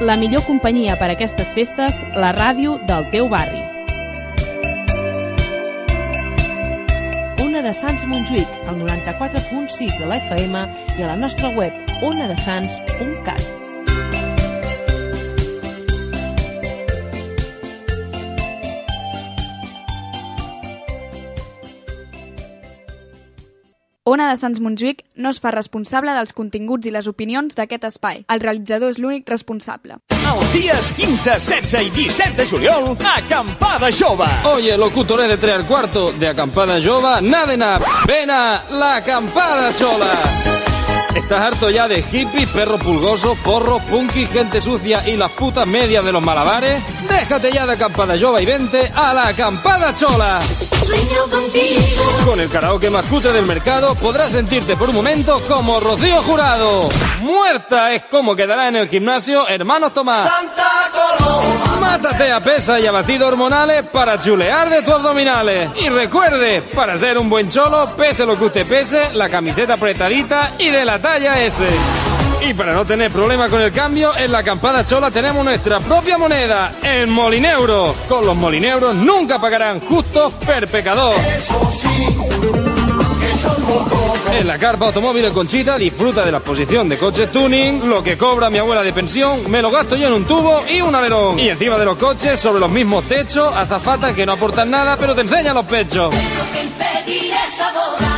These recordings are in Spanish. la millor companyia per a aquestes festes, la ràdio del teu barri. Ona de Sants Montjuïc, al 94.6 de la FM i a la nostra web onadesans.cat. Ona de Sants Montjuïc no es fa responsable dels continguts i les opinions d'aquest espai. El realitzador és l'únic responsable. Els dies 15, 16 i 17 de juliol, Acampada Jove. Oye, locutores de 3 al cuarto, de acampada jova, naden a... Ven a la acampada sola. ¿Estás harto ya de hippies, perros pulgosos, porros, punkis, gente sucia y las putas medias de los malabares? Déjate ya de acampada jova y vente a la acampada chola. Con el karaoke más cutre del mercado podrás sentirte por un momento como Rocío Jurado. Muerta es como quedará en el gimnasio Hermanos Tomás. Mátate a pesa y a batidos hormonales para chulear de tus abdominales. Y recuerde, para ser un buen cholo, pese lo que usted pese, la camiseta apretadita y de la talla S. Y para no tener problemas con el cambio, en la acampada chola tenemos nuestra propia moneda, el molineuro. Con los molineuros nunca pagarán justos per pecador. En la carpa automóvil de Conchita disfruta de la exposición de coches tuning, lo que cobra mi abuela de pensión, me lo gasto yo en un tubo y un averón. Y encima de los coches, sobre los mismos techos, azafatas que no aportan nada pero te enseñan los pechos.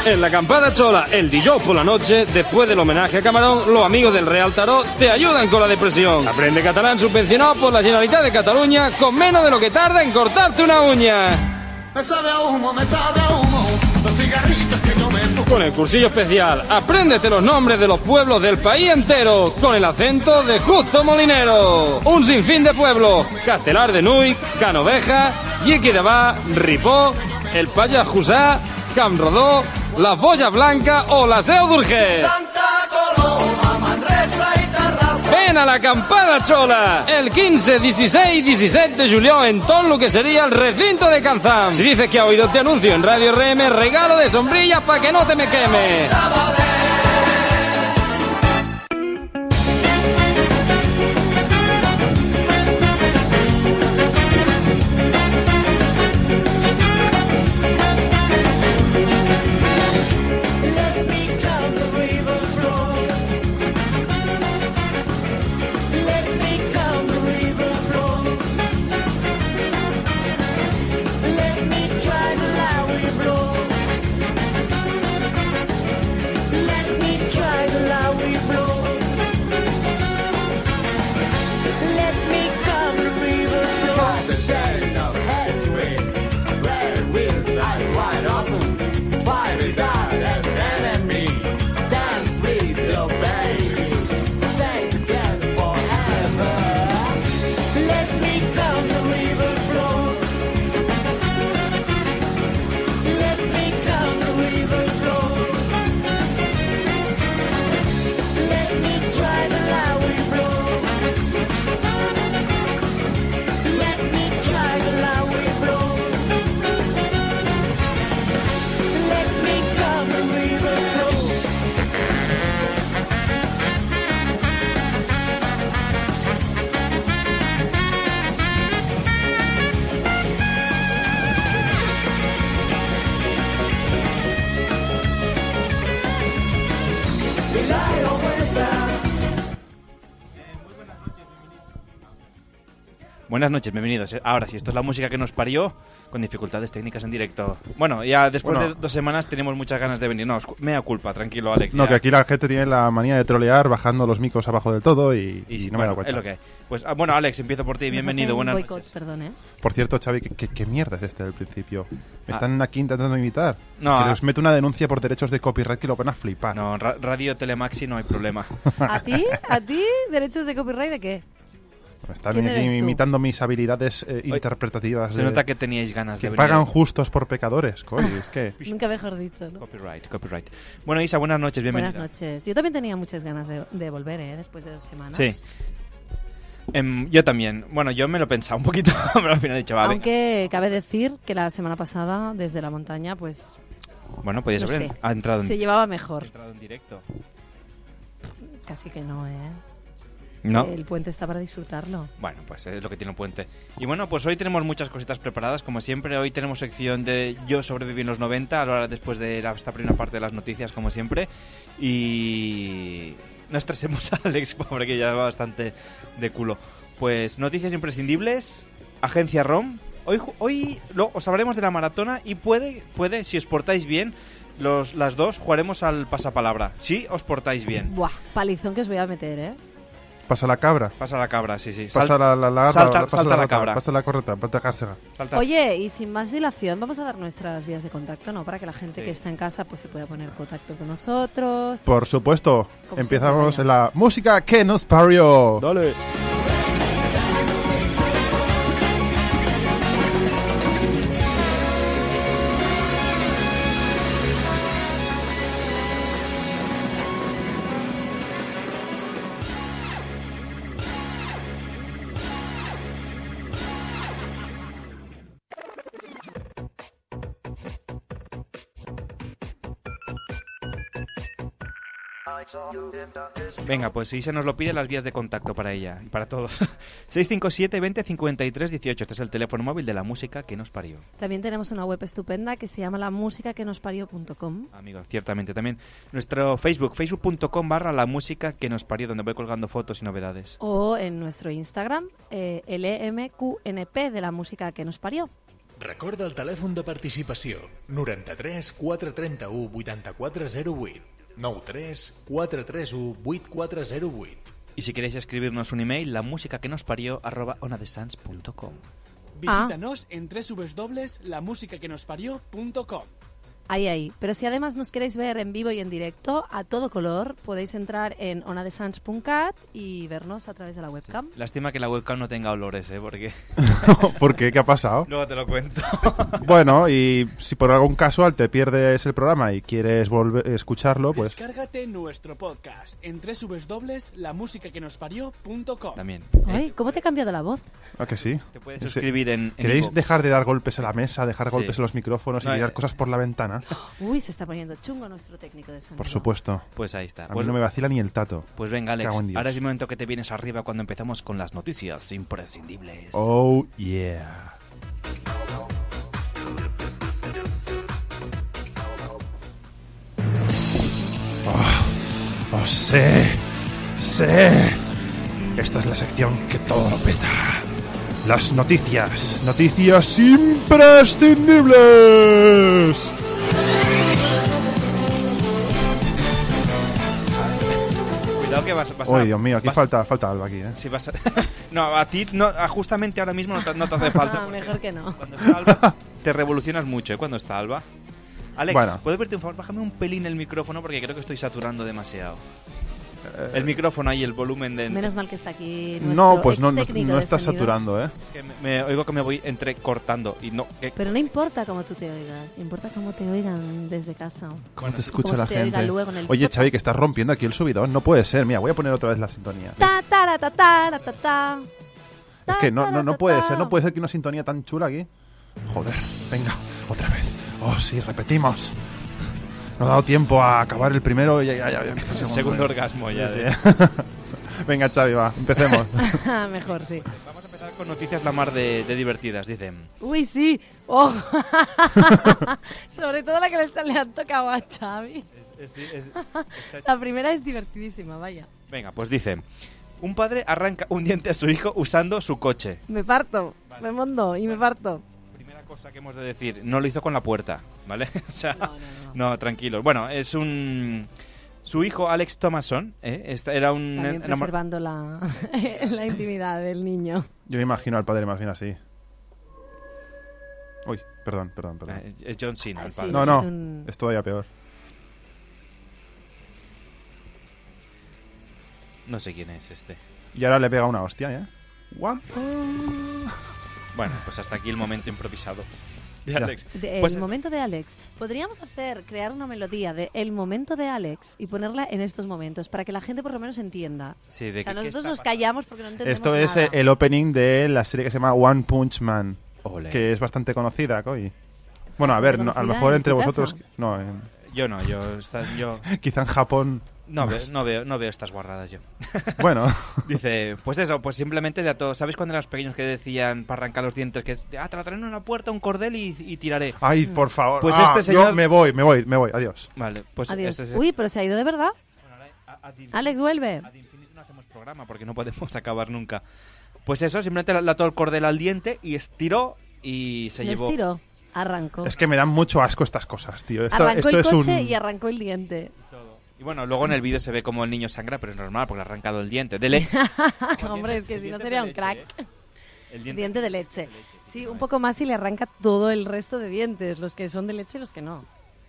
En la campada chola, el DJ por la noche, después del homenaje a Camarón, los amigos del Real Tarot te ayudan con la depresión. Aprende catalán subvencionado por la Generalitat de Cataluña con menos de lo que tarda en cortarte una uña. Me sabe a humo, me sabe a humo, los cigarritos que yo me fumo. Con el cursillo especial, apréndete los nombres de los pueblos del país entero con el acento de Justo Molinero. Un sinfín de pueblos: Castelar de Nui, Canoveja, Yiqui de Bá, Ripó, El Paya Jusá, Camrodó, La Boya Blanca o La Seu d'Urgell. Santa Coloma, Manresa y Tarrasa. Ven a la Campada Chola el 15, 16 y 17 de julio en todo lo que sería el recinto de Canzán. Si dices que ha oído este anuncio en Radio RM, regalo de sombrilla para que no te me queme. Let me count the river flow. Let me count the river flow. Let me try the lowry blow. Let me try the lowry blow. Let me count the river flow. Let me count the river flow. Let me count the river flow. Let me try the lowry blow. Let me try the lowry blow. Let me count the river flow. Buenas noches, bienvenidos. Eh, Ahora sí, esto es la música que nos parió con dificultades técnicas en directo. Bueno, ya después Bueno. de dos semanas tenemos muchas ganas de venir. No, escu- mea culpa, tranquilo, Alex. No, ya. que aquí la gente tiene la manía de trolear bajando los micos abajo del todo y, Y y sí, no me he bueno, dado cuenta. es lo que hay. Pues ah, bueno, Alex, empiezo por ti. Bienvenido, buenas noches. Perdón, ¿eh? Por cierto, Xavi, ¿qué, qué- qué mierda es este del principio? Me Ah. están aquí intentando imitar. No, que ah. les meto una denuncia por derechos de copyright que lo van a flipar. No, ra- Radio Telemaxi no hay problema. ¿A ti? ¿A ti? ¿Derechos de copyright de qué? Me están ¿Quién aquí eres tú? imitando mis habilidades eh, interpretativas. Se de- nota que teníais ganas que de venir. eh. pagan justos por pecadores, coi, es que... Nunca mejor dicho, ¿no? Copyright, copyright. Bueno, Isa, buenas noches, bienvenida. Buenas noches. Yo también tenía muchas ganas de, de volver, ¿eh? Después de dos semanas. Sí. Em, yo también. Bueno, yo me lo he pensado un poquito, pero al final he dicho, va, venga. Aunque cabe decir que la semana pasada, desde la montaña, pues Bueno, podías No haber sé. ha entrado en, se llevaba mejor. entrado en directo. Casi que no, ¿eh? No. El puente está para disfrutarlo. Bueno, pues es lo que tiene un puente. Y bueno, pues hoy tenemos muchas cositas preparadas, como siempre. Hoy tenemos sección de Yo sobreviví en los 90, ahora después de la- esta primera parte de las noticias, como siempre. Y... No estresemos a Alex, pobre, que ya va bastante de culo. Pues noticias imprescindibles, Agencia ROM. Hoy, ju- hoy lo- os hablaremos de la maratona y puede, puede si os portáis bien, los, las dos jugaremos al pasapalabra. Si os portáis bien. Buah, palizón que os voy a meter, ¿eh? Pasa la cabra. Pasa la cabra, sí, sí. Pasa Sal- la, la, la, salta, la- pasa salta la, rata, cabra. Pasa la correta, pasa Cárcega. Salta- Oye, y sin más dilación, vamos a dar nuestras vías de contacto, ¿no? Para que la gente Sí. que está en casa pues se pueda poner en contacto con nosotros. Por supuesto, Como empezamos siempre, en la música que nos parió. Dale. Venga, pues si se nos lo pide, las vías de contacto para ella y para todos. 657 20 53 18. Este es el teléfono móvil de la música que nos parió. También tenemos una web estupenda que se llama la música que nos parió.com. Amigos, ciertamente también. Nuestro Facebook, facebook.com barra la música que nos parió, donde voy colgando fotos y novedades. O en nuestro Instagram, eh, LMQNP de la música que nos parió. Recorda el telèfon de participació 93 431 8408 93 431 8408 Y si queréis escribirnos un email, la música que nos parió arroba onadesans.com. Ah. Visítanos en www.lamusicaquenosparió.com. Ahí, ahí. Pero si además nos queréis ver en vivo y en directo, a todo color, podéis entrar en onadesans.cat y vernos a través de la webcam. Lástima que la webcam no tenga olores, ¿eh? Porque ¿Por qué? ¿Qué ha pasado? luego te lo cuento. Bueno, y si por algún casual te pierdes el programa y quieres volver Oh, escucharlo, pues Descárgate nuestro podcast en www.lamusicaquenosparió.com. También. Ay, ¿cómo te he cambiado la voz? ¿a que sí? Eh, Te puedes Ese- suscribir en... en ¿Queréis iVoox. dejar de dar golpes a la mesa, dejar Sí. golpes a los micrófonos No, y tirar eh, cosas por la ventana? Uy, se está poniendo chungo nuestro técnico de sonido. Por supuesto. Pues ahí está. A mí Pues, no me vacila ni el tato. pues venga, Alex. Cago en Dios. Ahora es el momento que te vienes arriba cuando empezamos con las noticias imprescindibles. Oh, yeah. Oh, oh, sé, sé. Esta es la sección que todo lo peta. Las noticias, noticias imprescindibles. Cuidado que vas, vas a... Uy, Dios mío, aquí vas- falta, falta algo aquí, ¿eh? Si vas a- no, a ti no, a- justamente ahora mismo no te, no te hace falta. Ah, mejor que no. Cuando está Alba, te revolucionas mucho, ¿eh? Cuando está Alba. Alex, Bueno. ¿puedes verte un favor? Bájame un pelín el micrófono porque creo que estoy saturando demasiado. El micrófono ahí, el volumen de... Menos mal que está aquí nuestro No, pues no, no, ex-técnico no de está sonido. saturando, ¿eh? Es que me, me oigo que me voy entrecortando y no... que- Pero no importa cómo tú te oigas, importa cómo te oigan desde casa. ¿Cómo te escucha Como la se te oiga gente? luego en el Oye, podcast. Xavi, que estás rompiendo aquí el subidón. No puede ser. Mira, voy a poner otra vez la sintonía. Ta, ta, ta, ta, ta, ta. Es que no, no, no puede ser. No puede ser que una sintonía tan chula aquí. Joder, venga, otra vez. Oh, sí, repetimos. No ha dado tiempo a acabar el primero y ya, ya, ya, ya empieza el Segundo orgasmo ya. eh. Sí, de- sí. venga, Xavi, va, empecemos. Ah, mejor sí. Vamos a empezar con noticias la mar de, de divertidas, dicen. Uy, sí. Oh. Sobre todo la que le, está- le han tocado a Xavi. La primera es divertidísima, vaya. Venga, pues dicen. Un padre arranca un diente a su hijo usando su coche. Me parto, me mondo y me parto. Primera cosa que hemos de decir, no lo hizo con la puerta, ¿vale? O sea, No, no, no. No, tranquilo. Bueno, es un... Su hijo, Alex Thomason, ¿eh? Esta- era un... También enamor- preservando la, la intimidad del niño. Yo me imagino al padre más bien así. Uy, perdón, perdón, perdón. Eh, es John Cena, Ah, el sí. padre. No, es no, un- es todavía peor. No sé quién es este. Y ahora le pega una hostia, ¿eh? Guau. Bueno, pues hasta aquí el momento improvisado de Ya. Alex. De- el Pues- momento de Alex. Podríamos hacer, crear una melodía de El momento de Alex y ponerla en estos momentos para que la gente por lo menos entienda. Sí, de O sea, que- ¿qué nosotros está nos pasando? callamos porque no entendemos Esto es eh, nada. el opening de la serie que se llama One Punch Man, Ole. que es bastante conocida, Coy. Bueno, a Bastante ver, no- a lo conocida mejor en entre tu vosotros... casa. No, en- Yo no, yo... está- yo... quizá en Japón No veo, Más. no, veo, no veo estas guarradas yo. Bueno. Dice, pues eso, pues simplemente de a todo. ¿Sabéis cuando eran los pequeños que decían para arrancar los dientes que es, ah, te la traen en una puerta, un cordel y, y tiraré? Ay, por favor. Pues Ah, este señor. Yo me voy, me voy, me voy. Adiós. Vale, pues Adiós. este Uy, pero se ha ido de verdad. Alex, vuelve. Pues programa porque no podemos acabar nunca. Pues eso, simplemente le ató el cordel al diente y estiró y se Les llevó. tiro. Arrancó. Es que me dan mucho asco estas cosas, tío. Esto, arrancó esto el es coche un... y arrancó el diente. Y bueno, luego en el vídeo se ve como el niño sangra, pero es normal porque le ha arrancado el diente. Dele. Ah, Hombre, es que si no sería un crack. ¿eh? El diente. Diente de leche. Sí, un poco más y le arranca todo el resto de dientes, los que son de leche y los que no.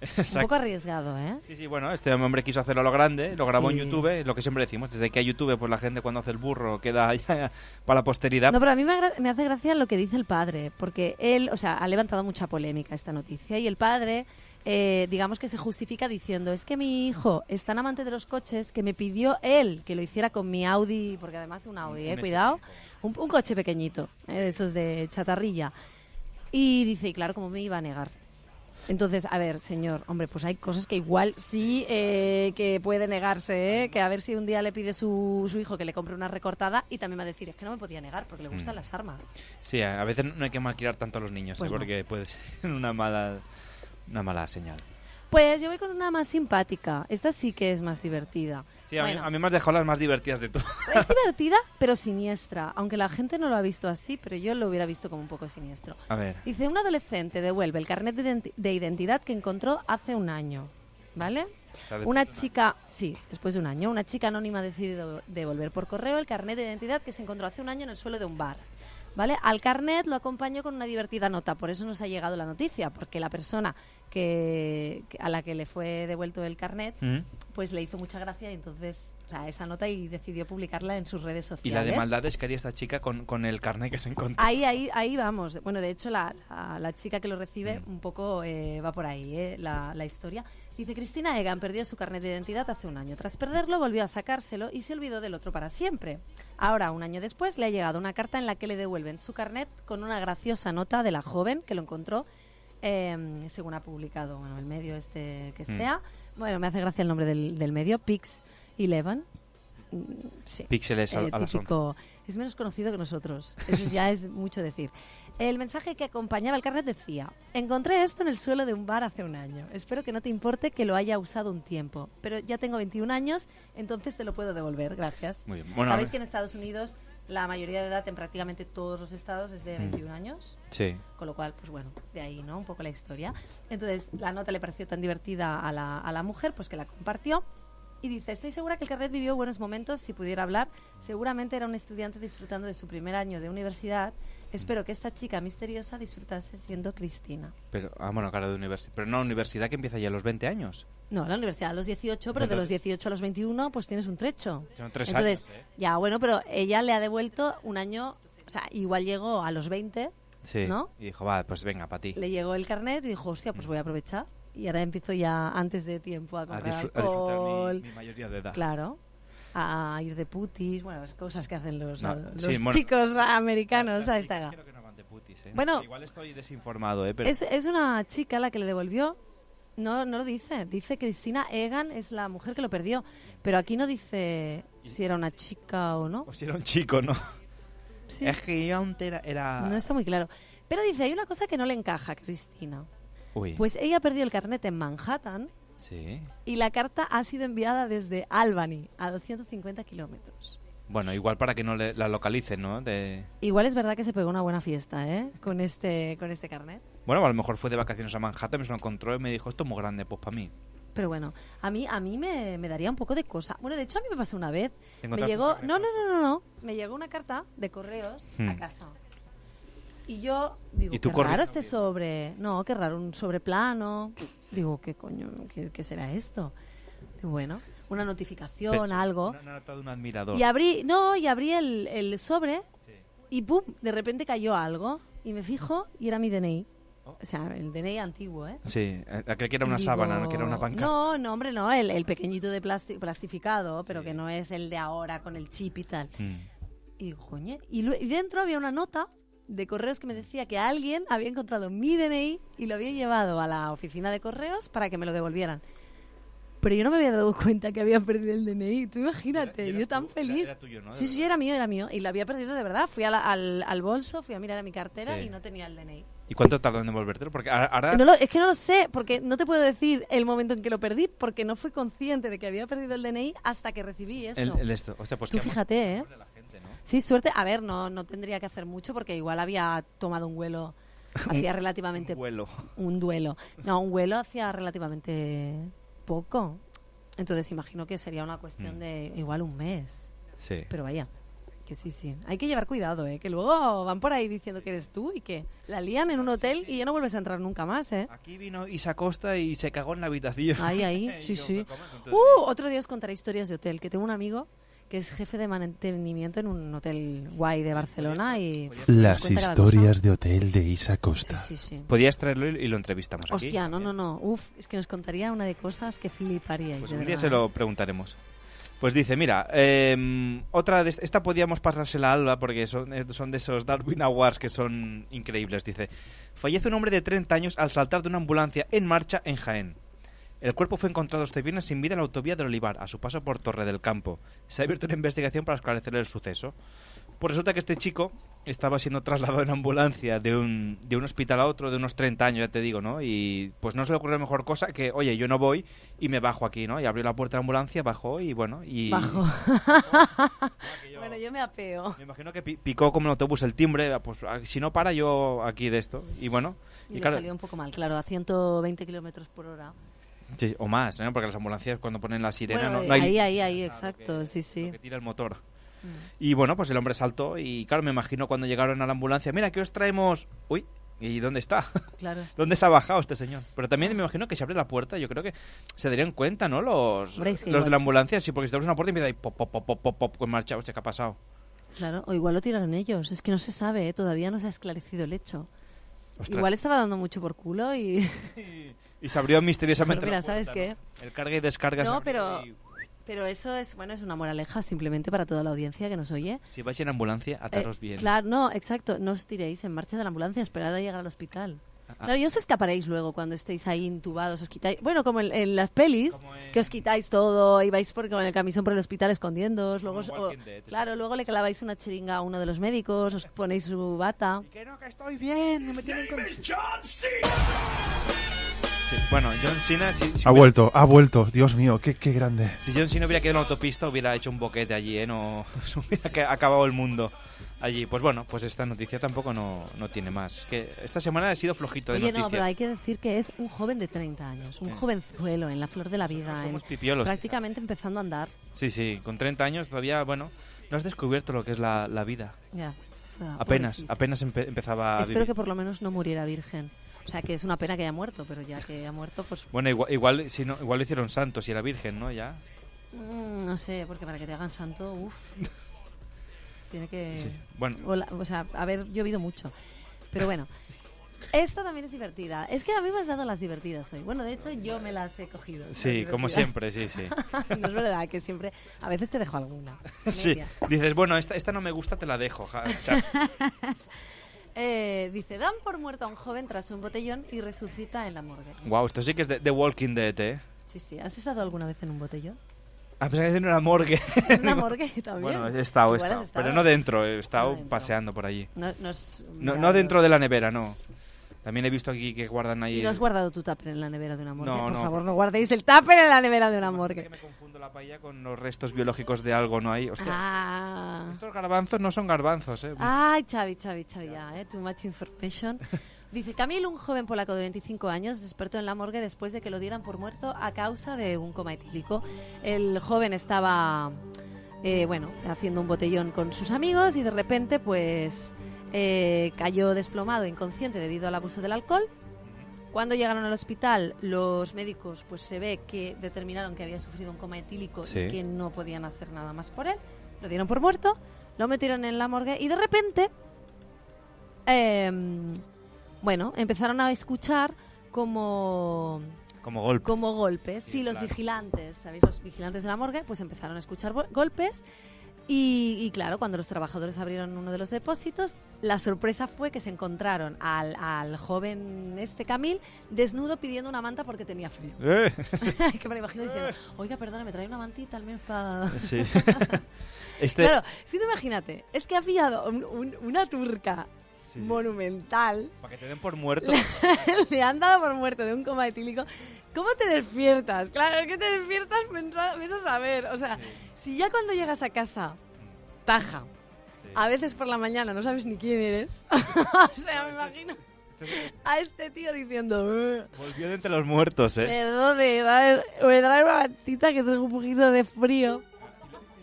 Un Exacto. poco arriesgado, ¿eh? Sí, sí, bueno, este hombre quiso hacerlo a lo grande, lo grabó Sí. en YouTube, lo que siempre decimos, desde que hay YouTube, pues la gente cuando hace el burro queda ya para la posteridad. No, pero a mí me, agra- me hace gracia lo que dice el padre, porque él, o sea, ha levantado mucha polémica esta noticia y el padre, eh, digamos que se justifica diciendo, es que mi hijo es tan amante de los coches que me pidió él que lo hiciera con mi Audi, porque además es un Audi, eh, ST. cuidado, un, un coche pequeñito, eh, de esos de chatarrilla. Y dice, y claro, ¿cómo me iba a negar? Entonces, a ver, señor, hombre, pues hay cosas que igual sí eh, que puede negarse, ¿eh? que a ver si un día le pide su, su hijo que le compre una recortada y también va a decir, es que no me podía negar porque le gustan Mm. las armas. Sí, a veces no hay que malquilar tanto a los niños, Pues ¿eh? no. porque puede ser una mala, una mala señal. Pues yo voy con una más simpática, esta sí que es más divertida. Sí, a, Bueno. Pues, mí, a mí me has dejado las más divertidas de todo. Es divertida, pero siniestra, aunque la gente no lo ha visto así, pero yo lo hubiera visto como un poco siniestro. A ver. Dice, un adolescente devuelve el carnet de, identi- de identidad que encontró hace un año, ¿vale? sea, después Una de un chica, sí, después de un año, una chica anónima ha decidido devolver por correo el carnet de identidad que se encontró hace un año en el suelo de un bar. ¿Vale? Al carnet lo acompañó con una divertida nota, por eso nos ha llegado la noticia, porque la persona que, que- a la que le fue devuelto el carnet, Mm. pues le hizo mucha gracia y entonces, o sea, esa nota y decidió publicarla en sus redes sociales. Y la de maldades que haría esta chica con, con el carnet que se encontró. Ahí, ahí, ahí vamos. Bueno, de hecho, la, la- la chica que lo recibe un poco eh, va por ahí eh, la, la historia. Dice, Cristina Egan perdió su carnet de identidad hace un año. Tras perderlo, volvió a sacárselo y se olvidó del otro para siempre. Ahora, un año después, le ha llegado una carta en la que le devuelven su carnet con una graciosa nota de la joven que lo encontró, eh, según ha publicado bueno, el medio este que Mm. sea. Bueno, me hace gracia el nombre del, del medio, Pix Eleven. Mm, Sí. Píxeles al- El a las típico- es menos conocido que nosotros. Eso ya es mucho decir. El mensaje que acompañaba el carnet decía: Encontré esto en el suelo de un bar hace un año. Espero que no te importe que lo haya usado un tiempo. Pero ya tengo 21 años, entonces te lo puedo devolver. Gracias. Muy bien. Bueno, a Sabéis ver. que en Estados Unidos la mayoría de edad en prácticamente todos los estados es de Mm. 21 años. Sí. Con lo cual, pues bueno, de ahí, ¿no? Un poco la historia. Entonces, la nota le pareció tan divertida a la, a la mujer, pues que la compartió. Y dice, estoy segura que el carnet vivió buenos momentos, si pudiera hablar. Seguramente era un estudiante disfrutando de su primer año de universidad. Espero que esta chica misteriosa disfrutase siendo Cristina. Pero, ah, bueno, claro, de universidad. Pero no, universidad que empieza ya a los 20 años. No, la universidad a los 18, pero de Entonces- los 18 a los 21, pues tienes un trecho. Son tres Entonces, años, ¿eh? ya, bueno, pero ella le ha devuelto un año, o sea, igual llegó a los 20, Sí. ¿no? Y dijo, va, pues venga, para ti. Le llegó el carnet y dijo, hostia, pues voy a aprovechar. Y ahora empiezo ya antes de tiempo a Mm. A, comprar disfr- a disfrutar mi- alcohol. mi, mayoría de edad. Claro. A ir de putis, bueno, las cosas que hacen los, No, los sí, bueno. chicos americanos a esta edad. Putis, ¿eh? Bueno. Igual estoy desinformado, ¿eh? Pero... Es, es una chica la que le devolvió. No, no lo dice. Dice Cristina Egan es la mujer que lo perdió. Pero aquí no dice si era una chica o no. O si era un chico, ¿no? Sí. Es que yo antes era... era- No está muy claro. Pero dice, hay una cosa que no le encaja a Cristina. Uy. Pues ella perdió el carnet en Manhattan Sí. y la carta ha sido enviada desde Albany, a 250 kilómetros. Bueno, igual para que no le- la localicen, ¿no? De... Igual es verdad que se pegó una buena fiesta, ¿eh? Con este, con este carnet. Bueno, a lo mejor fue de vacaciones a Manhattan, me lo encontró y me dijo, esto es muy grande, pues para mí. Pero bueno, a mí, a mí me, me daría un poco de cosa. Bueno, de hecho, a mí me pasó una vez. ¿Te Me encontraste llegó. un carnet No, no, no, no, no. Me llegó una carta de correos a Hmm. casa. Y yo digo, ¿Y tú qué corri- raro este sobre. No, qué raro, un sobre plano. Digo, ¿qué coño? ¿Qué, qué será esto? Digo, bueno, una notificación, Pero- algo. Una nota de un admirador. Y abrí, no, y abrí el, el sobre y ¡pum! De repente cayó algo y me fijo y era mi DNI. O sea, el DNI antiguo, ¿eh? Sí, eh, aquel que era Y una digo, sábana, ¿no? que era una banca. No, no, hombre, no, el, el pequeñito de plasti- plastificado, pero que no es el de ahora con el chip y tal. Mm. Y digo, coño. Y, lu- y dentro había una nota de correos que me decía que alguien había encontrado mi DNI y lo había llevado a la oficina de correos para que me lo devolvieran. Pero yo no me había dado cuenta que había perdido el DNI. Tú imagínate, yo tan feliz. era tuyo, ¿no? De Sí, sí, era mío, era mío. Y lo había perdido de verdad. Fui a la- al, al bolso, fui a mirar a mi cartera Sí. Ah. y no tenía el DNI. ¿Y cuánto tardan en volvértelo? Porque a- ahora... No lo- es que no lo sé, porque no te puedo decir el momento en que lo perdí, porque no fui consciente de que había perdido el DNI hasta que recibí eso. El, el esto. Hostia, pues Tú qué amor. fíjate, ¿eh? Sí, suerte. A ver, no, no tendría que hacer mucho porque igual había tomado un vuelo hacía relativamente... Vuelo. Un duelo. No, un vuelo hacía relativamente poco. Entonces imagino que sería una Mm. cuestión de igual un mes. Sí. Pero vaya, que sí, sí. Hay que llevar cuidado, ¿eh? Que luego van por ahí diciendo que eres tú y que la lían en un hotel y ya no vuelves a entrar nunca más, ¿eh? Aquí vino Isa Costa y se cagó en la habitación. Ahí, ahí, Y sí, yo, sí. ¿cómo? Entonces, Uh, otro día os contaré historias de hotel, que tengo un amigo que es jefe de mantenimiento en un hotel guay de Barcelona y... pff, nos Las cuenta cada historias de hotel de Isa cosa. Costa. Sí, sí, sí. Podías traerlo y, y lo entrevistamos aquí. Hostia, no, no, no. Uf, es que nos contaría una de cosas que fliparíais, Pues de un día verdad. se lo preguntaremos. Pues dice, mira, em, otra de est- esta podíamos pasársela a Alba porque son, eh, son de esos Darwin Awards que son increíbles. Dice, fallece un hombre de 30 años al saltar de una ambulancia en marcha en Jaén. El cuerpo fue encontrado este viernes sin vida en la autovía del Olivar, a su paso por Torre del Campo. Se ha abierto una investigación para esclarecer el suceso. Pues resulta que este chico estaba siendo trasladado en ambulancia de un, de un hospital a otro de unos 30 años, ya te digo, ¿no? Y pues no se le ocurrió mejor cosa que, oye, yo no voy y me bajo aquí, ¿no? Y abrió la puerta de la ambulancia, bajó y bueno, y... Bajo. bueno, yo me apeo. Me imagino que pi- picó como el autobús el timbre, pues a- si no para yo aquí de esto. Y bueno, Y, y, le claro, salió un poco mal, claro, a 120 kilómetros por hora. sí, o más, ¿no? Porque las ambulancias cuando ponen la sirena Bueno, eh, no, no hay... ahí, ahí, ahí, exacto, sí, sí. Mm. que tira el motor. Y bueno, pues el hombre saltó y claro, me imagino cuando llegaron a la ambulancia, mira, que os traemos... Uy, ¿y dónde está? Claro. ¿Dónde se ha bajado este señor? Pero también me imagino que si abre la puerta, yo creo que se darían cuenta, ¿no? Los, Hombre, sí, los de igual la sí. ambulancia, sí, porque si te abres una puerta y empieza ahí pop, pop, pop, pop, pop, pop, en marcha, hostia, ¿qué ha pasado? Claro, o igual lo tiraron ellos. Es que no se sabe, ¿eh? todavía no se ha esclarecido el hecho. Ostras. Igual estaba dando mucho por culo y. Y se abrió misteriosamente. Mira, la puerta, ¿sabes qué? ¿no? El carga y descarga. se No, abrió pero- y- Pero eso es, bueno, es una moraleja simplemente para toda la audiencia que nos oye. Si vais en ambulancia, ataros Eh, bien. Claro, no, exacto. No os tiréis en marcha de la ambulancia, esperad a llegar al hospital. Ah, Claro, y os escaparéis luego cuando estéis ahí intubados, os quitáis... Bueno, como en, en las pelis, que os quitáis todo y vais por, con el camisón por el hospital escondiéndoos. Luego, os- en o- Walking Dead, claro, luego le claváis una chiringa a uno de los médicos, os ponéis su bata. Que no, que estoy bien. no me tienen con- Sí, Bueno, John Cena, si, si Ha hubiera- vuelto, ha vuelto. Dios mío, qué, qué grande. si John Cena hubiera quedado en la autopista, hubiera hecho un boquete allí, ¿eh? No, se hubiera ca- acabado el mundo allí. Pues bueno, pues esta noticia tampoco no, no tiene más. Es que esta semana ha sido flojito de Oye, noticias. no, pero hay que decir que es un joven de 30 años, un jovenzuelo en la flor de la vida, en- Somos pipiolos. prácticamente empezando a andar. Sí, sí, con 30 años todavía, bueno, no has descubierto lo que es la, la vida. Ya. Ah, Apenas, pobrecito. apenas empe- empezaba a Espero vivir. que por lo menos no muriera virgen. O sea, que es una pena que haya muerto, pero ya que ha muerto, pues Bueno, igual, igual, si no, igual lo hicieron santos y era virgen, ¿no? Ya. mm, no sé, porque para que te hagan santo, uff. Tiene que... Bueno, O, la- o sea, haber llovido mucho. Pero bueno, esta también es divertida. Es que a mí me has dado las divertidas hoy. Bueno, de hecho, yo me las he cogido. las sí, como divertidas. siempre, sí, sí. no es verdad que siempre... A veces te dejo alguna. Sí, media. dices, bueno, esta, esta no me gusta, te la dejo. ja, chao. Eh, dice, dan por muerto a un joven tras un botellón y resucita en la morgue. Guau, esto sí que es de, The Walking Dead, ¿eh? Sí, sí. ¿Has estado alguna vez en un botellón? A pesar de que no era morgue. En una morgue también. bueno, he estado, he Igual estado, has Pero no dentro, he No estado dentro. paseando por allí. No, no es- No, mira, no dentro los- de la nevera, no. También he visto aquí que guardan ahí... ¿Y no has el- guardado tu tupper en la nevera de una morgue? No, Por no. favor, no guardéis el tupper en la nevera de una Que morgue. me confundo la paella con los restos biológicos de algo, ¿no? Ahí, hostia. Ah. Estos garbanzos no son garbanzos, ¿eh? Ay, Xavi, Xavi, Xavi, ya, eh, too much information. Dice, Camil, un joven polaco de 25 años, despertó en la morgue después de que lo dieran por muerto a causa de un coma etílico. El joven estaba, eh, bueno, haciendo un botellón con sus amigos y de repente, pues, eh, cayó desplomado, inconsciente debido al abuso del alcohol. Cuando llegaron al hospital, los médicos, pues se ve que determinaron que había sufrido un coma etílico Sí. y que no podían hacer nada más por él. Lo dieron por muerto, lo metieron en la morgue y de repente, em, bueno, empezaron a escuchar como Como golpe. como golpes. Sí, Sí, los claro. vigilantes, ¿sabéis? Los vigilantes de la morgue, pues empezaron a escuchar bo- golpes Y, y claro, cuando los trabajadores abrieron uno de los depósitos, la sorpresa fue que se encontraron al, al joven este Camil desnudo pidiendo una manta porque tenía frío. Eh. que me lo imagino diciendo, oiga, perdona, me trae una mantita al menos para... Sí. Este- Claro, si tú imagínate, es que ha pillado un- un- una turca monumental, Para que te den por muerto. le han dado por muerto de un coma etílico. ¿Cómo te despiertas? Claro, es que te despiertas pensa- ves a saber. O sea, si ya cuando llegas a casa, taja. A veces por la mañana no sabes ni quién eres. o sea, me imagino a este tío diciendo, "Eh, Volvió de entre los muertos, ¿eh? perdone, dame- me trae una mantita que tengo un poquito de frío.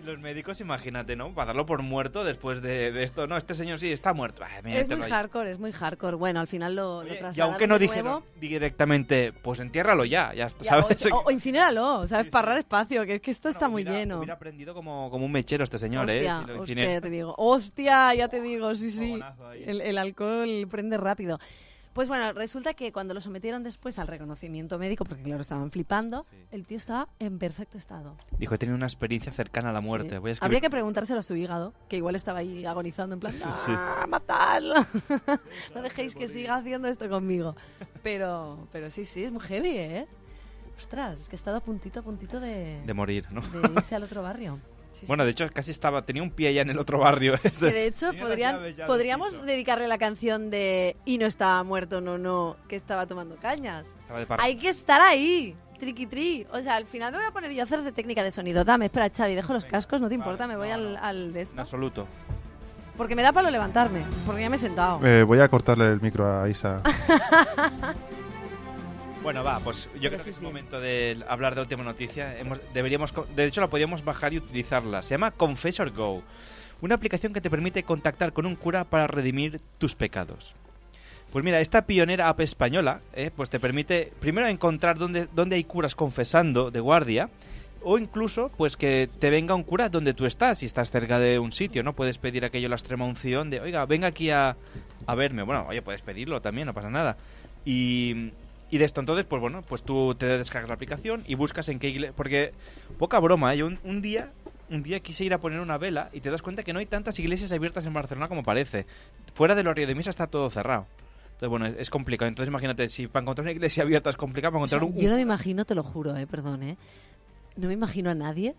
Y Los médicos, imagínate, ¿no? Para darlo por muerto después de, de esto. No, este señor sí está muerto. Ah, mira, Es te muy lo- hardcore, es muy hardcore. Bueno, al final lo, lo Y trasladaron aunque no de dijeron nuevo. directamente, pues entiérralo ya, ya está, Ya, o, ¿sabes? o- o incinéralo, ¿sabes? Para ahorrar espacio, que es que esto está muy lleno. Hubiera aprendido como, como un mechero este señor, Hostia, ¿eh? Si lo hostia, incinerara. ya te digo. Hostia, ya te digo, sí, sí. El, el alcohol prende rápido. Pues bueno, resulta que cuando lo sometieron después al reconocimiento médico, porque claro, estaban flipando, el tío estaba en perfecto estado. Dijo, he tenido una experiencia cercana a la muerte. Voy a escribir- Habría que preguntárselo a su hígado, que igual estaba ahí agonizando en plan, Sí. ¡ah, matadlo! no dejéis que siga haciendo esto conmigo. Pero, pero sí, sí, es muy heavy, ¿eh? Ostras, es que he estado a puntito, a puntito de, De morir, ¿no? de irse al otro barrio. Sí, sí. Bueno, de hecho, casi estaba, tenía un pie ya en el otro barrio. este. Que de hecho podrían, podríamos dedicarle la canción de Y no estaba muerto, no, no, que estaba tomando cañas. Estaba de parra. Hay que estar ahí, triqui tri. O sea, al final me voy a poner yo a hacer de técnica de sonido. Dame, espera, Xavi, dejo los cascos, no te importa, me voy al, al de esto. En absoluto. Porque me da palo levantarme, porque ya me he sentado. Eh, voy a cortarle el micro a Isa. Bueno, va, pues yo creo que es momento de hablar de última noticia. Hemos- deberíamos, co- de hecho, la podíamos bajar y utilizarla. Se llama Confessor Go, una aplicación que te permite contactar con un cura para redimir tus pecados. Pues mira, esta pionera app española, eh, pues te permite primero encontrar dónde, dónde hay curas confesando de guardia, o incluso pues que te venga un cura donde tú estás, si estás cerca de un sitio, ¿no? Puedes pedir aquello la extrema unción de, oiga, venga aquí a, a verme. Bueno, oye, puedes pedirlo también, no pasa nada. Y, y de esto entonces, pues bueno, pues tú te descargas la aplicación y buscas en qué iglesia... Porque, poca broma, ¿eh? yo un, un día... Un día quise ir a poner una vela y te das cuenta que no hay tantas iglesias abiertas en Barcelona como parece. Fuera del horario de misa está todo cerrado. Entonces, bueno, es, es complicado. Entonces, imagínate, si para encontrar una iglesia abierta es complicado, para O sea, encontrar un... yo no me imagino, te lo juro, eh, perdón, eh. No me imagino a nadie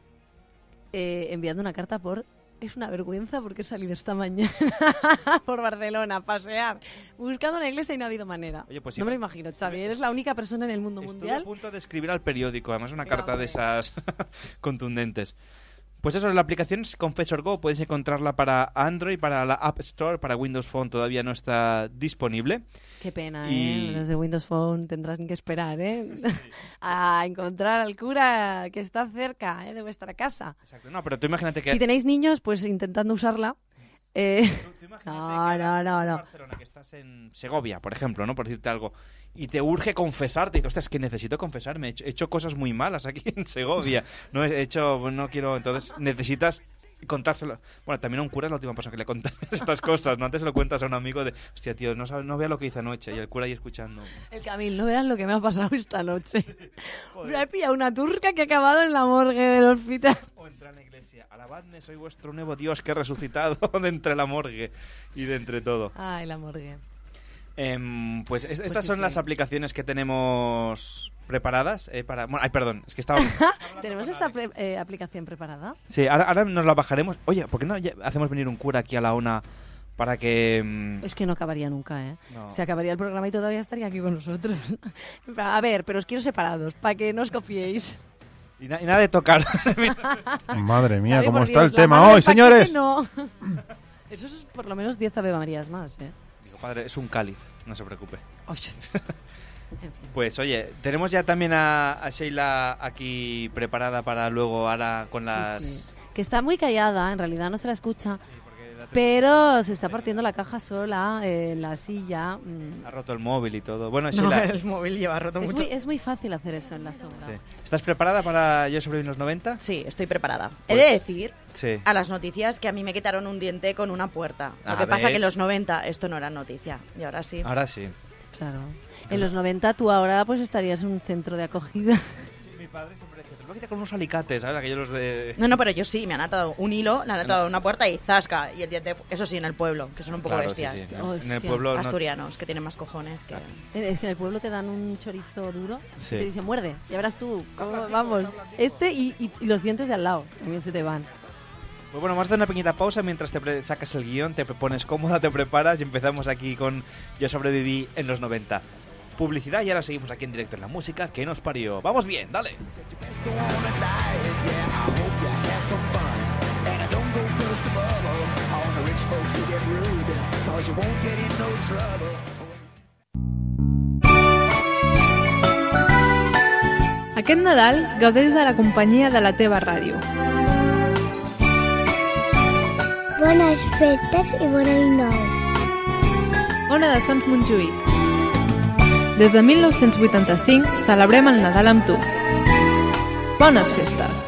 eh, enviando una carta por. Es una vergüenza porque he salido esta mañana por Barcelona a pasear buscando una iglesia y no ha habido manera. Oye, pues sí, no me lo pues- imagino, Xavi. Eres la única persona en el mundo Estuve a mundial. punto de escribir al periódico, además una carta de esas contundentes. Pues eso, la aplicación es Confessor Go, podéis encontrarla para Android, para la App Store, para Windows Phone todavía no está disponible. Qué pena, Y- ¿eh? Los de Windows Phone tendrán que esperar, ¿eh? a encontrar al cura que está cerca ¿eh? de vuestra casa. Exacto, no, pero tú imagínate que Si tenéis niños, pues intentando usarla. eh, No, no, no, no. estás en Segovia, por ejemplo, ¿no? Por decirte algo, y te urge confesarte, y tú, "Hostia, es que necesito confesarme, he hecho, he hecho cosas muy malas aquí en Segovia, no he hecho, no quiero, entonces necesitas contárselo. Bueno, también a un cura es la última persona que le contas estas cosas, ¿no? Antes se lo cuentas a un amigo de, hostia, tío, no, sabes, no vea lo que hice anoche, y el cura ahí escuchando. El Camil, no vean lo que me ha pasado esta noche. Me he pillado una turca que ha acabado en la morgue del hospital. Oh. O entrar "Oh, en la iglesia, alabadme, soy vuestro nuevo Dios que ha resucitado de entre la morgue y de entre todo. Ay, Ah, la morgue. Em, pues es- estas sí, son sí. las aplicaciones que tenemos preparadas eh, para... Bueno, ay, perdón, es que estaba... Ah, ¿Tenemos esta pre- eh, aplicación preparada? sí, ahora, ahora nos la bajaremos. Oye, ¿por qué no ya- hacemos venir un cura aquí a la ONA para que... em, Es que no acabaría nunca, ¿eh? No. Se acabaría el programa y todavía estaría aquí con nosotros. A ver, pero os quiero separados, para que no os confiéis. y, na- y nada de tocar. Madre mía, Xavi, cómo por está Dios, el la madre tema hoy, pa' qué señores. no. Eso es por lo menos 10 Ave Marías más, ¿eh? Digo, padre, es un cáliz, no se preocupe. Ay. En fin. Pues oye, tenemos ya también a, a Sheila aquí preparada para luego ahora con las... Que está muy callada, en realidad no se la escucha. Pero se está partiendo la caja sola eh, en la silla. mm. Ha roto el móvil y todo. Bueno, No, Sheila, el móvil lleva roto Es mucho. muy, es muy fácil hacer eso en la sombra. sí. ¿estás preparada para Yo sobreviví en los Pues, 90? Sí, estoy preparada. He de decir Sí. a las noticias que a mí me quitaron un diente con una puerta. Lo Ah, que pasa ¿ves? que en los 90 esto no era noticia. Y ahora sí. Ahora sí. Claro. En los 90 tú ahora pues estarías en un centro de acogida. Mi padre siempre decía, te lo voy a quitar con unos alicates, ¿sabes? Aquellos de... No, no, pero yo sí, me han atado un hilo, me han atado una puerta y zasca. Y el diente, eso sí, en el pueblo, que son un poco Claro, sí, bestias. sí. En- en el pueblo no- Asturianos, que tienen más cojones que... Es que en el pueblo te dan un chorizo duro Sí. y te dicen, muerde, ya verás tú, cómo- vamos, este y, y- y los dientes de al lado también se te van. Pues bueno, vamos a hacer una pequeñita pausa mientras te pre- sacas el guión, te pre- pones cómoda, te preparas y empezamos aquí con Yo sobreviví en los 90. Publicidad y ahora seguimos aquí en directo en la música que nos parió. Vamos bien, dale. Aquest Nadal gaudeix de la companyia de la teva ràdio. Bones festes i bon any nou. Ona de Sants Montjuïc. Des de 1985 celebrem el Nadal amb tu. Bones festes!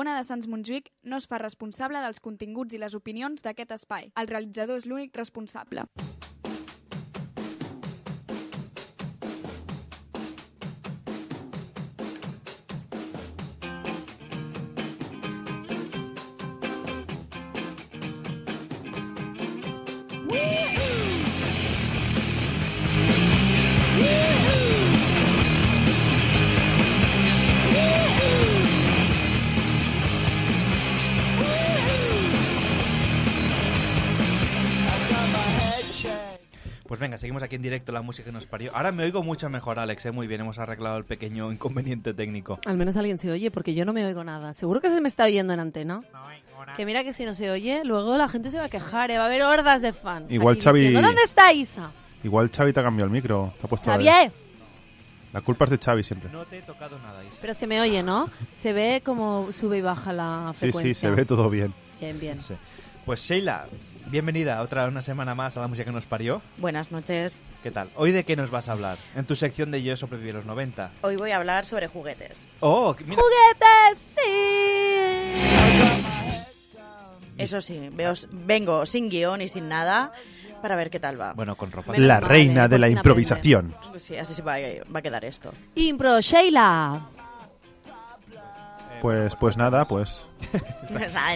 Ona de Sants Montjuïc no es fa responsable dels continguts i les opinions d'aquest espai. El realitzador és l'únic responsable. Pues venga, seguimos aquí en directo la música que nos parió. Ahora me oigo mucho mejor, Alex, ¿eh? muy bien, hemos arreglado el pequeño inconveniente técnico. Al menos alguien se oye, porque yo no me oigo nada. Seguro que se me está oyendo en antena. Que mira que si no se oye, luego la gente se va a quejar, ¿eh? va a haber hordas de fans. Igual aquí Xavi- diciendo, ¿Dónde está Isa? Igual Xavi te ha cambiado el micro. Te ha puesto la de- Xavier. La culpa es de Xavi siempre. No te he tocado nada, Isa. Pero se me oye, ¿no? Se ve como sube y baja la Sí, frecuencia. sí, se ve todo bien. Bien, bien. Sí. Pues Sheila, bienvenida otra una semana más a la música que nos parió. Buenas noches. ¿Qué tal? ¿Hoy de qué nos vas a hablar? En tu sección de Yo sobreviví en los 90. Hoy voy a hablar sobre juguetes. Oh, que- mira, ¡Juguetes, Eso sí, veo, vengo sin guión y sin nada para ver qué tal va. Bueno, con ropa. La eh, reina de la improvisación. Pues sí, así se va, va a quedar esto. Impro, Sheila. Pues, pues nada, pues.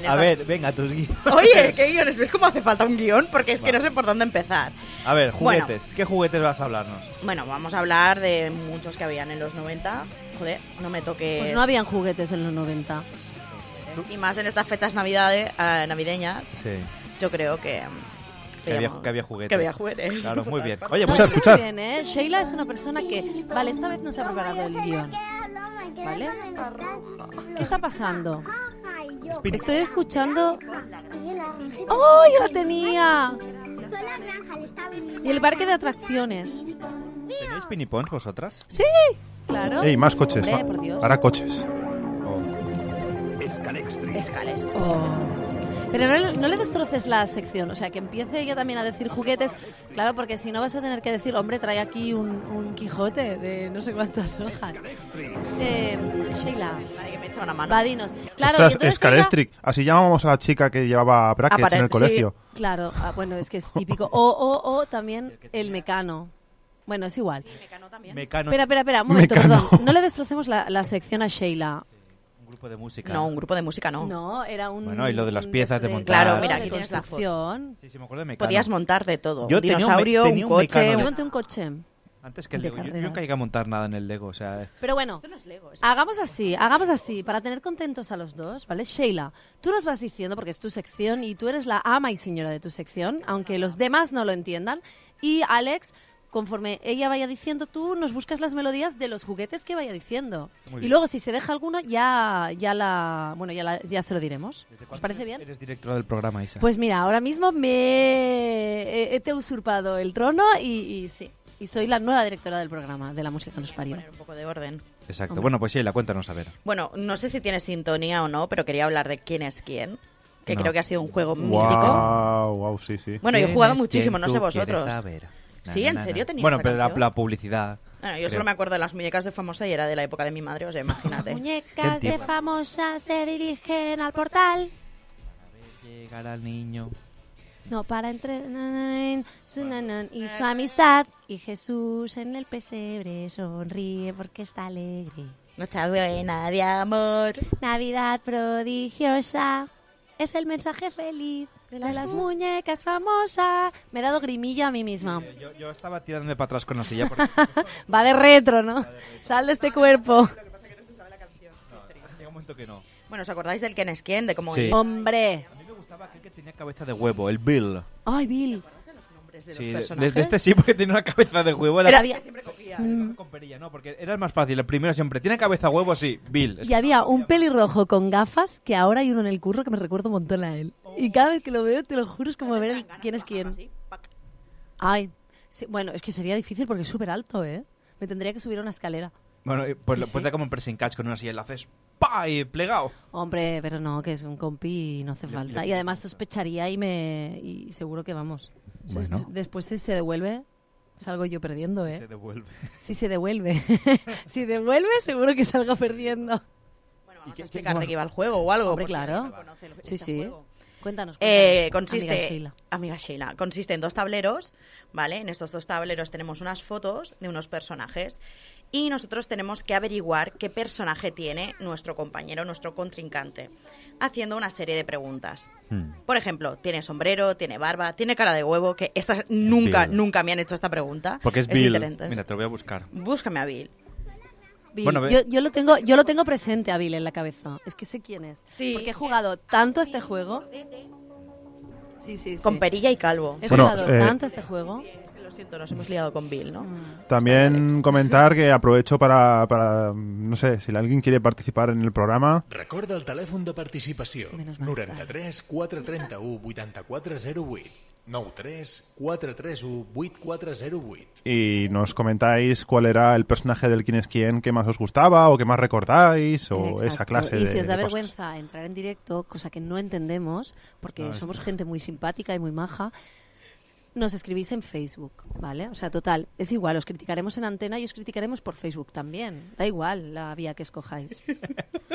A ver, venga, tus guías. Oye, ¿qué guiones? ¿Ves cómo hace falta un guión? Porque es que no sé por dónde empezar. A ver, Bueno. juguetes. ¿Qué juguetes vas a hablarnos? Bueno, vamos a hablar de muchos que habían en los 90. Joder, no me toques. Pues no habían juguetes en los 90. Y más en estas fechas navidades, eh, navideñas, Sí. yo creo que... Que había, que había juguetes. que había juguetes. Claro, muy bien. Oye, pues, No, muchas está muy bien, ¿eh? Sheila es una persona que... Vale, esta vez no se ha preparado el guión. ¿Vale? ¿Qué está pasando? Estoy escuchando... ¡Ay, la tenía! Y el parque de atracciones. ¿Tenéis pinipons vosotras? Sí, claro. ¡Ey, más coches! Hombre, va- por Dios. Ahora coches. Oh. Pero no, le- no le destroces la sección, o sea, que empiece ella también a decir juguetes. Claro, porque si no vas a tener que decir, hombre, trae aquí un, un Quijote de no sé cuántas hojas. Eh, Sheila. Va, dinos. Claro, y Ostras, entonces Scalestric. Así llamábamos a la chica que llevaba brackets Apare- en el sí. colegio. ella- Claro, ah, bueno, es que es típico. O, o, o también el mecano. Bueno, es igual. Mecano. Espera, espera, espera, un momento, Mecano. perdón. No le destrocemos la, la sección a Sheila. Un grupo de música. No, un grupo de música no. No, era un... Bueno, y lo de las piezas de de- este, montar. Claro, mira, aquí tienes la foto. construcción. Sí, sí, me acuerdo de Mecano. Podías montar de todo. Yo un tenía un me- dinosaurio, un, tenía un coche... mecano. Yo monté un coche. Antes que el de Lego. Yo- Yo, carreras. nunca llegué a montar nada en el Lego, o sea... eh. Pero bueno, hagamos así, hagamos así, para tener contentos a los dos, ¿vale? Sheila, tú nos vas diciendo, porque es tu sección y tú eres la ama y señora de tu sección, aunque los demás no lo entiendan. Y Alex, conforme ella vaya diciendo, tú nos buscas las melodías de los juguetes que vaya diciendo. Muy Y bien. luego, si se deja alguno, ya, ya, la, bueno, ya, la- ya se lo diremos. ¿Os parece bien? Eres directora del programa, Isa. Pues mira, ahora mismo me he, he- te he usurpado el trono y, y sí. Y soy la nueva directora del programa de la música que nos parió. Un poco de orden. Exacto. Hombre. Bueno, pues Sheila, cuéntanos a ver. Bueno, no sé si tiene sintonía o no, pero quería hablar de quién es quién, que No. creo que ha sido un juego mítico. Wow, wow, sí, sí. Bueno, yo he jugado muchísimo, no sé vosotros. Sí, ¿en serio tenías Bueno, esa pero la, canción? la publicidad... Bueno, yo solo creo. me acuerdo de las muñecas de famosa y era de la época de mi madre, o sea, imagínate. Muñecas Qué de tipo. famosas se dirigen al portal. Llegar al niño... No, para entrenar su nanón y su amistad. Y Jesús en el pesebre sonríe porque está alegre. Nuestra buena de amor. Navidad prodigiosa es el mensaje feliz de las, muñecas famosa. Me he dado grimilla a mí misma. Yo, yo estaba tirándome para atrás con la silla porque Va de retro, ¿no? Sal de este cuerpo. llega un momento que no. Bueno, ¿os acordáis del quién es quién? De cómo Sí. Hombre. Tenía cabeza de huevo, el Bill. Ay, Bill. Sí, de- de, de este sí, porque tenía una cabeza de huevo. Era, había- Mm. no, porque era el más fácil, el primero siempre. Tiene cabeza de huevo, sí, Bill. Es- Y había un pelirrojo con gafas que ahora hay uno en el curro que me recuerda un montón a él. Y cada vez que lo veo, te lo juro, es como ver el- quién es quién. Ay, sí, bueno, es que sería difícil porque es súper alto, ¿eh? Me tendría que subir a una escalera. Bueno, eh, pues Sí, lo sí. pues da como un pressing catch con una silla, la haces ¡pa! y plegado. Hombre, pero no, que es un compi y no hace Le- falta. le- Y además sospecharía y me y seguro que vamos. O sea, Bueno. Después si se devuelve, salgo yo perdiendo, ¿eh? Se devuelve. Si se devuelve. si devuelve, seguro que salgo perdiendo. Vamos a explicar de qué iba el juego o algo. Hombre, porque claro. no conoce el- Sí, este sí. juego. Cuéntanos. Eh, cuéntanos, consiste, amiga Sheila. amiga Sheila, consiste en dos tableros, ¿vale? En estos dos tableros tenemos unas fotos de unos personajes y nosotros tenemos que averiguar qué personaje tiene nuestro compañero, nuestro contrincante, haciendo una serie de preguntas. Hmm. Por ejemplo, ¿tiene sombrero? ¿Tiene barba? ¿Tiene cara de huevo? Que estas nunca, Bill. nunca me han hecho esta pregunta. Porque es, Bill. diferente. Mira, te lo voy a buscar. Búscame a Bill. Bill. Bueno, ve- yo, yo lo tengo, yo lo tengo presente a Bill en la cabeza. Es que sé quién es. Porque he jugado tanto a este juego. Sí, sí, sí. Con perilla y calvo. He Bueno, jugado eh, tanto a este juego. Mm, Es que lo siento, nos hemos liado con Bill, ¿no? También comentar que aprovecho para, para, no sé, si alguien quiere participar en el programa, Recorda el telèfon de participació. 93 431 8408. 93 431 8408. y nos comentáis cuál era el personaje del quién es quién que más os gustaba o que más recordáis o esa Exacto. clase Y de, si os da de cosas. vergüenza entrar en directo, cosa que no entendemos, porque No, es- somos gente muy simpática y muy maja, nos escribís en Facebook, ¿vale? O sea, total, es igual, os criticaremos en antena y os criticaremos por Facebook también. Da igual la vía que escojáis.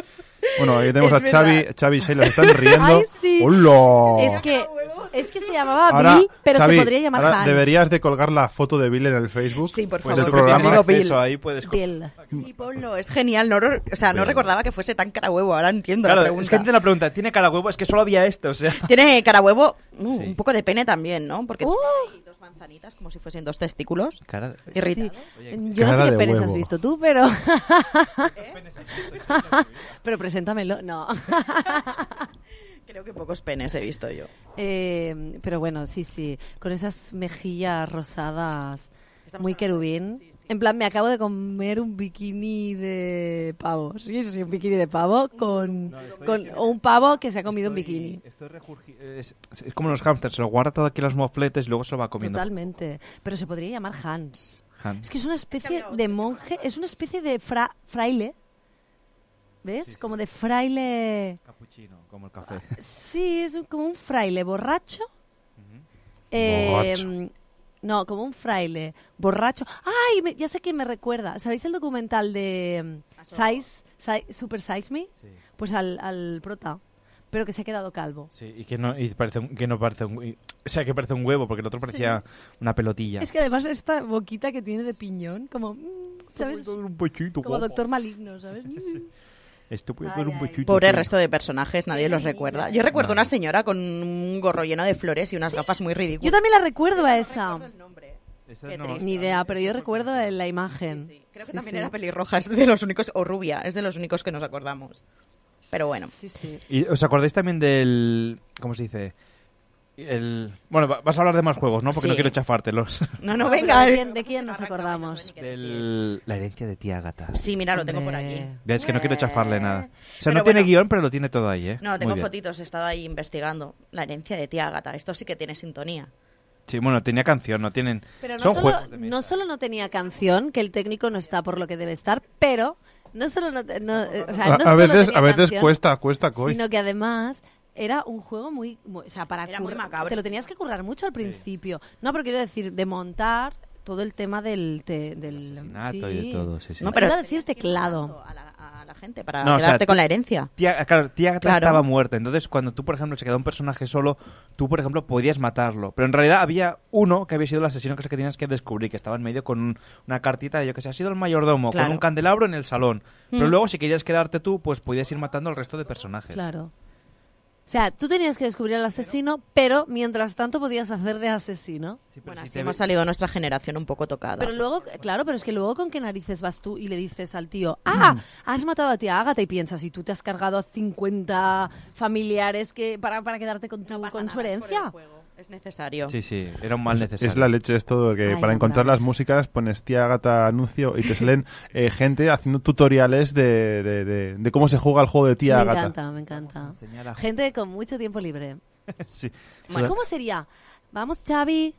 Bueno, ahí tenemos Es a Xavi, verdad. Xavi y Sheila, se están riendo. Ay, sí. ¡Hola! Es que, es que se llamaba Ahora, Bill, pero Xavi, se podría llamar ahora Hans. deberías de colgar la foto de Bill en el Facebook. Sí, por Pues favor, Del que programa. tienes acceso, ahí puedes... Bill. Sí, ponlo, es genial. No, lo- o sea, no Bill. recordaba que fuese tan cara huevo, ahora entiendo la Claro, pregunta. es que antes la pregunta, ¿tiene cara de huevo? Es que solo había este, o sea... Tiene cara huevo, mm, un poco de pene también, ¿no? Uh. Porque tiene ahí dos manzanitas como si fuesen dos testículos. Cara Irrita. Yo no sé qué penes has visto tú, pero. pero preséntamelo. No. Creo que pocos penes he visto yo. Eh, pero bueno, sí, sí. Con esas mejillas rosadas muy querubín. En plan, me acabo de comer un bikini de pavo. Sí, sí, un bikini de pavo con, con o un pavo que se ha comido un bikini. Es, es como los hámsters, se lo guarda todo aquí en los mofletes y luego se lo va comiendo. Totalmente. Pero se podría llamar Hans. Han. Es que es una especie de monje, es una especie de fra- fraile. ¿Ves? Como de fraile. Capuchino, como el café. Ah, Sí, es un- como un fraile borracho. Eh, Borracho. No, como un fraile borracho. ¡Ay! me- ya sé que me recuerda. ¿Sabéis el documental de mm, Ah, Size, Si- Super Size Me? Pues al, al prota, pero que se ha quedado calvo. Sí, y que no, y parece un- que no parece un... y- o sea, que parece un huevo, porque el otro parecía una pelotilla. Es que además esta boquita que tiene de piñón, como. mm, ¿Sabes? Un pechito, Como guapo. doctor maligno, ¿sabes? Mm. Esto puede ser un pechito. Pobre tío. resto de personajes, nadie los recuerda. Yo recuerdo una señora con un gorro lleno de flores y unas gafas muy Yo ridículas. también la recuerdo a esa. Esta Qué no- triste. Ni idea, pero yo recuerdo la imagen. Creo que Sí, también sí. era pelirroja, es de los únicos, o rubia, es de los únicos que nos acordamos. Pero bueno. Sí, sí. ¿Y ¿Os acordáis también del... ¿Cómo se dice? El... Bueno, va- vas a hablar de más juegos, ¿no? Porque Sí. no quiero chafártelos. No, no, venga. ¿De quién, de quién nos acordamos? Del- La herencia de tía Gata. Sí, mira, lo tengo por aquí. Es que no quiero chafarle nada. O sea, Pero no tiene bueno. guión, pero lo tiene todo ahí, ¿eh? No, Muy tengo bien. fotitos, estaba ahí investigando. La herencia de tía Gata. Esto sí que tiene sintonía. Sí, bueno, tenía canción, no tienen... Pero no Son solo, juegos de mesa. no solo no tenía canción, que el técnico no está por lo que debe estar, pero no solo no, te- no, eh, o sea, A- no a solo veces- tenía a veces canción, cuesta, cuesta, coi. Sino que además era un juego muy, muy- o sea, para Era muy curr- macabro. te lo tenías que currar mucho al principio. No, pero quiero decir de montar todo el tema del te- del asesinato y de todo, sí, sí. No, No, pero pero- iba a decir teclado. a la gente para No, o sea, quedarte con ti- la herencia. Tía, claro, tía Agatha Claro. estaba muerta. Entonces, cuando tú, por ejemplo, se quedaba un personaje solo, tú, por ejemplo, podías matarlo. Pero en realidad había uno que había sido el asesino que es el que tenías que descubrir, que estaba en medio con un- una cartita de yo que sé, ha sido el mayordomo, Claro. con un candelabro en el salón. Pero Mm. luego, si querías quedarte tú, pues podías ir matando al resto de personajes. Claro. O sea, tú tenías que descubrir al asesino, pero mientras tanto podías hacer de asesino. Bueno, así te hemos ve- salido nuestra generación un poco tocada. Pero luego, eh, claro, pero es que luego con qué narices vas tú y le dices al tío, ah, has matado a tía Ágata y piensas, y tú te has cargado a 50 familiares que para, para quedarte con, tu, con su herencia. Es necesario. Sí, sí, era un mal Es- necesario. Es la leche, es todo. Que Ay, para la encontrar las músicas pones tía gata anuncio y te salen eh, gente haciendo tutoriales de, de, de- de cómo se juega el juego de tía me gata. encanta, me encanta. Gente con mucho tiempo libre. Sí. Bueno, ¿Cómo sería? Vamos, Xavi,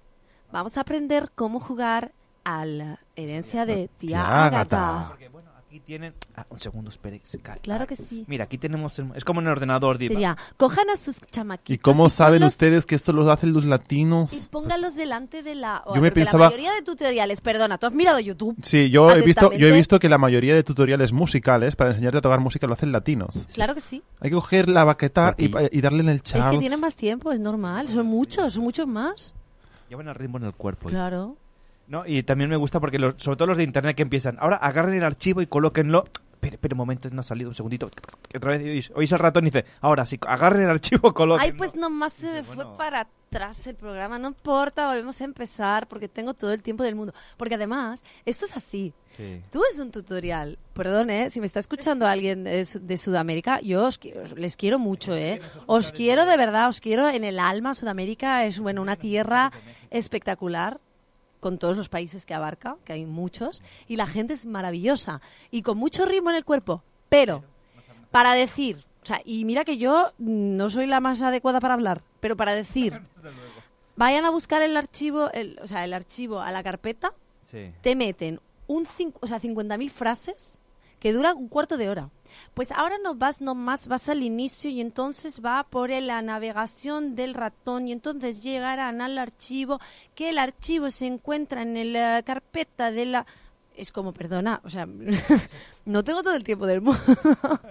vamos a aprender cómo jugar a la herencia de tía Ágata. Porque, bueno, aquí tienen. Ah, un segundo, espere. se cae. Claro que sí. Mira, aquí tenemos. Es como en el ordenador, Diva. Sería, cojan a sus chamaquitos. ¿Y cómo saben ponlos- ustedes que esto lo hacen los Y latinos? póngalos delante de la. Yo porque me pensaba- La mayoría de tutoriales, perdona, ¿tú has mirado YouTube? Sí, yo he visto, yo he Atentamente. visto que la mayoría de tutoriales musicales para enseñarte a tocar música lo hacen latinos. Claro que sí. Hay que coger la baqueta y, y darle en el Es charts. que tienen más tiempo, es normal. Son muchos, son muchos más. Llevan el ritmo en el cuerpo. Claro. No, y también me gusta porque los- sobre todo los de internet que empiezan, ahora agarren el archivo y colóquenlo. Pero, pero un momento, no ha salido, un segundito. Que Otra vez oís, oís el ratón y dice, ahora sí, agarren el archivo, Ay, colóquenlo. pues nomás se me fue para atrás el programa. No importa, volvemos a empezar porque tengo todo el tiempo del mundo. Porque además, esto es así. Sí. Tú ves un tutorial, perdón, ¿eh? si me está escuchando alguien de, Su- de Sudamérica, yo os, qui- os- les quiero mucho, ¿eh? Os quiero de verdad, os quiero en el alma. Sudamérica es, bueno, una tierra espectacular con todos los países que abarca, que hay muchos, y la gente es maravillosa y con mucho ritmo en el cuerpo, pero para decir, o sea, y mira que yo no soy la más adecuada para hablar, pero para decir, vayan a buscar el archivo, el- o sea, el archivo a la carpeta Sí. te meten un cin- o sea, 50.000 frases que dura un cuarto de hora. Pues ahora no vas nomás, vas al inicio y entonces va por la navegación del ratón y entonces llegarán al archivo, que el archivo se encuentra en la carpeta de la... Es como, perdona, o sea, no tengo todo el tiempo del mundo.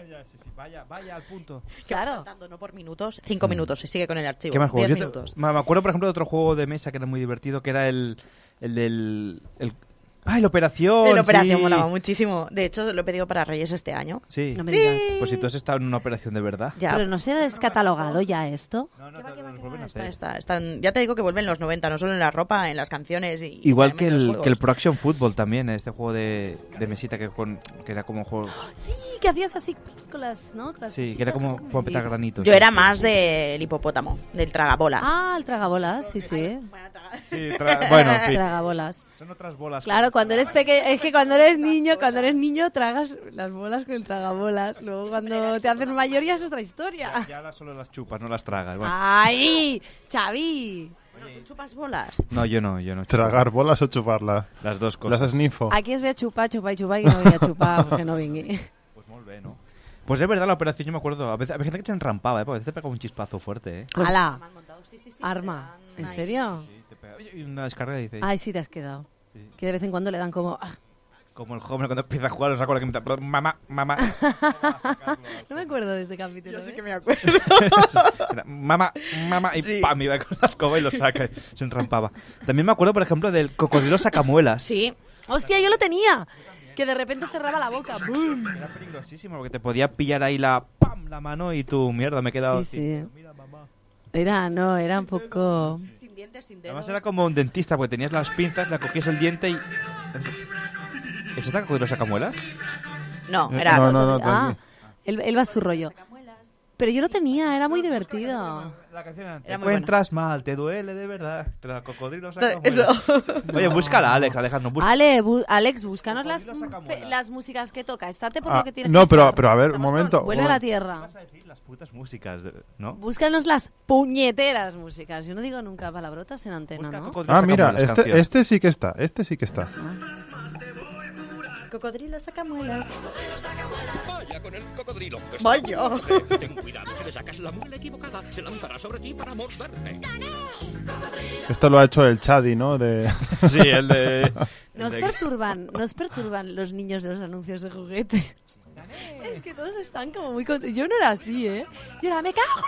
Vaya, vaya al punto. Mm. Claro. No por minutos, cinco minutos y sigue con el archivo. ¿Qué más juegos? Diez Yo te- minutos. me me acuerdo, por ejemplo, de otro juego de mesa que era muy divertido, que era el, el del... El, ¡Ah, el Operación! la operación sí. molaba muchísimo. De hecho, lo he pedido para Reyes este año. Sí. No me digas. Pues si tú has estado en una operación de verdad. Pero no se ha descatalogado ya esto. Está- está- están- ya te digo que vuelven los 90, no solo en la ropa, en las canciones. Y, y Igual se que meten los el, juegos. que el Pro Action Football también, este juego de, de mesita que, con, que era como juego... Sí, que hacías así con las, ¿no? Con las Sí, que era como, como petar granitos. Yo era más del hipopótamo, del tragabolas. Ah, el tragabolas, sí, sí. Sí, tra- bueno, en fin. Tragabolas. Son otras bolas. Claro, cuando eres pequeño, es que cuando eres niño, cuando eres niño tragas las bolas con el tragabolas. Luego cuando te haces mayor ya es otra historia. Ya las- solo las chupas, no las tragas. Ah, bueno. ¡Ay! ¡Xavi! chupas bolas? No, yo no, yo no. Tragar bolas o chuparla. Las dos cosas. Las snifo. Aquí es voy a chupar, chupar y chupar y no voy a chupar porque no vingui. Pues molt bé, ¿no? Pues es verdad, la operación yo me acuerdo. A veces había gente que se enrampaba, ¿eh? Porque A veces te pegaba un chispazo fuerte, ¿eh? ¡Hala! Arma. ¿En serio? Y una descarga y dices, Ay, sí te has quedado. Que de vez en cuando le dan como... "Ah, como el joven cuando empieza a jugar, no se acuerda que me ta- pero, Mamá, mamá. No me acuerdo de ese capítulo. Yo sí ¿eh? que me acuerdo. Era, mamá, mamá. Y Sí. pam, iba con la escoba y lo saca. Se enrampaba. También me acuerdo, por ejemplo, del cocodrilo sacamuelas. Sí. ¡Hostia, yo lo tenía! Que de repente cerraba la boca. ¡Bum! Era peligrosísimo porque te podía pillar ahí la pam, la mano y tú, mierda, me he quedado Sí, así. sí. Era, no, era un poco... Sin dientes, sin Además era como un dentista, porque tenías las pinzas, la cogías el diente y... ¿Es esta cocodrilo sacamuelas? No, Eh, era. no, no, no, Ah, él, él va a su rollo. Pero yo lo tenía, era muy divertido. Te encuentras mal, te duele de verdad. Te da cocodrilo sacamuelas. Eso. Oye, búscala, Alex, Alejandro, busca. Ale, bu- Alex, búscanos las, pe- las músicas que toca. Estate por Ah, lo que tienes no, que pero, estar. pero a ver, un momento. Vuelve un a la momento. tierra. Ah. Las putas músicas, de- ¿no? Búscanos las puñeteras músicas. Yo no digo nunca palabrotas en antena, ¿no? Ah, mira, Sacamuelas, este, canción. este sí que está, este sí que está. Cocodrilo sacamuelas. Vaya con el cocodrilo. Te Vaya. está comiendo. Ten cuidado, si le sacas la muela equivocada, se lanzará sobre ti para morderte. Esto lo ha hecho el Chadi, ¿no? De... Sí, el de... Nos perturban, nos perturban los niños de los anuncios de juguete. Es que todos están como muy contentos. Yo no era así, ¿eh? Yo era, me cago.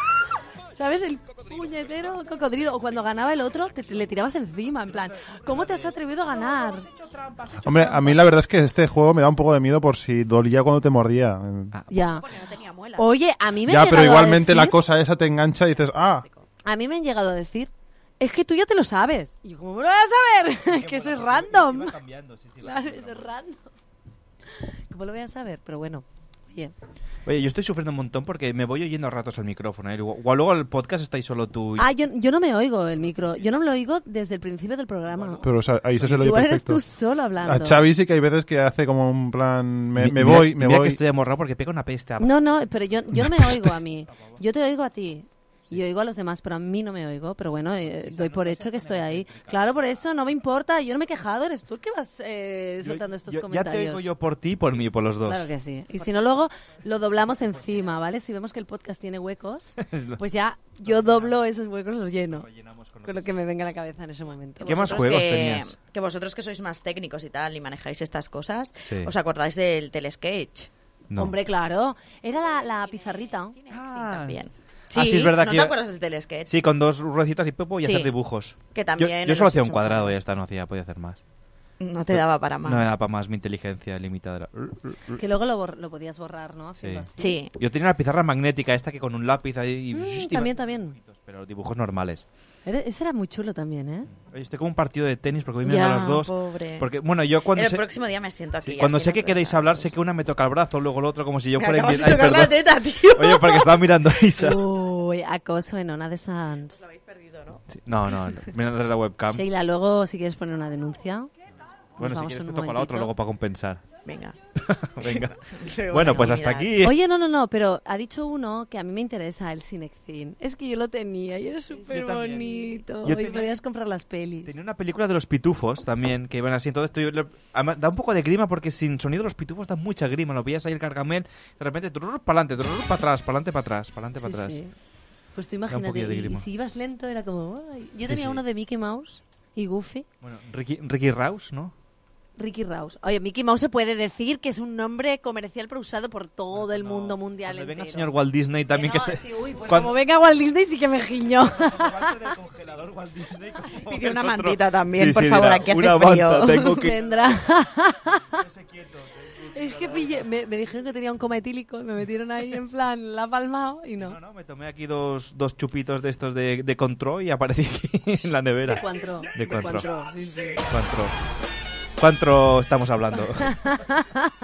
¿Sabes? El puñetero cocodrilo. O cuando ganaba el otro, te, te le tirabas encima, en plan, ¿cómo te has atrevido a ganar? Hombre, a mí la verdad es que este juego me da un poco de miedo por si dolía cuando te mordía. Ah. Eh, Ya. Oye, a mí me han ya, pero llegado a igualmente la decir- cosa esa te engancha y dices, ah, A mí me han llegado a decir, es que tú ya te lo sabes. Y yo, ¿cómo lo vas a saber? que eso es random. claro, eso es random. ¿Cómo lo voy a saber? Pero bueno, oye. Oye, yo estoy sufriendo un montón porque me voy oyendo a ratos al micrófono. ¿eh? O luego al podcast estáis solo tú y... Ah, yo, yo no me oigo el micro. Yo no me lo oigo desde el principio del programa. pero o sea, ahí se se lo oye Igual eres perfecto. tú solo hablando. A Xavi sí que hay veces que hace como un plan, me, Mi- me mira- voy, me mira voy. que estoy amorrado porque pega una peste. a- No, no, pero yo, yo no me oigo a mí. Yo te oigo a ti. Y oigo a los demás, pero a mí no me oigo. Pero bueno, eh, doy por hecho que estoy ahí. Claro, por eso no me importa. Yo no me he quejado. Eres tú el que vas eh, soltando estos Yo- ya te comentarios. oigo yo por ti y por mí, por los dos. Claro que sí. Y si no, luego lo doblamos encima, ¿vale? Si vemos que el podcast tiene huecos, pues ya yo doblo esos huecos, los lleno. pues Con lo que me venga a la cabeza en ese momento. ¿Qué más vosotros juegos que, tenías? Que vosotros que sois más técnicos y tal y manejáis estas cosas, Sí. ¿os acordáis del telesketch? Ah, No. Hombre, claro. Era la, la pizarrita. también. ah, sí, es verdad ¿no que... te acuerdas del telesketch? Sí, con dos ruedecitas y pepo y Sí. hacer dibujos. Que Yo- también Yo, en solo los hacía un Simpsons cuadrado y era ya está, no hacía, podía hacer más. No te daba para más. No me daba para más mi inteligencia limitada. Que luego lo, bor- lo podías borrar, ¿no? Haciendo así. Yo tenía una pizarra magnética esta que con un lápiz ahí... y- Mm, también, también. Pero dibujos normales. Era- Ese era muy chulo también, ¿eh? Oye, estoy como un partido de tenis porque voy Ya, viendo a los dos. pobre. Porque, bueno, yo cuando El sé, próximo día me siento aquí. sí, cuando así sé nos que queréis hablar, sé que una me toca el brazo, luego el otro, como si yo Me fuera acabas invi- de Ay, tocar la perdón. teta, tío. Oye, porque estaba mirando a Isa. Uy, acoso en Ona de Sans. Sí, No, no, no, mirando desde la webcam. Sheila, luego si quieres poner una denuncia. bueno, nos si vamos quieres en te un toco la otra momentito. luego para compensar. Venga. Venga. Qué bueno, pues buena hasta unidad. aquí. Oye, no, no, no, pero ha dicho uno que a mí me interesa el Cinexin. Es que yo lo tenía y era súper bonito. Yo Y tenía- podías comprar las pelis. Tenía una película de los pitufos también, que iban así. Entonces, tú- yo le- además, da un poco de grima porque sin sonido los pitufos dan mucha grima. Lo veías ahí el cargamel, de repente, para adelante, para atrás, para adelante, para atrás, para adelante, para Sí, atrás. sí. Pues tú Da un imagínate, poquillo de y- y, grima. si ibas lento era como... "Ay". Yo Sí, tenía sí. uno de Mickey Mouse y Goofy. Bueno, Ricky, Ricky Rouse, ¿no? Ricky Rouse. Oye, Mickey Mouse se puede decir que es un nombre comercial pero usado por todo el mundo mundial Venga, entero. señor Walt Disney también que, no, se. sí, uy, pues cuando- como venga Walt Disney sí que me giñó. Pide una el otro. mantita también, Sí, por sí, favor, dirá, aquí hace "Una frío. manta tengo que-". Vendrá. es que pillé, me, me dijeron que tenía un coma etílico y me metieron ahí en plan la palmao y no. Me tomé aquí dos, dos chupitos de estos de, de Control y aparecí aquí en la nevera. De Cointreau. De De Cointreau. Cointreau, sí, sí. Cointreau. Cointreau estamos hablando.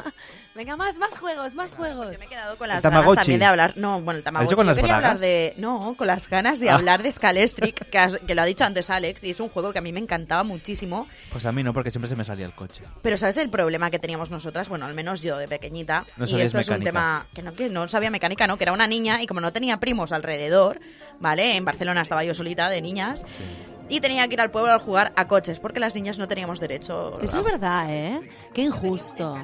Venga, más, más juegos, más juegos. me he quedado con las El Tamagotchi. ganas también de hablar. No, bueno, el Tamagotchi. dicho con Yo las quería bragas? hablar de. No, con las ganas de Ah. hablar de Scalestric, que, has- que lo ha dicho antes Alex, y es un juego que a mí me encantaba muchísimo. Pues a mí no, porque siempre se me salía el coche. Pero ¿sabes el problema que teníamos nosotras? Bueno, al menos yo de pequeñita. No y sabías esto es un mecánica. tema que no, que no sabía mecánica, ¿no? Que era una niña y como no tenía primos alrededor, ¿vale? En Barcelona estaba yo solita de niñas. Y tenía que ir al pueblo a jugar a coches, porque las niñas no teníamos derecho. Eso es verdad, ¿eh? Qué injusto.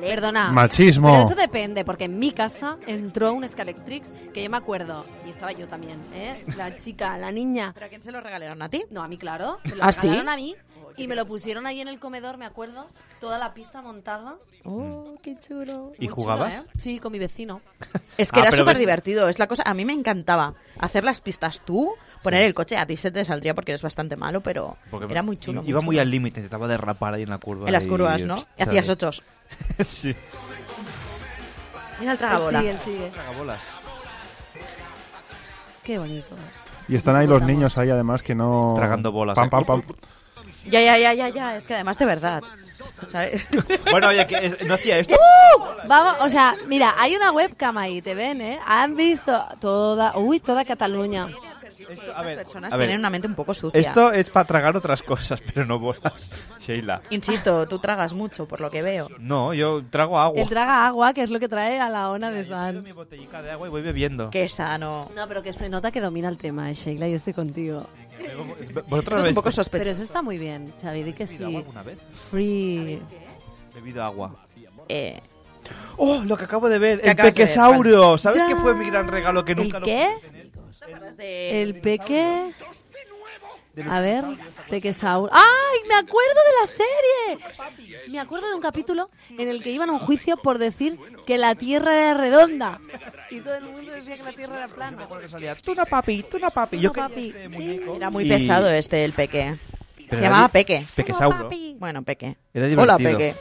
Perdona. Machismo. Pero eso depende, porque en mi casa entró un Scalectrix que yo me acuerdo, y estaba yo también, ¿eh? La chica, la niña. ¿Pero a quién se lo regalaron a ti? No, a mí, claro. Me lo ¿Ah, sí? regalaron a mí y me lo pusieron ahí en el comedor, me acuerdo, toda la pista montada. Oh, qué chulo. ¿Y jugabas? Sí, con mi vecino. Es que Ah, era pero súper ves- divertido, es la cosa. A mí me encantaba hacer las pistas tú, poner el coche. A ti se te saldría porque eres bastante malo, pero Porque era muy chulo. Iba muy chulo. al límite, intentaba derrapar ahí en la curva. En las y- curvas, ¿no? Y hacías ochos. sí. Mira el Él tragabola. sigue, él sigue. Tragabolas. Qué bonito. y están ahí los niños ahí además que no... Tragando bolas, Oh. Pam, ¿eh? pam, pam. Ya, ya, ya, ya, ya. Es que además de verdad. ¿Sabes? Bueno, oye, que es- no hacía esto. ¡Uh! Vamos, o sea, mira, hay una webcam ahí, te ven, ¿eh? Han visto toda, uy, toda Cataluña. Estas personas a ver. tienen una mente un poco sucia. Esto es para tragar otras cosas, pero no bolas, Sheila. Insisto, tú tragas mucho, por lo que veo. No, yo trago agua. Él traga agua, que es lo que trae a la ona de San. Botellica de agua y voy bebiendo. Qué sano. No, pero que se nota que domina el tema, eh, Sheila, yo estoy contigo. Vosotros Esto es un habéis poco Pero sospechoso. eso está muy bien, Xavi, di que bebido agua sí. alguna vez? Free. Bebido agua. Eh, Oh, lo que acabo de ver, ¿Qué el acabas de ver, pequesaurio. Juan? ¿Sabes Ya. qué fue mi gran regalo que ¿El nunca lo qué? ¿te acuerdas de- ¿El peque? A ver, Pequesaur. ¡Ay, me acuerdo de la serie! Me acuerdo de un capítulo en el que iban a un juicio por decir que la Tierra era redonda. Y todo el mundo decía que la Tierra era plana. Salía, tú no papi, tú no papi. Yo Tuna, quería papi. este Sí. muñeco. Era muy Y- pesado ¿eh? este, el Peque. Pero Se era llamaba di- Peque. Pequesauro. Bueno, Peque. Era Hola, divertido. Peque.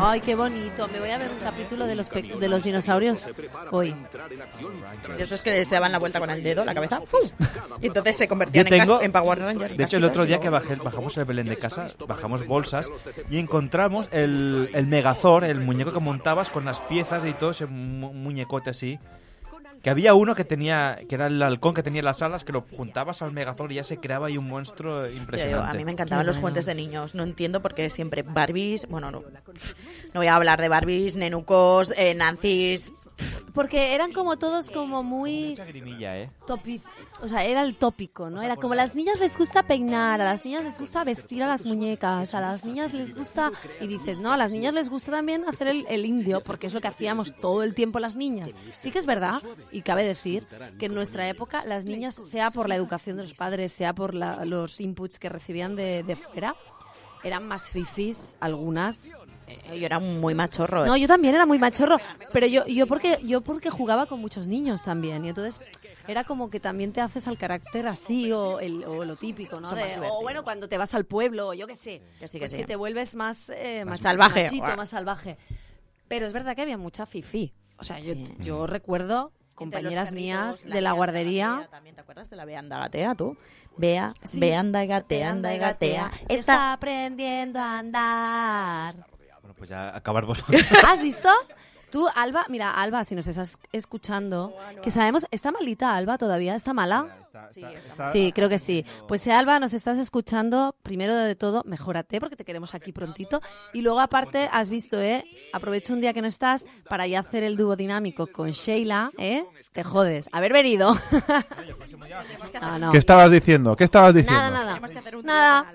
Ay, qué bonito. Me voy a ver un capítulo de los, pe- de los dinosaurios hoy. De estos que se daban la vuelta con el dedo, la cabeza. ¡fu! Y entonces se convertían Yo en, tengo- cas- en Power Rangers. De hecho, el castitas. otro día que bajé- bajamos el Belén de casa, bajamos bolsas y encontramos el, el Megazord, el muñeco que montabas con las piezas y todo ese mu- muñecote así. Que había uno que tenía, que era el halcón que tenía las alas, que lo juntabas al Megazord y ya se creaba ahí un monstruo Yo- impresionante. a mí me encantaban los juguetes de niños. No entiendo por qué siempre Barbies. Bueno, no, no voy a hablar de Barbies, nenucos, eh, Nancy's. Porque eran como todos como muy... Grimilla, ¿eh? topiz- O sea, era el tópico, ¿no? Era como a las niñas les gusta peinar, a las niñas les gusta vestir a las muñecas, a las niñas les gusta... Y dices, no, a las niñas les gusta también hacer el, el indio, porque es lo que hacíamos todo el tiempo las niñas. Sí que es verdad, y cabe decir, que en nuestra época las niñas, sea por la educación de los padres, sea por la- los inputs que recibían de, de fuera, eran más fifis algunas. Eh, Yo era muy machorro. eh. No, yo también era muy machorro, pero yo yo porque yo porque jugaba con muchos niños también y entonces era como que también te haces al carácter así o, el- o lo típico, ¿no? Son De- más o divertidos. bueno, cuando te vas al pueblo, yo qué sé, Que sí, que pues sí. que te vuelves más, eh, Más machi- salvaje. machito, Buah. más salvaje. Pero es verdad que había mucha fifi. O sea, yo, Mm. yo recuerdo compañeras mías de la guardería. ¿Te acuerdas de la Beanda Gatea, tú? Bea, Sí. Bea anda y gatea, anda y gatea. Esta... aprendiendo a andar. Bueno, pues ya acabar vosotros. ¿Has visto? Tú, Alba, mira, Alba, si nos estás escuchando, que sabemos, ¿está malita Alba todavía? ¿Está mala? Sí, creo que sí. Pues si Alba nos estás escuchando, primero de todo, mejórate porque te queremos aquí prontito. Y luego aparte, has visto, ¿eh? Aprovecho un día que no estás para ya hacer el dúo dinámico con Sheila, ¿eh? Te jodes. Haber venido. No, no. ¿Qué estabas diciendo? ¿Qué estabas diciendo? Nada, nada. Nada.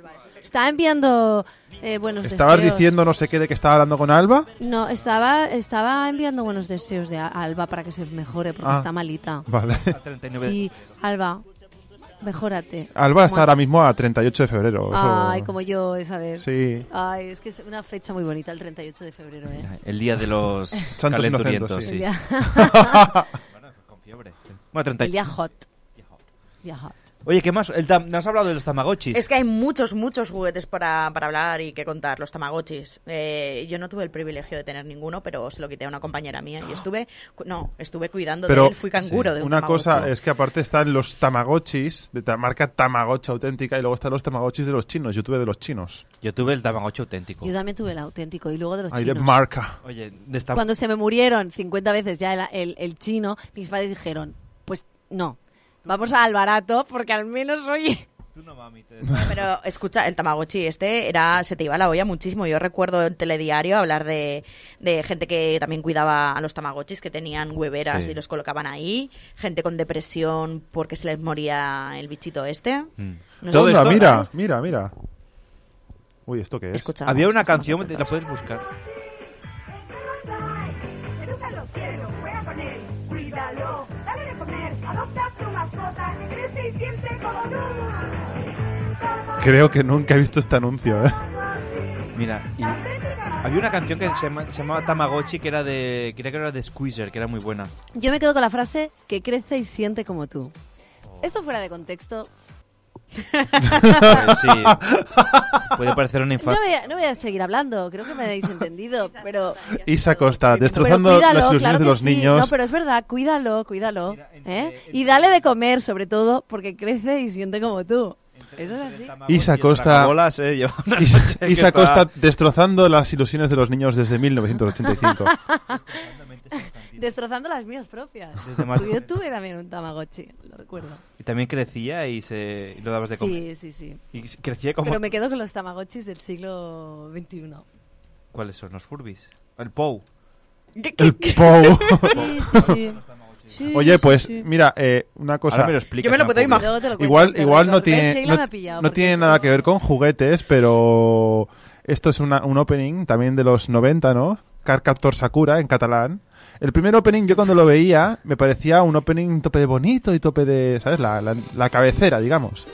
Estaba enviando eh, buenos ¿Estabas deseos. diciendo no sé qué de que estaba hablando con Alba? No, estaba, estaba enviando buenos deseos de a- Alba para que se mejore porque Ah, está malita. vale. Sí, Alba, mejórate. Alba está Mua. ahora mismo a 38 de febrero. eso- Ay, como yo, esa vez. Sí. Ay, es que es una fecha muy bonita el 38 de febrero, ¿eh? El día de los Santos calenturientos, inocentes, sí. El día- Bueno, con fiebre. Bueno, 30. El día hot. Día hot. Oye, ¿qué más? El tam- ¿No has hablado de los tamagotchis? Es que hay muchos, muchos juguetes para, para hablar y que contar, los tamagotchis. Eh, yo no tuve el privilegio de tener ninguno, pero se lo quité a una compañera mía y estuve, cu- no, estuve cuidando de él, fui canguro sí. de un una tamagotchi. cosa es que aparte están los tamagotchis de ta- marca Tamagotchi auténtica y luego están los tamagotchis de los chinos. Yo tuve de los chinos. Yo tuve el tamagotchi auténtico. Yo también tuve el auténtico y luego de los Ay, de chinos. marca. Oye, de esta... Cuando se me murieron 50 veces ya el, el- el chino, mis padres dijeron, pues no, vamos al barato porque al menos soy... Pero escucha, el Tamagotchi este era, se te iba la olla muchísimo. Yo recuerdo en telediario hablar de, de gente que también cuidaba a los Tamagotchis, que tenían hueveras Sí. y los colocaban ahí, gente con depresión porque se les moría el bichito este. No sé Mm. Todo si esto- os mira, acordáis. mira, mira. Uy, ¿esto qué es? Había una canción, la puedes buscar. Cuídalo, dale de comer, adopta a tu mascota, que crece y siempre como Creo que nunca he visto este anuncio, ¿eh? Mira, y había una canción que se, llama- se llamaba Tamagotchi que era de creo que era de Squeezer, que era muy buena. Yo me quedo con la frase que crece y siente como tú. Oh. Esto fuera de contexto. Pues sí. Puede parecer una No infancia. voy, a, no voy a seguir hablando, creo que me habéis entendido, pero, Isa Costa, pero destrozando cuídalo, las ilusiones claro de que los sí. niños. No, pero es verdad, cuídalo, cuídalo. ¿eh? Y dale de comer, sobre todo, porque crece y siente como tú. Eso es así. Isa Costa, Bolas, eh, lleva una Isa- noche que Isa está- Costa destrozando las ilusiones de los niños desde 1985. Destrozando las mías propias. Desde más- Porque yo tuve también un Tamagotchi, lo recuerdo. Y también crecía y se y lo dabas de comer. Sí, sí, sí. Y s- crecía como Pero me quedo con los Tamagotchis del siglo XXI. ¿Cuáles son los Furbis? El Pou. El Pou. Sí, sí, sí. Sí, Oye, sí, pues sí. mira, eh, una cosa. Ahora me lo explicas, Yo me lo puedo Napoleón. imaginar. Luego te lo cuento, Igual, te lo igual no recordaré. tiene, Sheila no, me ha pillado, no porque tiene eso nada es- que ver con juguetes, pero esto es una- un opening también de los 90, ¿no? Carcaptor Sakura en catalán. El primer opening yo cuando lo veía me parecía un opening tope de bonito y tope de, ¿sabes? La, la- la cabecera, digamos.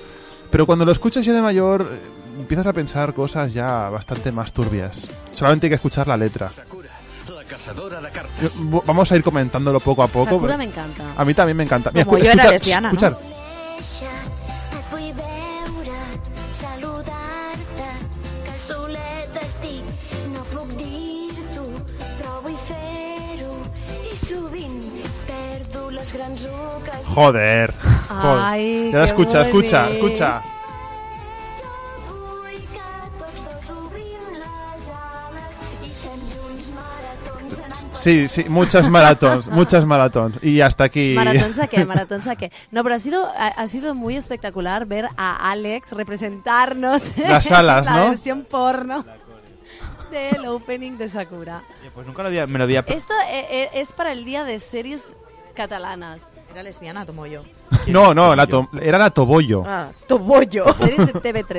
Pero cuando lo escuchas ya de mayor, eh, empiezas a pensar cosas ya bastante más turbias. Solamente hay que escuchar la letra. La cazadora de cartas. Yo- v- Vamos a ir comentándolo poco a poco. Sakura pero- me encanta. A mí también me encanta. Como escu- yo era escuchar, lesbiana, escuchar. Solet estic, no puc dir-t'ho, però vull fer-ho i sovint perdo les grans ocasions. Joder. Joder. Ay, ya la qué escucha, escucha, boni. escucha. Sí, sí, muchas maratons, muchas maratons. Y hasta aquí. Maratón a qué, maratón a qué. No, pero ha sido, ha, ha sido muy espectacular ver a Alex representarnos Las alas, la ¿no? versión porno del opening de Sakura. Pues nunca lo había, me lo había... Esto eh, eh, es para el día de series catalanas. Era lesbiana, tomo yo. No, no, la to- era la Tobollo. Ah, tobollo. Series de TV3.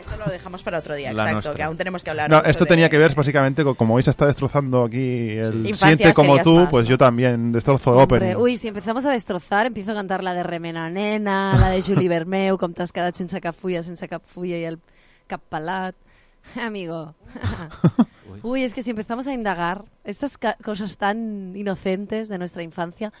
esto lo dejamos para otro día, La exacto, nostra. que aún tenemos que hablar. No, mucho esto de- tenía que ver básicamente con como hoy se está destrozando aquí el Infancias siente como serias tú, más, pues yo también destrozo Hombre, Open. Uy, si empezamos a destrozar, empiezo a cantar la de Remena Nena, la de Julie Bermeu, con Tascada sense cap fulla, sense cap fulla y el cap pelat. Amigo. Uy, es que si empezamos a indagar estas ca- cosas tan inocentes de nuestra infancia,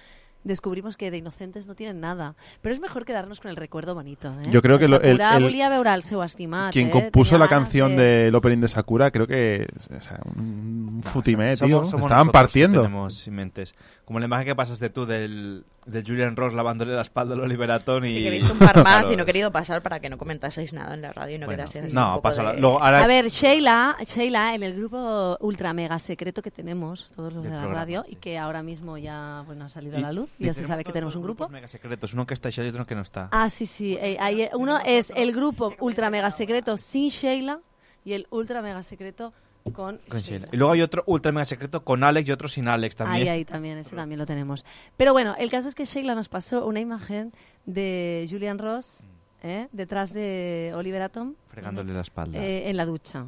descubrimos que de inocentes no tienen nada. Pero es mejor quedarnos con el recuerdo bonito, ¿eh? Yo creo que lo- el- Sakura el- volia veure el seu estimat, Quien eh? compuso Tenia la ganes canción de- del opening de Sakura, creo que o sea, un futimé, tío. Somos- somos Estaban nosotros que partiendo. Tenemos mentes. Como la imagen que pasaste tú del, del Julian Ross lavándole la espalda al Oliver Atom y... Sí, que he visto un par más Claro. y no he querido pasar para que no comentaseis nada en la radio y no Bueno, quedaseis así no, un poco pásala. de- Ah, Luego, ahora- A ver, Sheila, Sheila, en el grupo ultra mega secreto que tenemos, todos los de Del la programa, radio, y que ahora mismo ya bueno, ha salido a Y- la luz, y ya se tenemos sabe que dos- tenemos dos un grupo. Mega secretos, uno que está Sheila y otro que no está. Ah, sí, sí. eh, ahí, eh, uno es el grupo ultra mega secreto sin Sheila y el ultra mega secreto con... Con Sheila. Y luego hay otro ultra mega secreto con Alex y otro sin Alex también. Ahí, ahí también, ese también lo tenemos. Pero bueno, el caso es que Sheila nos pasó una imagen de Julian Ross Mm. ¿eh? detrás de Oliver Atom. Fregándole la espalda. Eh, en la ducha.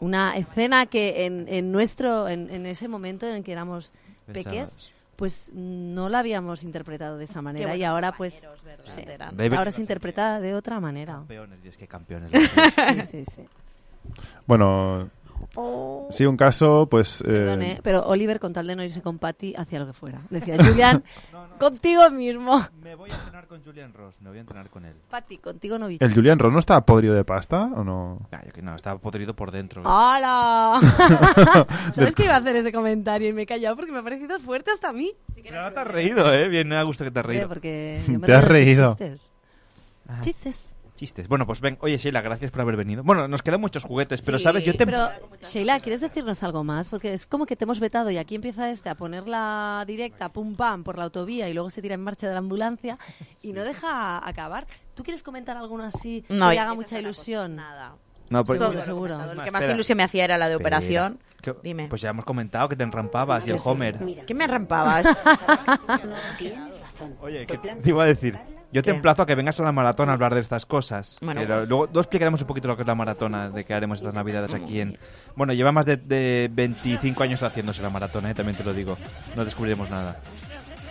Una escena que en, en nuestro, en, en ese momento en el que éramos Pensabas. peques, pues no la habíamos interpretado de esa manera y buenos ahora pues sí, eran. David- ahora se interpreta de otra manera. Campeones, y es que campeones. Sí, sí, sí. Bueno, sí, un caso, pues. eh, Perdón, ¿eh? Pero Oliver, con tal de no irse con Patty, hacía lo que fuera. Decía, Julian, contigo mismo. Me voy a entrenar con Julian Ross, me voy a entrenar con él. Patty, contigo no vi. ¿El Julian Ron no está podrido de pasta o no? Ah, Yo que no, estaba podrido por dentro. ¡Hala! De- ¿Sabes que iba a hacer ese comentario y me he callado porque me ha parecido fuerte hasta a mí? Pero ahora te has reído, ¿eh? Bien, me ha gustado que te has Eh, reído. porque yo me Te has río de tus reído. Chistes. Chistes. Chistes. Bueno, pues ven. Oye, Sheila, gracias por haber venido. Bueno, nos quedan muchos juguetes, pero Sí, sabes, yo te... Pero, Sheila, ¿quieres decirnos algo más? Porque es como que te hemos vetado y aquí empieza este a poner la directa, pum pam, por la autovía y luego se tira en marcha de la ambulancia y no deja acabar. ¿Tú quieres comentar alguno así No, que te yo- haga mucha ilusión? Nada. No, pero- Seguro, seguro. El que más ilusión me hacía era la de Espera. operación. Que- Dime. Pues ya hemos comentado que te enrampabas y el Homer. ¿Qué me arrampabas? Oye, Te iba a decir, yo te ¿Qué? emplazo a que vengas a la maratón a hablar de estas cosas. Bueno, Que pues. lo- luego, luego explicaremos un poquito lo que es la maratona, de que haremos estas navidades aquí en... Bueno, lleva más de, de 25 años haciéndose la maratona, ¿eh? también te lo digo. No descubriremos nada.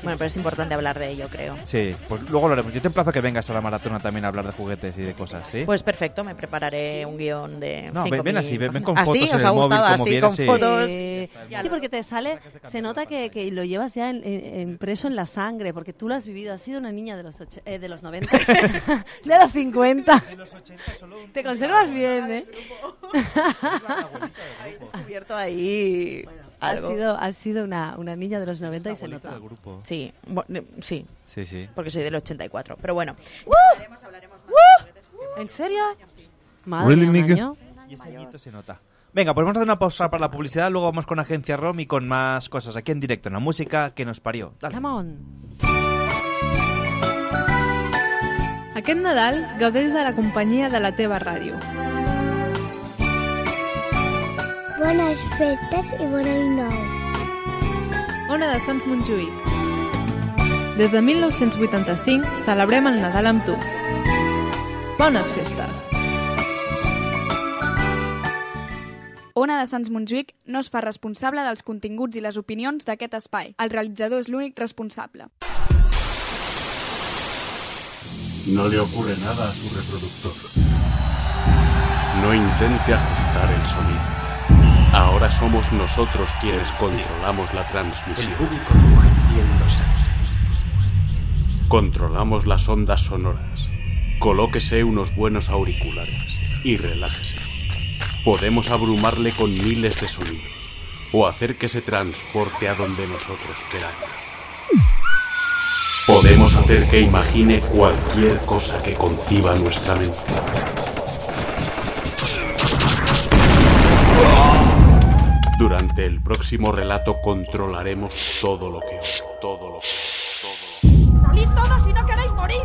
Bueno, pero es importante hablar de ello, creo. Sí, pues luego lo haremos. Yo te emplazo a que vengas a la maratona también a hablar de juguetes y de cosas, ¿sí? Pues perfecto, me prepararé un guión de. No, ven- cinco ven mil así, ven- ven con ¿Ah, fotos páginas. ¿Así? en ¿Os el ha móvil, gustado como así, vieras, con sí. fotos? Eh, sí, porque te sale, se nota que, que lo llevas ya en- en- impreso en la sangre, porque tú lo has vivido, has sido una niña de los, och- eh, de los 90, de los 50. Te conservas bien, ¿eh? Habéis descubierto ahí. Has algo. sido, has sido una, una niña de los 90 y se nota. Sí, bu- eh, sí. Sí, sí. Porque soy del 84. Pero bueno, ¿En serio? Madre Really, mía, un nigga? año. Y ese añito se nota. Venga, pues vamos a hacer una pausa para la publicidad, luego vamos con Agencia ROM y con más cosas aquí en directo, en la música que nos parió. Dale. Come on. Aquest Nadal gaudeix de la companyia de la teva ràdio. Bones festes i bon any nou. Ona de Sants Montjuïc. Des de 1985 celebrem el Nadal amb tu. Bones festes! Ona de Sants Montjuïc no es fa responsable dels continguts i les opinions d'aquest espai. El realitzador és l'únic responsable. No le ocurre nada a su reproductor. No intente ajustar el sonido. Ahora somos nosotros quienes controlamos la transmisión. Controlamos las ondas sonoras. Colóquese unos buenos auriculares y relájese. Podemos abrumarle con miles de sonidos o hacer que se transporte a donde nosotros queramos. Podemos hacer que imagine cualquier cosa que conciba nuestra mente. Durante el próximo relato controlaremos todo lo que todo lo que ¡Salid todos si no queréis morir!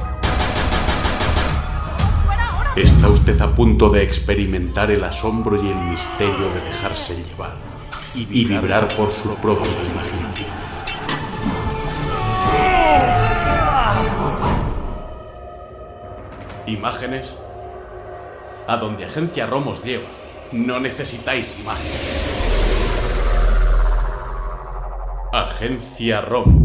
Está usted a punto de experimentar el asombro y el misterio de dejarse llevar y vibrar por su propia imaginación. Imágenes. A donde Agencia Romos lleva, no necesitáis imágenes. Agencia Rom.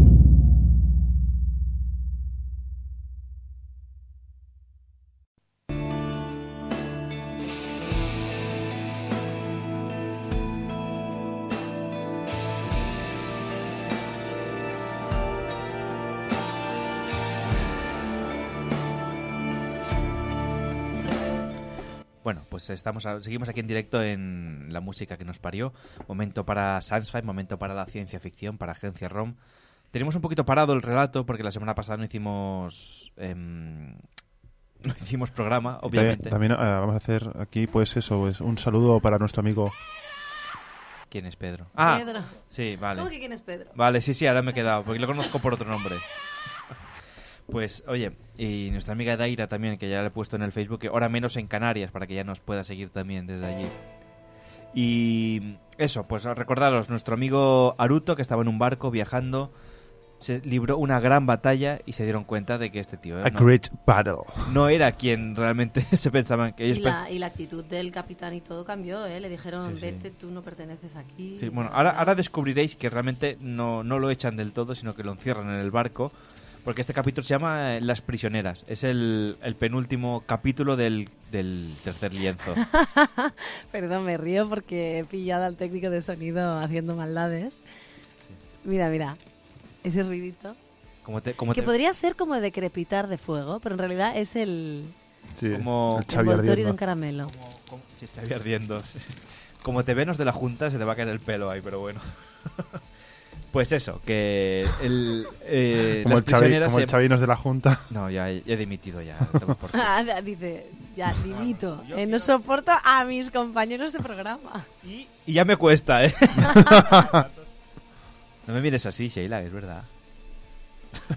Bueno, pues estamos a- seguimos aquí en directo en la música que nos parió. Momento para Sansfight, momento para la ciencia ficción, para Agencia ROM. Tenemos un poquito parado el relato porque la semana pasada no hicimos em, no hicimos programa, obviamente. También, también, eh, vamos a hacer aquí, pues eso, pues, un saludo para nuestro amigo. ¿Quién es Pedro? Ah, Pedro. sí, vale. ¿Cómo que quién es Pedro? Vale, sí, sí, ahora me he quedado, porque lo conozco por otro nombre. Pues, oye, y nuestra amiga Daira también, que ya la he puesto en el Facebook, que ahora menos en Canarias, para que ya nos pueda seguir también desde allí. Y eso, pues recordaros, nuestro amigo Aruto, que estaba en un barco viajando, se libró una gran batalla y se dieron cuenta de que este tío... A no- great battle. No era quien realmente se pensaban que ellos Y la, y la actitud del capitán y todo cambió, ¿eh? Le dijeron, Sí, sí. vete, tú no perteneces aquí. Sí, bueno, ahora, ahora descubriréis que realmente no, no lo echan del todo, sino que lo encierran en el barco. Porque este capítulo se llama eh, Las prisioneras. Es el, el penúltimo capítulo del, del tercer lienzo. Perdón, me río porque he pillado al técnico de sonido haciendo maldades. Mira, mira, ese ruidito. Como te- como que te- podría ser como decrepitar de fuego, pero en realidad es el como envoltorio de un caramelo. Sí, está ahí ardiendo. Como te venos de la Junta, se te va a caer el pelo ahí, pero bueno. Pues eso, que el, eh, como las el, Chavi, prisioneras como el se- Chavinos de la Junta. No, ya he, he dimitido ya. toma por- Ah, Dice, ya, dimito. eh, no soporto a mis compañeros de programa. Y ya me cuesta, ¿eh? no me mires así, Sheila, es verdad.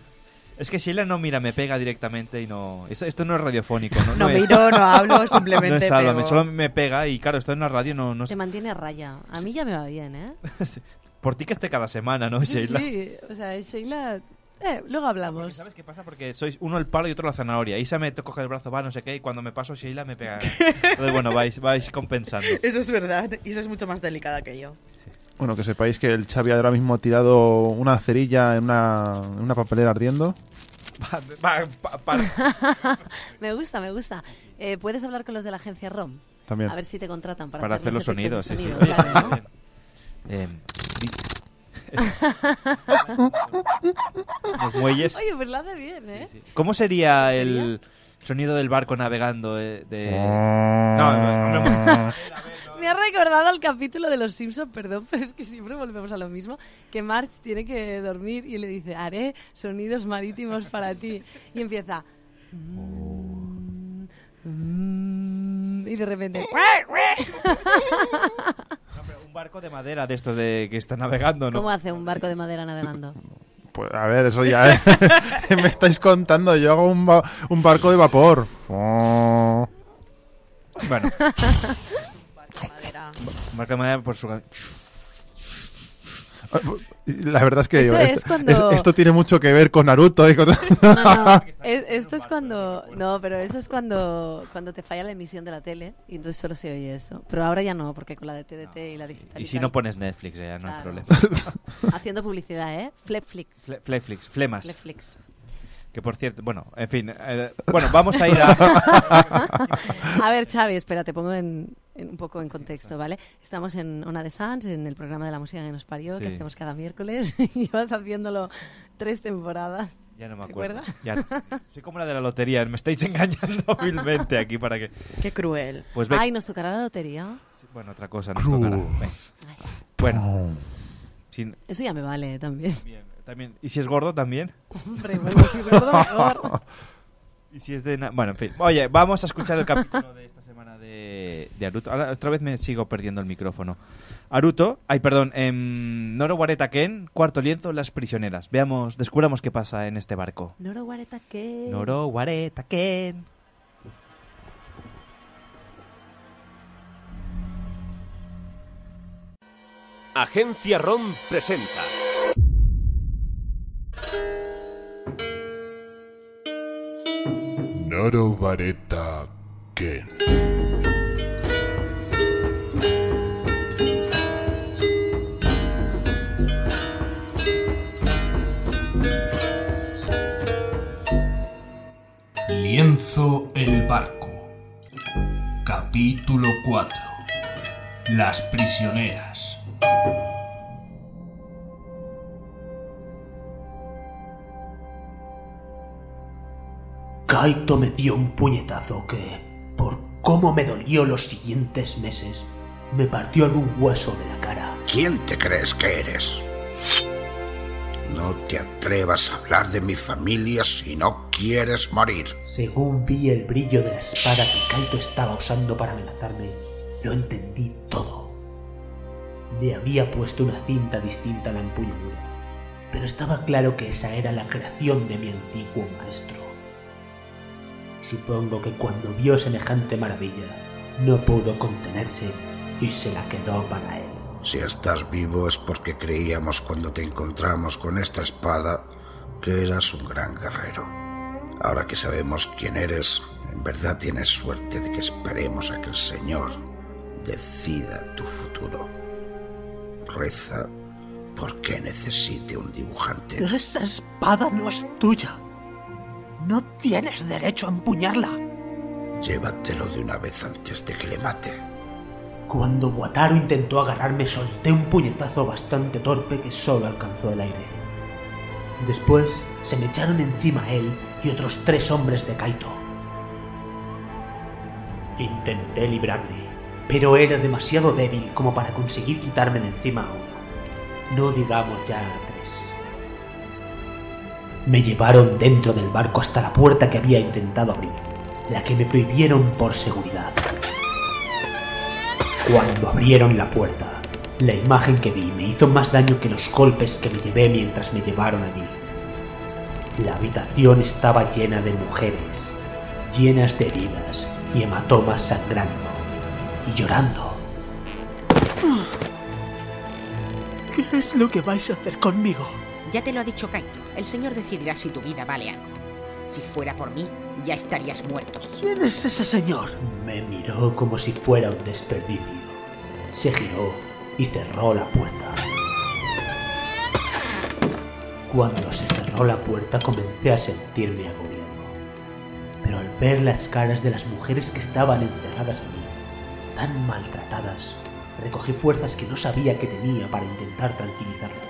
Es que Sheila no mira, me pega directamente y no... Esto, esto no es radiofónico, ¿no? No es- miro, no hablo, No es simplemente Sálvame, pego. solo me pega y claro, esto en la radio no... no es- Te mantiene a raya. A mí ya me va bien, ¿eh? Por ti que esté cada semana, ¿no, Pues Sheila? Sí, o sea, Sheila... eh, luego hablamos. ¿Sabes qué pasa? Porque sois uno el palo y otro la zanahoria. Isa me to- coge el brazo, va, no sé qué, y cuando me paso Sheila me pega. Entonces, bueno, vais, vais compensando. Eso es verdad. Y eso es mucho más delicada que yo. Bueno, que sepáis que el Xavi ahora mismo ha tirado una cerilla en una, en una papelera ardiendo. Va, pa- para. me gusta, me gusta. Eh, Puedes hablar con los de la agencia ROM. También. A ver si te contratan para, Para hacer los efectos sonidos, de sí, sí. Oye, sonido, claro, ¿no? em, Los muelles. Oye, pues lo hace bien, ¿eh? ¿Cómo sería el sonido del barco navegando eh, de... Ah. No, no, no. Me ha recordado al capítulo de Los Simpsons, perdón, pero es que siempre volvemos a lo mismo, que Marge tiene que dormir y le dice, haré sonidos marítimos para ti. Y empieza... "Mm, mm", Y de repente... Un barco de madera de estos de que está navegando, ¿Cómo ¿no? hace un barco de madera navegando? Pues a ver, eso ya. ¿eh? me estáis contando. Yo hago un, ba- un barco de vapor. Oh. Bueno. Un barco de madera por su... La verdad es que Eso digo, es esto, cuando- es- esto tiene mucho que ver con Naruto. y con- Es- esto es cuando... No, pero eso es cuando, cuando te falla la emisión de la tele y entonces solo se oye eso. Pero ahora ya no, porque con la de TDT y la digital. Y si no pones Netflix, ya no hay Claro. problema. Haciendo publicidad, ¿eh? Flipflix. Fle- Fleflix, flemas. Netflix. Que por cierto, bueno, en fin. eh, bueno, vamos a ir a. A ver, Xavi, espera, te pongo en, en un poco en contexto, ¿vale? Estamos en Ona de Sans, en el programa de la música que nos parió, que Sí. hacemos cada miércoles. Llevas haciéndolo tres temporadas. Ya no me ¿Te acuerdo. acuerdas? Ya no. soy como la de la lotería, me estáis engañando vilmente aquí para que. Qué cruel. Pues ve- Ay, nos tocará la lotería. Bueno, otra cosa nos tocará. Ve. Bueno. Sin- Eso ya me vale ¿eh? también. también, ¿Y si es gordo también? Hombre, bueno, si es gordo, mejor. Y si es de... na- Bueno, en fin. Oye, vamos a escuchar el capítulo de esta semana de, de Aruto. Ahora, otra vez me sigo perdiendo el micrófono. Aruto, ay, perdón, em, Noro Wareta Ken, cuarto lienzo, las prisioneras. Veamos, descubramos qué pasa en este barco. Noro Guareta, ¿qué? Noro Wareta Ken. Agencia ROM presenta. Noro Vareta Ken. Lienzo el barco. Capítulo 4. Las prisioneras. Kaito me dio un puñetazo que, por cómo me dolió los siguientes meses, me partió algún hueso de la cara. ¿Quién te crees que eres? No te atrevas a hablar de mi familia si no quieres morir. Según vi el brillo de la espada que Kaito estaba usando para amenazarme, lo entendí todo. Le había puesto una cinta distinta a la empuñadura, pero estaba claro que esa era la creación de mi antiguo maestro. Supongo que cuando vio semejante maravilla, no pudo contenerse y se la quedó para él. Si estás vivo es porque creíamos cuando te encontramos con esta espada que eras un gran guerrero. Ahora que sabemos quién eres, en verdad tienes suerte de que esperemos a que el Señor decida tu futuro. Reza porque necesite un dibujante. Esa espada no es tuya. No tienes derecho a empuñarla. Llévatelo de una vez antes de que le mate. Cuando Wataru intentó agarrarme, solté un puñetazo bastante torpe que solo alcanzó el aire. Después se me echaron encima él y otros tres hombres de Kaito. Intenté librarme, pero era demasiado débil como para conseguir quitarme de encima a uno. No digamos ya a tres. Me llevaron dentro del barco hasta la puerta que había intentado abrir, la que me prohibieron por seguridad. Cuando abrieron la puerta, la imagen que vi me hizo más daño que los golpes que me llevé mientras me llevaron allí. La habitación estaba llena de mujeres, llenas de heridas y hematomas sangrando y llorando. ¿Qué es lo que vais a hacer conmigo? Ya te lo ha dicho Kaito. El señor decidirá si tu vida vale algo. Si fuera por mí, ya estarías muerto. ¿Quién es ese señor? Me miró como si fuera un desperdicio. Se giró y cerró la puerta. Cuando se cerró la puerta comencé a sentirme agobiado. Pero al ver las caras de las mujeres que estaban encerradas allí, tan maltratadas, recogí fuerzas que no sabía que tenía para intentar tranquilizarlas.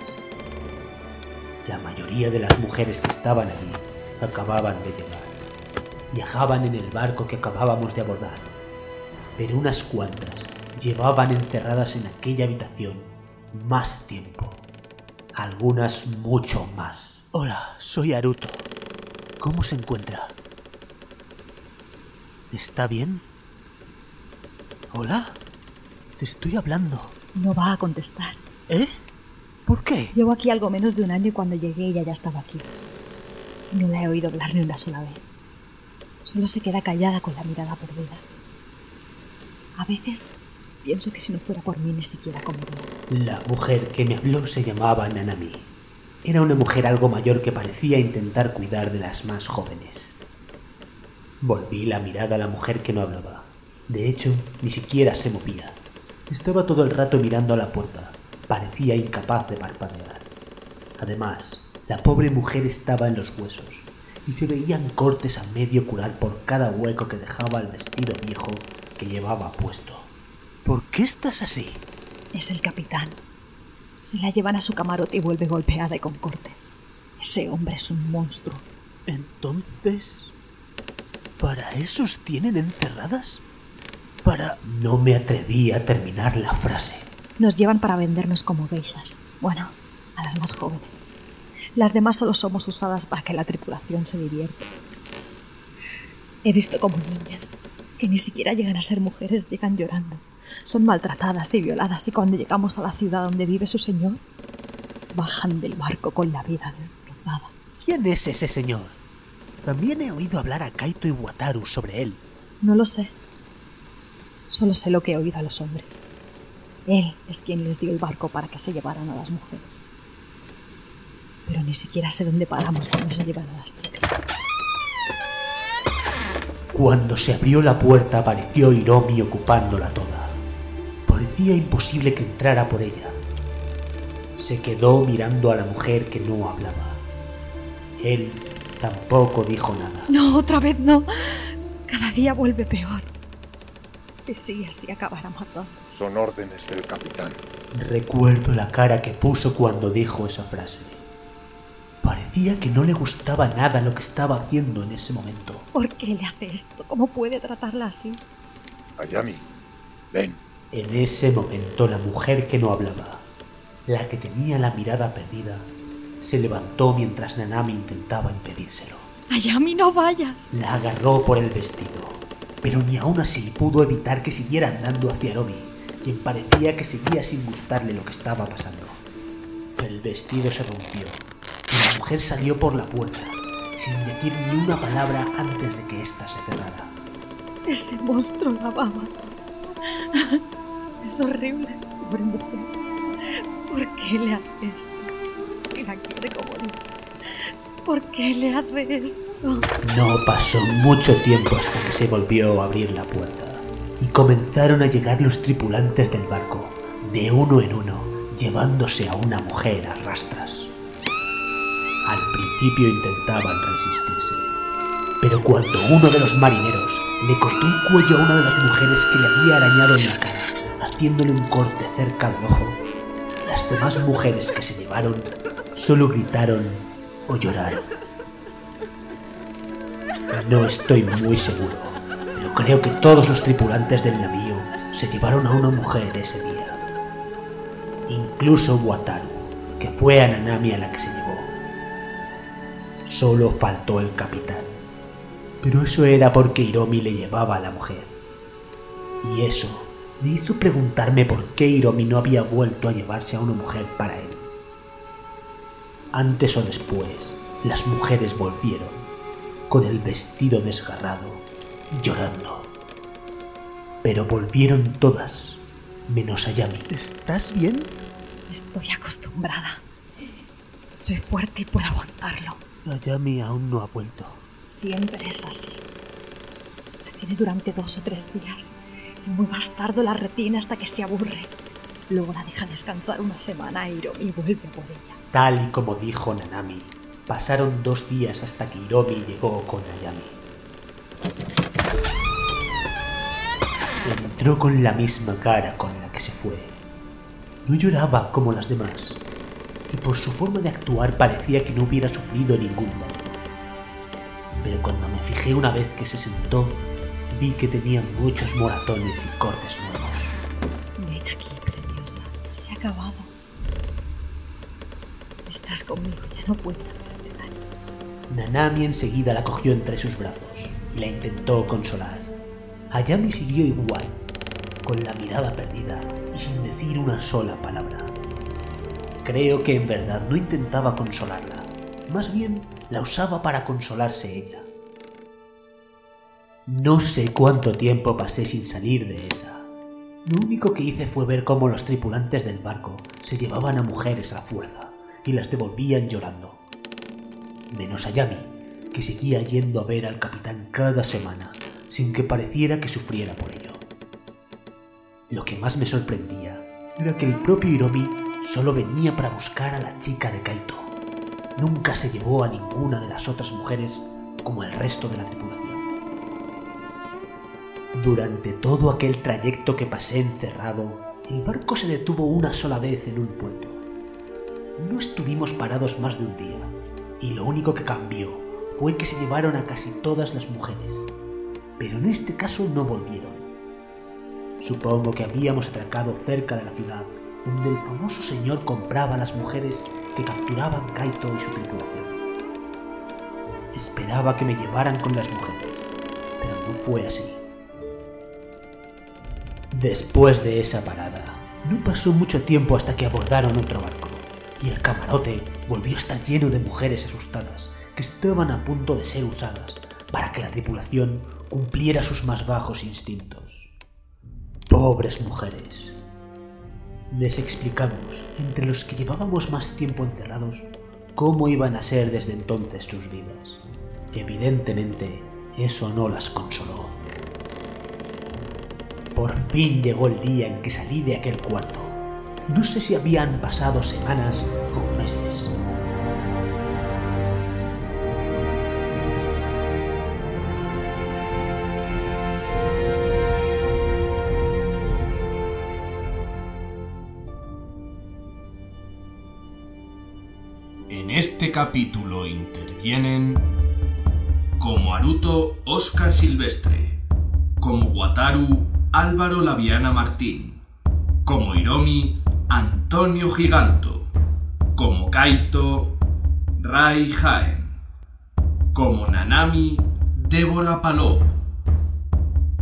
La mayoría de las mujeres que estaban allí acababan de llegar. Viajaban en el barco que acabábamos de abordar, pero unas cuantas llevaban encerradas en aquella habitación más tiempo. Algunas mucho más. Hola, soy Aruto. ¿Cómo se encuentra? ¿Está bien? Hola. Te estoy hablando. No va a contestar. ¿Eh? ¿Por qué? Llevo aquí algo menos de un año y cuando llegué ella ya estaba aquí. No la he oído hablar ni una sola vez. Solo se queda callada con la mirada perdida. A veces pienso que si no fuera por mí ni siquiera comería. La mujer que me habló se llamaba Nanami. Era una mujer algo mayor que parecía intentar cuidar de las más jóvenes. Volví la mirada a la mujer que no hablaba. De hecho, ni siquiera se movía. Estaba todo el rato mirando a la puerta. Parecía incapaz de parpadear. Además, la pobre mujer estaba en los huesos y se veían cortes a medio curar por cada hueco que dejaba el vestido viejo que llevaba puesto. ¿Por qué estás así? Es el capitán. Se la llevan a su camarote y vuelve golpeada y con cortes. Ese hombre es un monstruo. Entonces... ¿Para esos tienen encerradas? Para... No me atreví a terminar la frase. Nos llevan para vendernos como geishas. Bueno, a las más jóvenes. Las demás solo somos usadas para que la tripulación se divierta. He visto como niñas, que ni siquiera llegan a ser mujeres, llegan llorando. Son maltratadas y violadas y cuando llegamos a la ciudad donde vive su señor, bajan del barco con la vida destrozada. ¿Quién es ese señor? También he oído hablar a Kaito y Wataru sobre él. No lo sé. Solo sé lo que he oído a los hombres. Él es quien les dio el barco para que se llevaran a las mujeres. Pero ni siquiera sé dónde paramos cuando se llevan a las chicas. Cuando se abrió la puerta apareció Hiromi ocupándola toda. Parecía imposible que entrara por ella. Se quedó mirando a la mujer que no hablaba. Él tampoco dijo nada. No, otra vez no. Cada día vuelve peor. Sí, sí, así acabará matando. Son órdenes del capitán. Recuerdo la cara que puso cuando dijo esa frase. Parecía que no le gustaba nada lo que estaba haciendo en ese momento. ¿Por qué le hace esto? ¿Cómo puede tratarla así? Ayami, ven. En ese momento la mujer que no hablaba, la que tenía la mirada perdida, se levantó mientras Nanami intentaba impedírselo. Ayami, no vayas. La agarró por el vestido, pero ni aún así pudo evitar que siguiera andando hacia Robi, quien parecía que seguía sin gustarle lo que estaba pasando. El vestido se rompió la mujer salió por la puerta, sin decir ni una palabra antes de que ésta se cerrara. Ese monstruo lavaba. Es horrible, pobre mujer. ¿Por qué le hace esto? Que la quiere como yo. ¿Por qué le hace esto? No pasó mucho tiempo hasta que se volvió a abrir la puerta. Y comenzaron a llegar los tripulantes del barco, de uno en uno, llevándose a una mujer a rastras. Al principio intentaban resistirse, pero cuando uno de los marineros le cortó el cuello a una de las mujeres que le había arañado en la cara, haciéndole un corte cerca del ojo, las demás mujeres que se llevaron solo gritaron o lloraron. No estoy muy seguro, pero creo que todos los tripulantes del navío se llevaron a una mujer ese día. Incluso Wataru, que fue a Nanami a la que se llevó. Solo faltó el capitán. Pero eso era porque Hiromi le llevaba a la mujer. Y eso me hizo preguntarme por qué Hiromi no había vuelto a llevarse a una mujer para él. Antes o después, las mujeres volvieron, con el vestido desgarrado, llorando. Pero volvieron todas, menos Ayami. ¿Estás bien? Estoy acostumbrada. Soy fuerte y puedo aguantarlo. Ayami aún no ha vuelto. Siempre es así. La tiene durante dos o tres días. Y muy bastardo la retiene hasta que se aburre. Luego la deja descansar una semana e Hiromi vuelve por ella. Tal y como dijo Nanami, pasaron dos días hasta que Hiromi llegó con Ayami. Entró con la misma cara con la que se fue. No lloraba como las demás y por su forma de actuar parecía que no hubiera sufrido ningún daño. Pero cuando me fijé una vez que se sentó, vi que tenía muchos moratones y cortes nuevos. Ven aquí, preciosa, ya se ha acabado. Estás conmigo, ya no puedo hacerte daño. Nanami enseguida la cogió entre sus brazos y la intentó consolar. Ayami siguió igual, con la mirada perdida y sin decir una sola palabra. Creo que en verdad no intentaba consolarla, más bien la usaba para consolarse ella. No sé cuánto tiempo pasé sin salir de esa. Lo único que hice fue ver cómo los tripulantes del barco se llevaban a mujeres a la fuerza y las devolvían llorando. Menos a Yami, que seguía yendo a ver al capitán cada semana sin que pareciera que sufriera por ello. Lo que más me sorprendía era que el propio Hiromi solo venía para buscar a la chica de Kaito. Nunca se llevó a ninguna de las otras mujeres como el resto de la tripulación. Durante todo aquel trayecto que pasé encerrado, el barco se detuvo una sola vez en un puerto. No estuvimos parados más de un día, y lo único que cambió fue que se llevaron a casi todas las mujeres, pero en este caso no volvieron. Supongo que habíamos atracado cerca de la ciudad, donde el famoso señor compraba a las mujeres que capturaban Kaito y su tripulación. Esperaba que me llevaran con las mujeres, pero no fue así. Después de esa parada, no pasó mucho tiempo hasta que abordaron otro barco, y el camarote volvió a estar lleno de mujeres asustadas que estaban a punto de ser usadas para que la tripulación cumpliera sus más bajos instintos. Pobres mujeres. Les explicamos, entre los que llevábamos más tiempo encerrados, cómo iban a ser desde entonces sus vidas. Evidentemente, eso no las consoló. Por fin llegó el día en que salí de aquel cuarto. No sé si habían pasado semanas o meses. En este capítulo intervienen como Aruto Oscar Silvestre, como Wataru Álvaro Laviana Martín, como Hiromi Antonio Giganto, como Kaito Rai Jaen, como Nanami Débora Paló,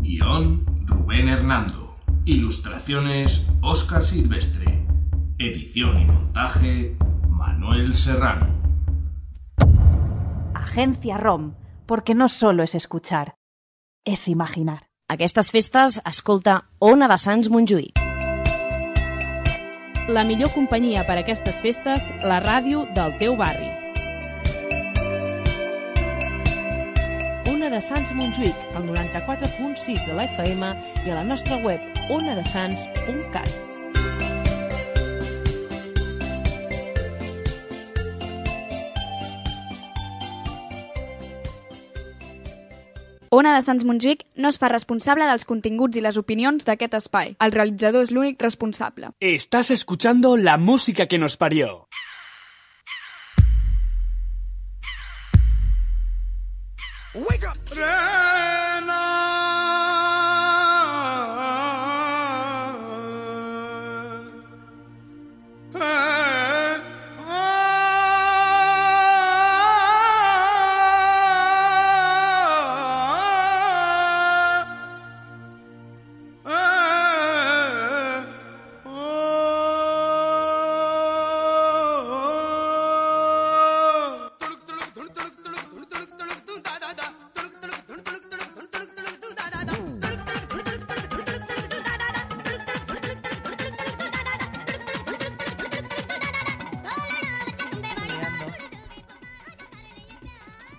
guión Rubén Hernando, ilustraciones Oscar Silvestre, edición y montaje Manuel Serrano. Agencia ROM, perquè no solo es escuchar, es imaginar. Aquestes festes, escolta Ona de Sants Montjuïc. La millor companyia per a aquestes festes, la ràdio del teu barri. Ona de Sants Montjuïc, al 94.6 de la FM i a la nostra web onadesans.cat. Ona de Sants Montjuïc no es fa responsable dels continguts i les opinions d'aquest espai. El realitzador és l'únic responsable. Estás escuchando la música que nos parió. Wake up.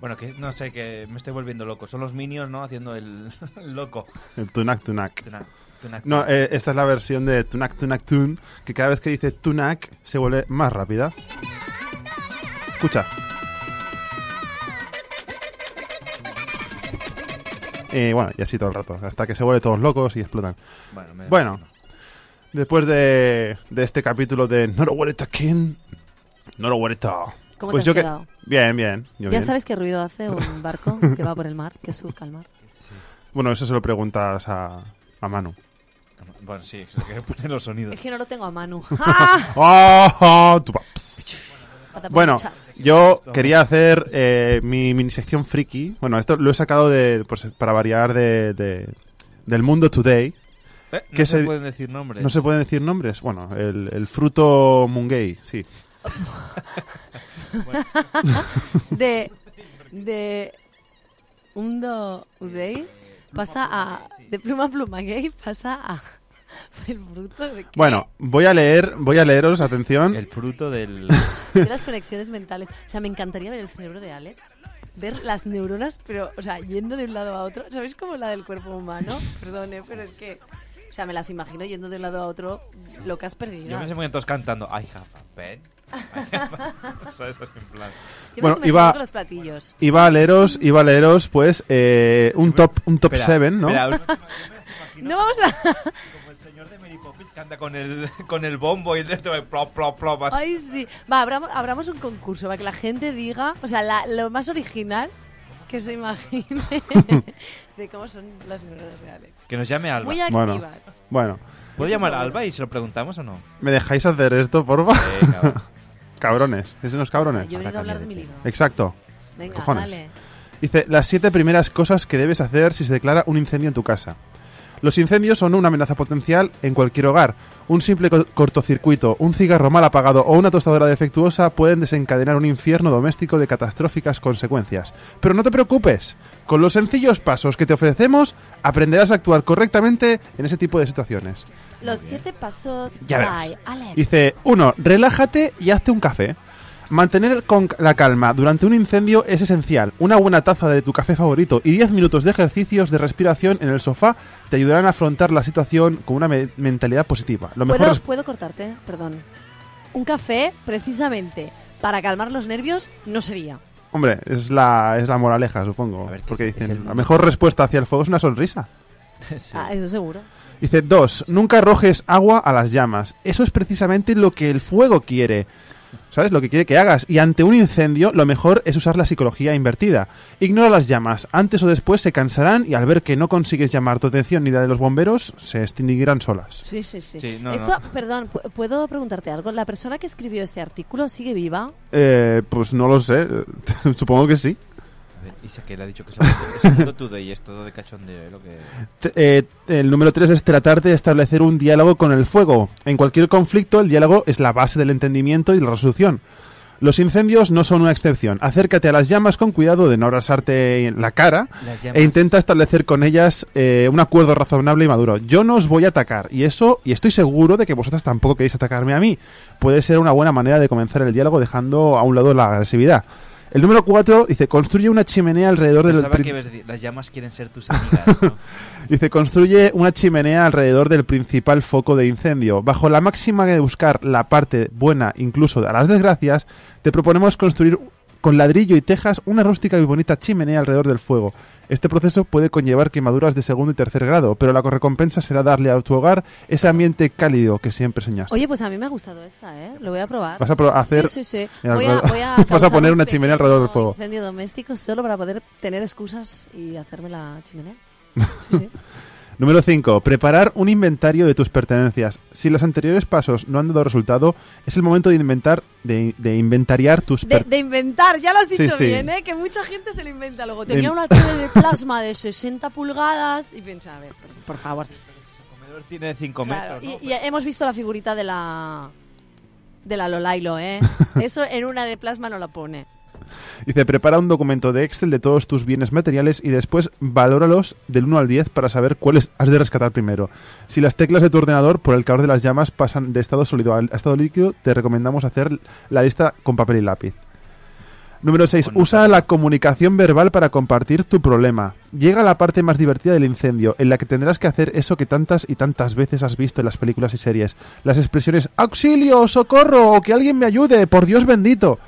Bueno, que no sé, que me estoy volviendo loco. Son los minions, ¿no? Haciendo el, el loco. El Tunak Tunak. Tunac, tunac. No, eh, esta es la versión de Tunak Tunak Tun, que cada vez que dice Tunak se vuelve más rápida. Escucha. Y bueno, y así todo el rato, hasta que se vuelven todos locos y explotan. Bueno, me- Bueno, después de, de este capítulo de No lo huele Ken, No lo huele ¿Cómo pues te has yo que- quedado? Bien, bien. yo Ya bien. sabes qué ruido hace un barco que va por el mar, que surca el mar. Bueno, eso se lo preguntas a, a Manu. Bueno, sí, eso, que poner los sonidos. Es que no lo tengo a mano. ¡Ah! Oh, oh, tu paps. Patapuchas. Bueno, yo quería hacer eh, mi mini sección friki. Bueno, esto lo he sacado de, pues, para variar de, de- del mundo today. Eh, no se pueden decir nombres. No se pueden decir nombres. Bueno, el, el fruto mungay, sí. de, de Undo Udei pasa a... De Pluma Pluma Gay pasa a... El bruto de qué? Bueno, voy a leer, voy a leeros, atención. El fruto del... de las conexiones mentales. O sea, me encantaría ver el cerebro de Alex. Ver las neuronas, pero, o sea, yendo de un lado a otro. ¿Sabéis como la del cuerpo humano? Perdone, pero es que O sea, me las imagino yendo de un lado a otro lo que has perdido. Yo me sé muy bien todos cantando I have a pen. I have a-". ¿Sabes? Así en plan. Yo Bueno, me imagino iba- con los platillos. Iba a leeros, iba a leeros, pues, eh, un top, un top Espera, 7, ¿no? espera, No vamos a... Como el señor de Mary Poppins canta con el, con el bombo y el de esto, plop, plop, plop. así. Ay, sí. Va, abramos, abramos un concurso para que la gente diga, o sea, la- lo más original que se imagine de cómo son las neuronas de Alex. Que nos llame Alba. Muy Bueno, activas. bueno. ¿Puedo llamar a Alba y se lo preguntamos o no? ¿Me dejáis hacer esto, porfa? Venga. cabrones, es unos cabrones. Yo he venido a hablar de mi libro. Exacto. Venga, Cojones. dale. Dice, las siete primeras cosas que debes hacer si se declara un incendio en tu casa. Los incendios son una amenaza potencial en cualquier hogar. Un simple co- cortocircuito, un cigarro mal apagado o una tostadora defectuosa pueden desencadenar un infierno doméstico de catastróficas consecuencias. Pero no te preocupes, con los sencillos pasos que te ofrecemos aprenderás a actuar correctamente en ese tipo de situaciones. Los siete pasos Ya by verás. Alex. Dice, uno, relájate y hazte un café. Mantener con la calma durante un incendio es esencial. Una buena taza de tu café favorito y 10 minutos de ejercicios de respiración en el sofá te ayudarán a afrontar la situación con una me- mentalidad positiva. Lo mejor ¿Puedo, es... puedo cortarte? Perdón. Un café, precisamente, para calmar los nervios, no sería. Hombre, es la, es la moraleja, supongo. porque dicen, la mejor respuesta hacia el fuego es una sonrisa. Ah, eso seguro. Dice, dos, nunca arrojes agua a las llamas. Eso es precisamente lo que el fuego quiere. ¿Sabes? Lo que quiere que hagas. Y ante un incendio, lo mejor es usar la psicología invertida. Ignora las llamas. Antes o después se cansarán y al ver que no consigues llamar tu atención ni la de los bomberos, se extinguirán solas. Sí, sí, sí. Sí, no, Esto, no. perdón, ¿pu- ¿puedo preguntarte algo? ¿La persona que escribió este artículo sigue viva? Eh, pues no lo sé. Supongo que sí. A ver, Isa, que le ha dicho que es es el mundo today, es todo de cachondeo, ¿eh? Lo que... T- eh, el número 3 es tratar de establecer un diálogo con el fuego. En cualquier conflicto, el diálogo es la base del entendimiento y la resolución. Los incendios no son una excepción. Acércate a las llamas con cuidado de no abrasarte en la cara Las llamas. e intenta establecer con ellas eh, un acuerdo razonable y maduro. Yo no os voy a atacar y eso, y estoy seguro de que vosotras tampoco queréis atacarme a mí. Puede ser una buena manera de comenzar el diálogo dejando a un lado la agresividad. El número 4 dice, construye una chimenea alrededor del... Pensaba pri- que ibas a decir, las llamas quieren ser tus amigas. ¿no? Dice, construye una chimenea alrededor del principal foco de incendio. Bajo la máxima de buscar la parte buena incluso de las desgracias, te proponemos construir con ladrillo y tejas una rústica y bonita chimenea alrededor del fuego. Este proceso puede conllevar quemaduras de segundo y tercer grado, pero la recompensa será darle a tu hogar ese ambiente cálido que siempre soñaste. Oye, pues a mí me ha gustado esta, ¿eh? Lo voy a probar. Vas a pro- hacer- Sí, sí, sí. Mira, Voy a, voy a vas a causar poner un una chimenea pequeño alrededor del fuego. incendio doméstico solo para poder tener excusas y hacerme la chimenea. Número 5. Preparar un inventario de tus pertenencias. Si los anteriores pasos no han dado resultado, es el momento de inventar, de, de inventariar tus De, pertenencias. de inventar, ya lo has Sí, dicho sí. Em. bien, ¿eh? Que mucha gente se lo inventa luego. De- Tenía una tele de plasma de 60 pulgadas y piensa, a ver, por favor. comedor tiene 5 Claro, metros. ¿no? y, y hemos visto la figurita de la de la Lolailo, ¿eh? Eso en una de plasma no la pone. Dice, prepara un documento de Excel de todos tus bienes materiales y después valóralos del 1 al 10 para saber cuáles has de rescatar primero. Si las teclas de tu ordenador por el calor de las llamas pasan de estado sólido a estado líquido, te recomendamos hacer la lista con papel y lápiz. Número 6. Usa la comunicación verbal para compartir tu problema. Llega a la parte más divertida del incendio, en la que tendrás que hacer eso que tantas y tantas veces has visto en las películas y series. Las expresiones auxilio, socorro o que alguien me ayude, por Dios bendito.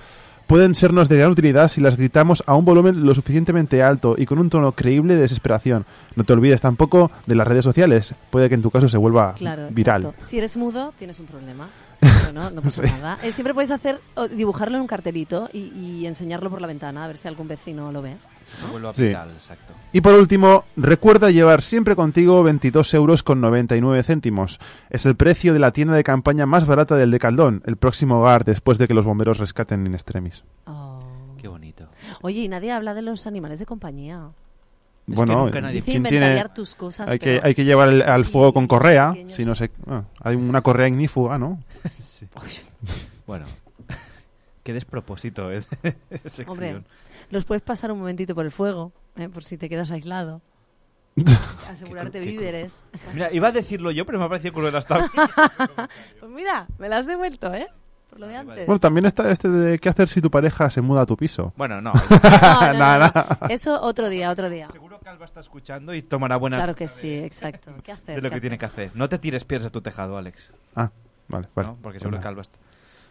Pueden sernos de gran utilidad si las gritamos a un volumen lo suficientemente alto y con un tono creíble de desesperación. No te olvides tampoco de las redes sociales. Puede que en tu caso se vuelva Claro, viral. exacto. Si eres mudo, tienes un problema. Pero no, no pasa Sí. nada. Eh, siempre puedes hacer o dibujarlo en un cartelito y, y enseñarlo por la ventana a ver si algún vecino lo ve. Se vuelve a Sí. viral, exacto. Y por último, recuerda llevar siempre contigo 22 euros con 99 céntimos. Es el precio de la tienda de campaña más barata del Decaldón, el próximo hogar después de que los bomberos rescaten in extremis. Qué bonito. Oye, y nadie habla de los animales de compañía. Es bueno, que nunca nadie- Dice ¿quién inventariar tus cosas, hay, que, pero- hay que llevar el- al fuego con correa, pequeños. si no se... ah, hay una correa ignífuga, ¿no? Sí. Bueno, qué despropósito, ¿eh? Esa sección. Hombre, los puedes pasar un momentito por el fuego, eh, por si te quedas aislado. Asegurarte Qué cru- qué cru- víveres. Mira, iba a decirlo yo, pero me ha parecido cruel hasta ahora. Pues mira, me las has devuelto, ¿eh? Por lo de antes. Bueno, también está este de qué hacer si tu pareja se muda a tu piso. Ah, Bueno, no. No, no, no, no. Nada. Eso otro día, otro día. Seguro que Alba está escuchando y tomará buena Claro que sí, exacto. ¿Qué hacer? de lo ¿Qué que tiene que hacer. No te tires piedras a tu tejado, Alex. Ah, vale, vale. ¿no? Porque seguro Hola. que Alba está-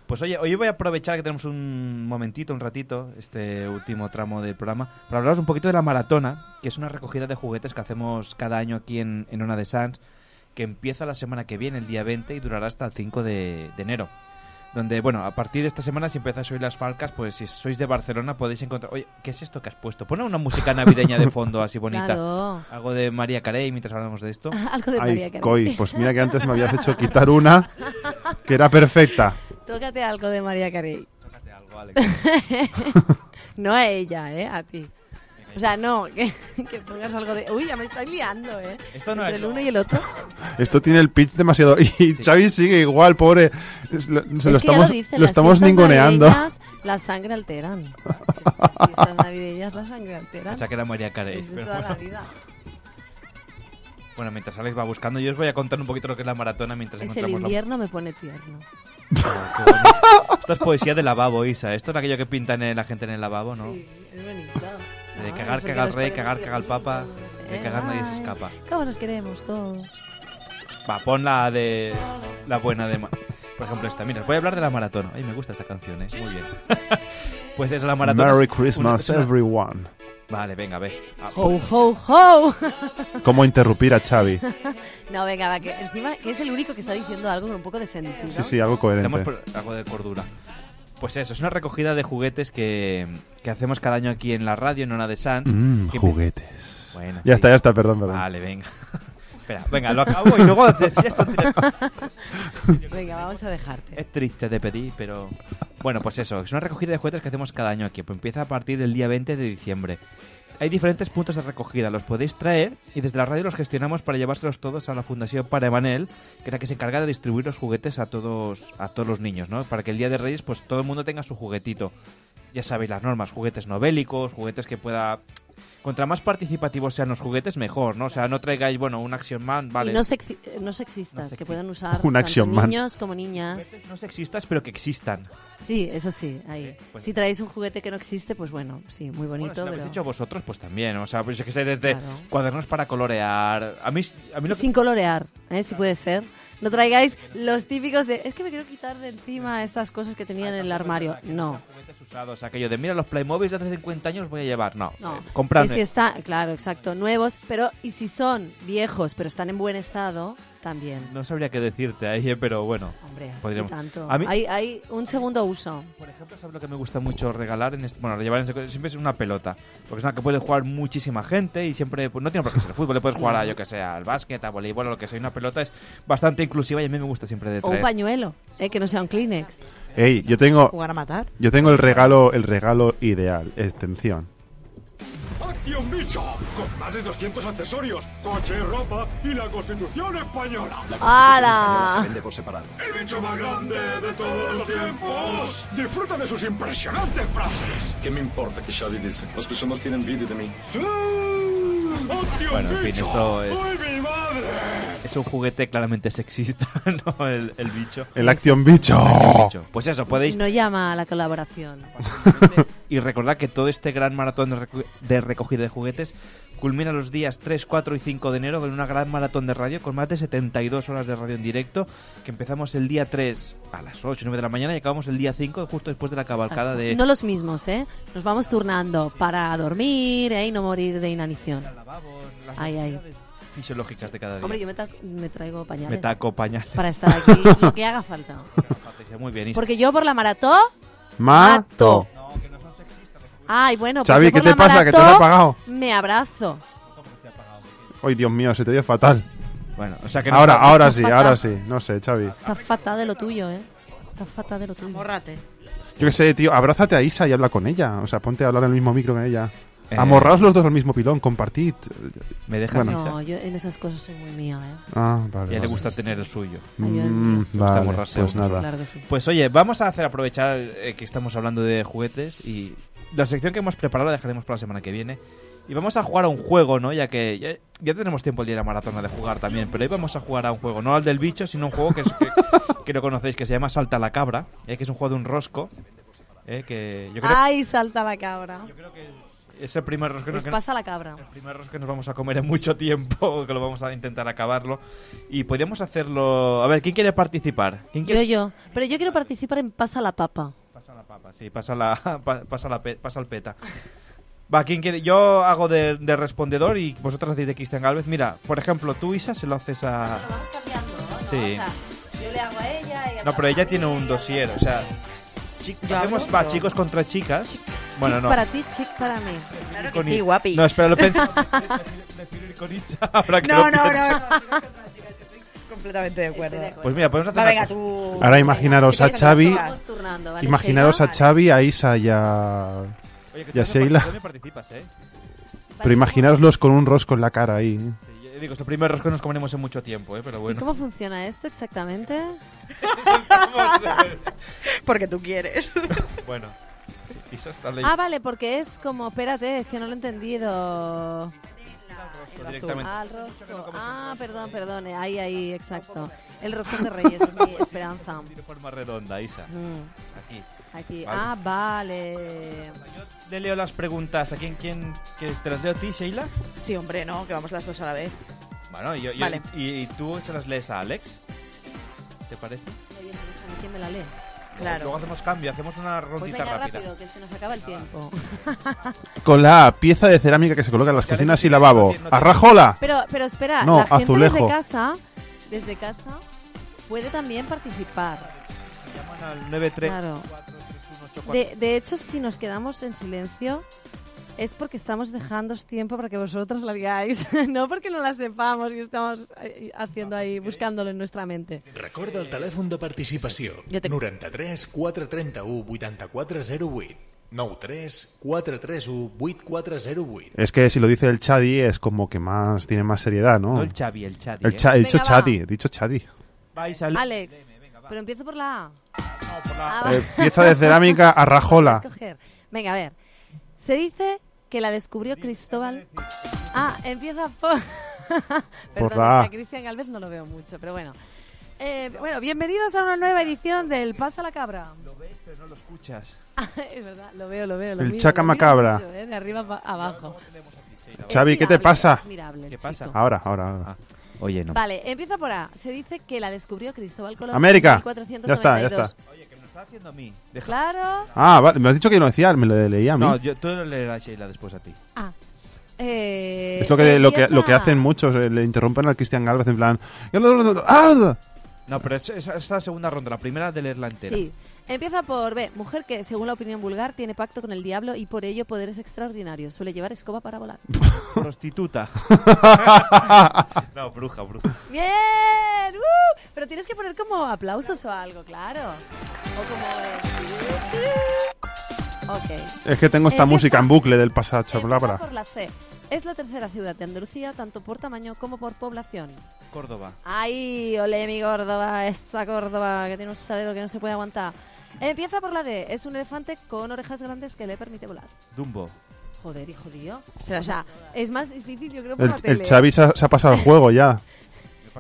Pues oye, hoy voy a aprovechar que tenemos un momentito, un ratito, este último tramo del programa, para hablaros un poquito de la maratona, que es una recogida de juguetes que hacemos cada año aquí en, en Ona de Sans, que empieza la semana que viene, el día 20, y durará hasta el 5 de, de enero. Donde, bueno, a partir de esta semana, si empezáis a oír las falcas, pues si sois de Barcelona podéis encontrar... Oye, ¿qué es esto que has puesto? Pone una música navideña de fondo, así bonita. Claro. Algo de María Carey, mientras hablamos de esto. Algo de Ay, María Carey. coi, pues mira que antes me habías hecho quitar una que era perfecta. Tócate algo de María Carey. Tócate algo, no a ella, ¿eh? A ti. O sea, no, que, que pongas algo de... Uy, ya me estoy liando, ¿eh? Esto no Entre es el uno y el otro. Esto tiene el pitch demasiado. Y Xavi sigue igual, pobre. Es lo- Se Es que lo ya estamos, lo, dicen, lo las estamos fiestas ninguneando. navideñas, La sangre alteran. Las fiestas navideñas la sangre alteran. O sea, que era María Carey. Es de pero toda la bueno. vida. Bueno, mientras Alex va buscando, yo os voy a contar un poquito lo que es la maratona mientras Es el encontramos la... Ah, invierno me pone tierno. Qué bonito. Esto es poesía de lavabo, Isa. Esto es aquello que pintan eh, la gente en el lavabo, ¿no? Es bonito. De Ah, cagar, caga eso que el nos rey, pone cagar, caga el papa. De cagar nadie Ah. se escapa. ¿Cómo nos queremos todos? Va, pon la de. La buena de. ma- Por ejemplo, esta. Mira, os voy a hablar de la maratona. Ay, me gusta esta canción, ¿eh? Muy bien. pues es la maratona. Merry es una- Christmas, es una- everyone. Vale, venga, ve. Ah, ¡Ho, ho, ho! ¿Cómo interrumpir a Xavi? no, venga, va, que encima que es el único que está diciendo algo con un poco de sentido. Sí, sí, algo coherente. Estamos por- algo de cordura. Pues eso, es una recogida de juguetes que, que hacemos cada año aquí en la radio, en Ona de Sans. Mm, que- juguetes. Bueno, sí. Ya está, ya está, perdón, perdón. Vale, venga. Espera, venga, lo acabo y luego decías tonterías. Venga, vamos a dejarte. Es triste de pedir, pero... Bueno, pues eso, es una recogida de juguetes que hacemos cada año aquí. Pues empieza a partir del día 20 de diciembre. Hay diferentes puntos de recogida, los podéis traer y desde la radio los gestionamos para llevárselos todos a la Fundación para Emanel, que es la que se encarga de distribuir los juguetes a todos, a todos los niños, ¿no? Para que el Día de Reyes pues todo el mundo tenga su juguetito. Ya sabéis las normas, juguetes no bélicos, juguetes que pueda... Contra más participativos sean los juguetes, mejor, ¿no? O sea, no traigáis, bueno, un Action Man, vale. Y no, sexi- eh, no sexistas, que puedan usar Un tanto action man. niños como niñas. No sexistas, pero que existan. Sí, eso sí, ahí. bueno. Si traéis un juguete que no existe, pues bueno, sí, muy Bueno, si bonito, lo habéis pero... hecho vosotros, pues también. O sea, pues yo que sé, desde cuadernos para colorear. A mí, a mí lo que- Sin colorear, ¿eh? si puede ser. No traigáis los típicos de... Es que me quiero quitar de encima estas cosas que tenían en el armario. No, usados, aquello de mira los Playmobil de hace 50 años los voy a llevar. No, no. eh, compradme. Y si está, claro, exacto, nuevos, pero... Y si son viejos, pero están en buen estado, también. No sabría qué decirte ahí, eh, pero bueno. Hombre, podríamos. y tanto. A mí, Hay, hay un segundo uso. Por ejemplo, ¿sabes lo que me gusta mucho regalar en este, bueno, llevar en este- siempre es una pelota, porque es una que puede jugar muchísima gente y siempre pues, no tiene por qué ser fútbol, le puedes jugar a yo que sé, al básquet, a voleibol, a lo que sea, una pelota es bastante inclusiva y a mí me gusta siempre de O un traer. pañuelo, ¿eh? que no sea un Kleenex. Ey, yo tengo. Jugar a matar. Yo tengo el regalo, el regalo ideal. Extensión. ¡Acción Bicho! Con más de 200 accesorios, coche, ropa y la Constitución Española. La ¡Hala! se vende por separado. ¡El bicho más grande de todos los tiempos! Disfruta de sus impresionantes frases. ¿Qué me importa que Xavi dice? Las personas tienen vídeo de mí. ¡Sí! ¡Acción Bueno, en fin, Bicho! esto es- ¡Uy, mi madre! Es un juguete claramente sexista, ¿no? El, el bicho. El Action Bicho. El bicho. Pues eso, podéis. No llama a la colaboración. Y recordad que todo este gran maratón de, recu- de recogida de juguetes culmina los días 3, 4 y 5 de enero con una gran maratón de radio con más de 72 horas de radio en directo que empezamos el día 3 a las 8, 9 de la mañana y acabamos el día 5 justo después de la cabalcada de... No los mismos, ¿eh? Nos vamos turnando para dormir ¿eh? y no morir de inanición. Ay, ay. fisiológicas de cada día. Hombre, yo me, ta- me traigo pañales. Me taco pañal. Para estar aquí, lo que haga falta. Muy bien, Isa. Porque yo por la maratón... Mato. Ay, bueno, pues Xavi, yo por ¿qué te la pasa? ¿Que te has marató apagado? Me abrazo. Ay, Dios mío, se te oye fatal. Bueno, o sea que no- ahora, ahora sí, Fatal. ahora sí. No sé, Xavi. Yo Estás fatal de lo tuyo, ¿eh? Estás fatal de lo tuyo. Amorrate. qué sé, tío. Abrázate a Isa y habla con ella. O sea, ponte a hablar en el mismo micro que ella. Eh. Amorraos los dos al mismo pilón, compartid. ¿Me dejas, Bueno. No, yo en esas cosas soy muy mía, ¿eh? Ah, vale. Ya le vale. Mm. gusta tener el suyo. Ay, yo el Le mío. gusta vale, morrarse pues a uno. nada. Claro que sí. Pues oye, vamos a hacer aprovechar eh, que estamos hablando de juguetes y la sección que hemos preparado la dejaremos para la semana que viene. Y vamos a jugar a un juego, ¿no? Ya que ya, ya tenemos tiempo el día de la maratona de jugar también, pero hoy vamos a jugar a un juego, no al del bicho, sino un juego que, es- que, que lo conocéis, que se llama Salta la Cabra, eh, que es un juego de un rosco. eh, que yo creo, Ay, salta la cabra. Es el primer rosqueo Les que- pues pasa la cabra. el primer rosqueo que nos vamos a comer en mucho tiempo, que lo vamos a intentar acabarlo. Y podríamos hacerlo... A ver, ¿quién quiere participar? ¿Quién Yo, quiere... yo. Pero yo quiero participar en Pasa la Papa. Pasa la papa, sí, pasa, la, pa- pasa, la pe- pasa el peta. Va, ¿quién quiere? Yo hago de, de respondedor y vosotras hacéis de Cristian Galvez. Mira, por ejemplo, tú, Isa, se lo haces a... Sí. yo le hago a ella. No, pero ella tiene un dossier, o sea... chi- hacemos, va, chicos contra chicas. Bueno, chic no. para ti, chic para mí. Claro No, espera, lo pensé. Prefiero ir con Isa ahora que No, lo no, pienso. no, Completamente de acuerdo. Pues mira, podemos hacer Va, una venga, cosa. tú. Ahora imaginaros a Xavi. Vamos turnando, ¿vale, Imaginaros a Sheila? Xavi, a Isa y a, Oye, que y a tú también Sheila. participas, ¿eh? Pero imaginaroslos con un rosco en la cara ahí. Yo digo, es lo primero que nos comeremos en mucho tiempo, ¿eh? Pero ¿Y bueno. cómo funciona esto exactamente? Porque tú quieres. Bueno. Sí, Isa está leyendo. Ah, vale, porque es como, espérate, es que no lo he entendido. directamente. Ah, el rosco. Ah, perdón, perdón. eh, Ahí, ahí, exacto. El roscón de Reyes es mi esperanza. De forma redonda, Isa. Aquí. Mm. Aquí. Vale. Ah, vale. Le leo las preguntas. ¿A quién, quién que te las leo a ti, Sheila? Sí, hombre, no, que vamos las dos a la vez. Bueno, y, yo- yo- Vale. y, y tú se las lees a Alex. ¿Te parece? ¿Quién me la lee? Claro. Luego hacemos cambio, hacemos una Pues rondita venga rápida. rápido, que se nos acaba el tiempo. Con la pieza de cerámica que se coloca en las cocinas y lavabo. ¡Arrajola! Pero, pero espera, No, la gente azulejo. desde casa, desde casa, puede también participar. Llaman al 93 Claro. 43184. De, de hecho, si nos quedamos en silencio, es porque estamos dejándos tiempo para que vosotras la digáis. no porque no la sepamos y estamos eh, haciendo ahí, buscándolo en nuestra mente. Recorda el telèfon de participació. Jo 93 431 8408. 93 431 8408. Es que si lo dice el Chadi es como que más tiene más seriedad, ¿no? No el Xavi, el Chadi, El ¿eh? Cha- he dicho Venga, va. Chadi, he dicho Chadi. Vais al- Alex, pero empiezo por la A. Ah. No, por A. Eh, pieza de cerámica a rajola. Venga, a ver. Se dice que la descubrió Cristóbal. Ah, empieza por. Perdón, Por es la A. que a Cristian Galvez no lo veo mucho, pero bueno. Eh, bueno, bienvenidos a una nueva edición del Pasa la Cabra. Pero no lo escuchas. es verdad, lo veo, lo veo. Lo El miro, chaca lo miro macabra. mucho, eh, de arriba pa- abajo. Xavi, Es ¿qué te mirable, pasa? es mirable el chico. Ahora, ahora, ahora. Ah, Oye, no. Vale, empieza por A. Se dice que la descubrió Cristóbal Colón. América. En 1492. Ya está, ya está. Oye, que me lo está haciendo a mí. Deja- Claro. Ah, vale, me has dicho que no decía, me lo leía a mí. No, yo, tú lo leerás a Sheila después a ti. Ah. Eh, es lo que, lo, que, empieza- lo que hacen muchos, eh, le interrumpen al Cristian Galvez en plan... ¡Ah! No, pero es, es- es la segunda ronda. La primera de leerla entera. Sí. Empieza por B. Mujer que, según la opinión vulgar, tiene pacto con el diablo y por ello poderes extraordinarios. Suele llevar escoba para volar. Prostituta. no, bruja, bruja. ¡Bien! ¡Uh! Pero tienes que poner como aplausos o algo, claro. O como... eh, Ok. Es que tengo esta Empieza- música en bucle del empieza pasachapalabra. por la C. Es la tercera ciudad de Andalucía, tanto por tamaño como por población. Córdoba. ¡Ay, ole mi Córdoba! Esa Córdoba que tiene un salero que no se puede aguantar. Empieza por la D. Es un elefante con orejas grandes que le permite volar. Dumbo. Joder, hijo judío. Se O sea, es más difícil, yo creo, por El, la el tele. ¿eh? Xavi se ha, se ha pasado el juego ya.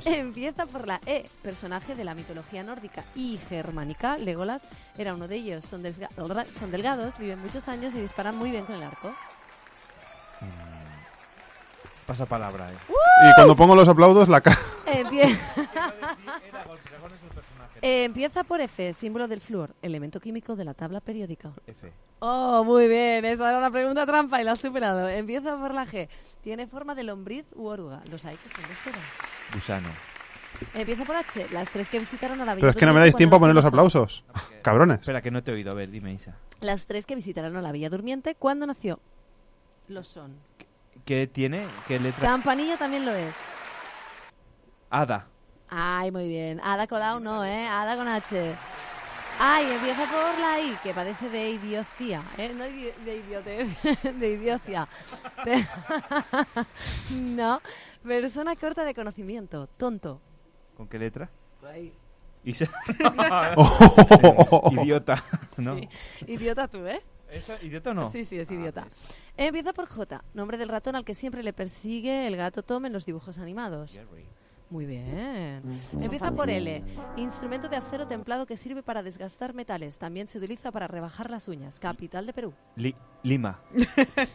Empieza por la E, personaje de la mitología nórdica y germánica. Legolas era uno de ellos. Son, desga- son delgados, viven muchos años y disparan muy bien con el arco. Pasa palabra, eh. Y cuando pongo los aplaudos, la cara... Empie- Eh, Empieza por F, símbolo del flúor, elemento químico de la tabla periódica. F. Oh, muy bien, esa era una pregunta trampa y la has superado. Empieza por la G. Tiene forma de lombriz u oruga. Los hay que son de cera. Gusano. Empieza por H, las tres que visitaron a la Villa Pero es que no me Durmiente dais tiempo a cuando poner los nacieron son- aplausos. Cabrones. Espera, que no te he oído. A ver, dime, Isa. Las tres que visitaron a la Villa Durmiente cuando nació. Lo son. ¿Qué tiene? ¿Qué letra? Campanilla también lo es. Ada. Ay, muy bien. Ada Colau no, ¿eh? Ada con H. Ay, empieza por la I, que padece de idiocía, ¿eh? No idi- de idiotez, de idiocia. Pe- no, persona corta de conocimiento, tonto. ¿Con qué letra? Ay. Isa. Oh. idiota. ¿No? Sí. Idiota tú, ¿eh? ¿Esa idiota o no? Sí, sí, Ah, es idiota. pues. Empieza por J, nombre del ratón al que siempre le persigue el gato Tom en los dibujos animados. Muy bien. Mm. Empieza Son por fáciles. L. Instrumento de acero templado que sirve para desgastar metales. También se utiliza para rebajar las uñas. Capital de Perú. Li- Lima.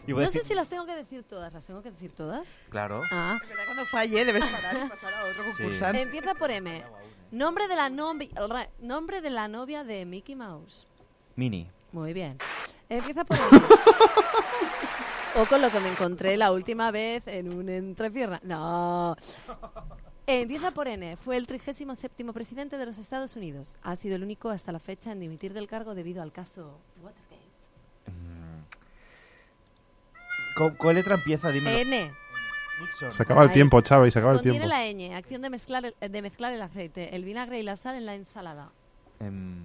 Iba a No sé decir- si las tengo que decir todas. ¿Las tengo que decir todas? Claro. Ah. Cuando falle debes parar y pasar a otro concursante. Empieza por M. Nombre de la novia, nombre de la novia de Mickey Mouse. Mini. Muy bien. Empieza por M. O con lo que me encontré la última vez en un entrepierna. No. Empieza por N. Fue el 37 presidente de los Estados Unidos. Ha sido el único hasta la fecha en dimitir del cargo debido al caso Watergate. ¿Con con letra empieza? Dímelo. N. Se acaba el Ahí. tiempo, Chava, y se acaba el Contiene tiempo. la ñ, acción de mezclar, el, de mezclar el aceite, el vinagre y la sal en la ensalada. Em,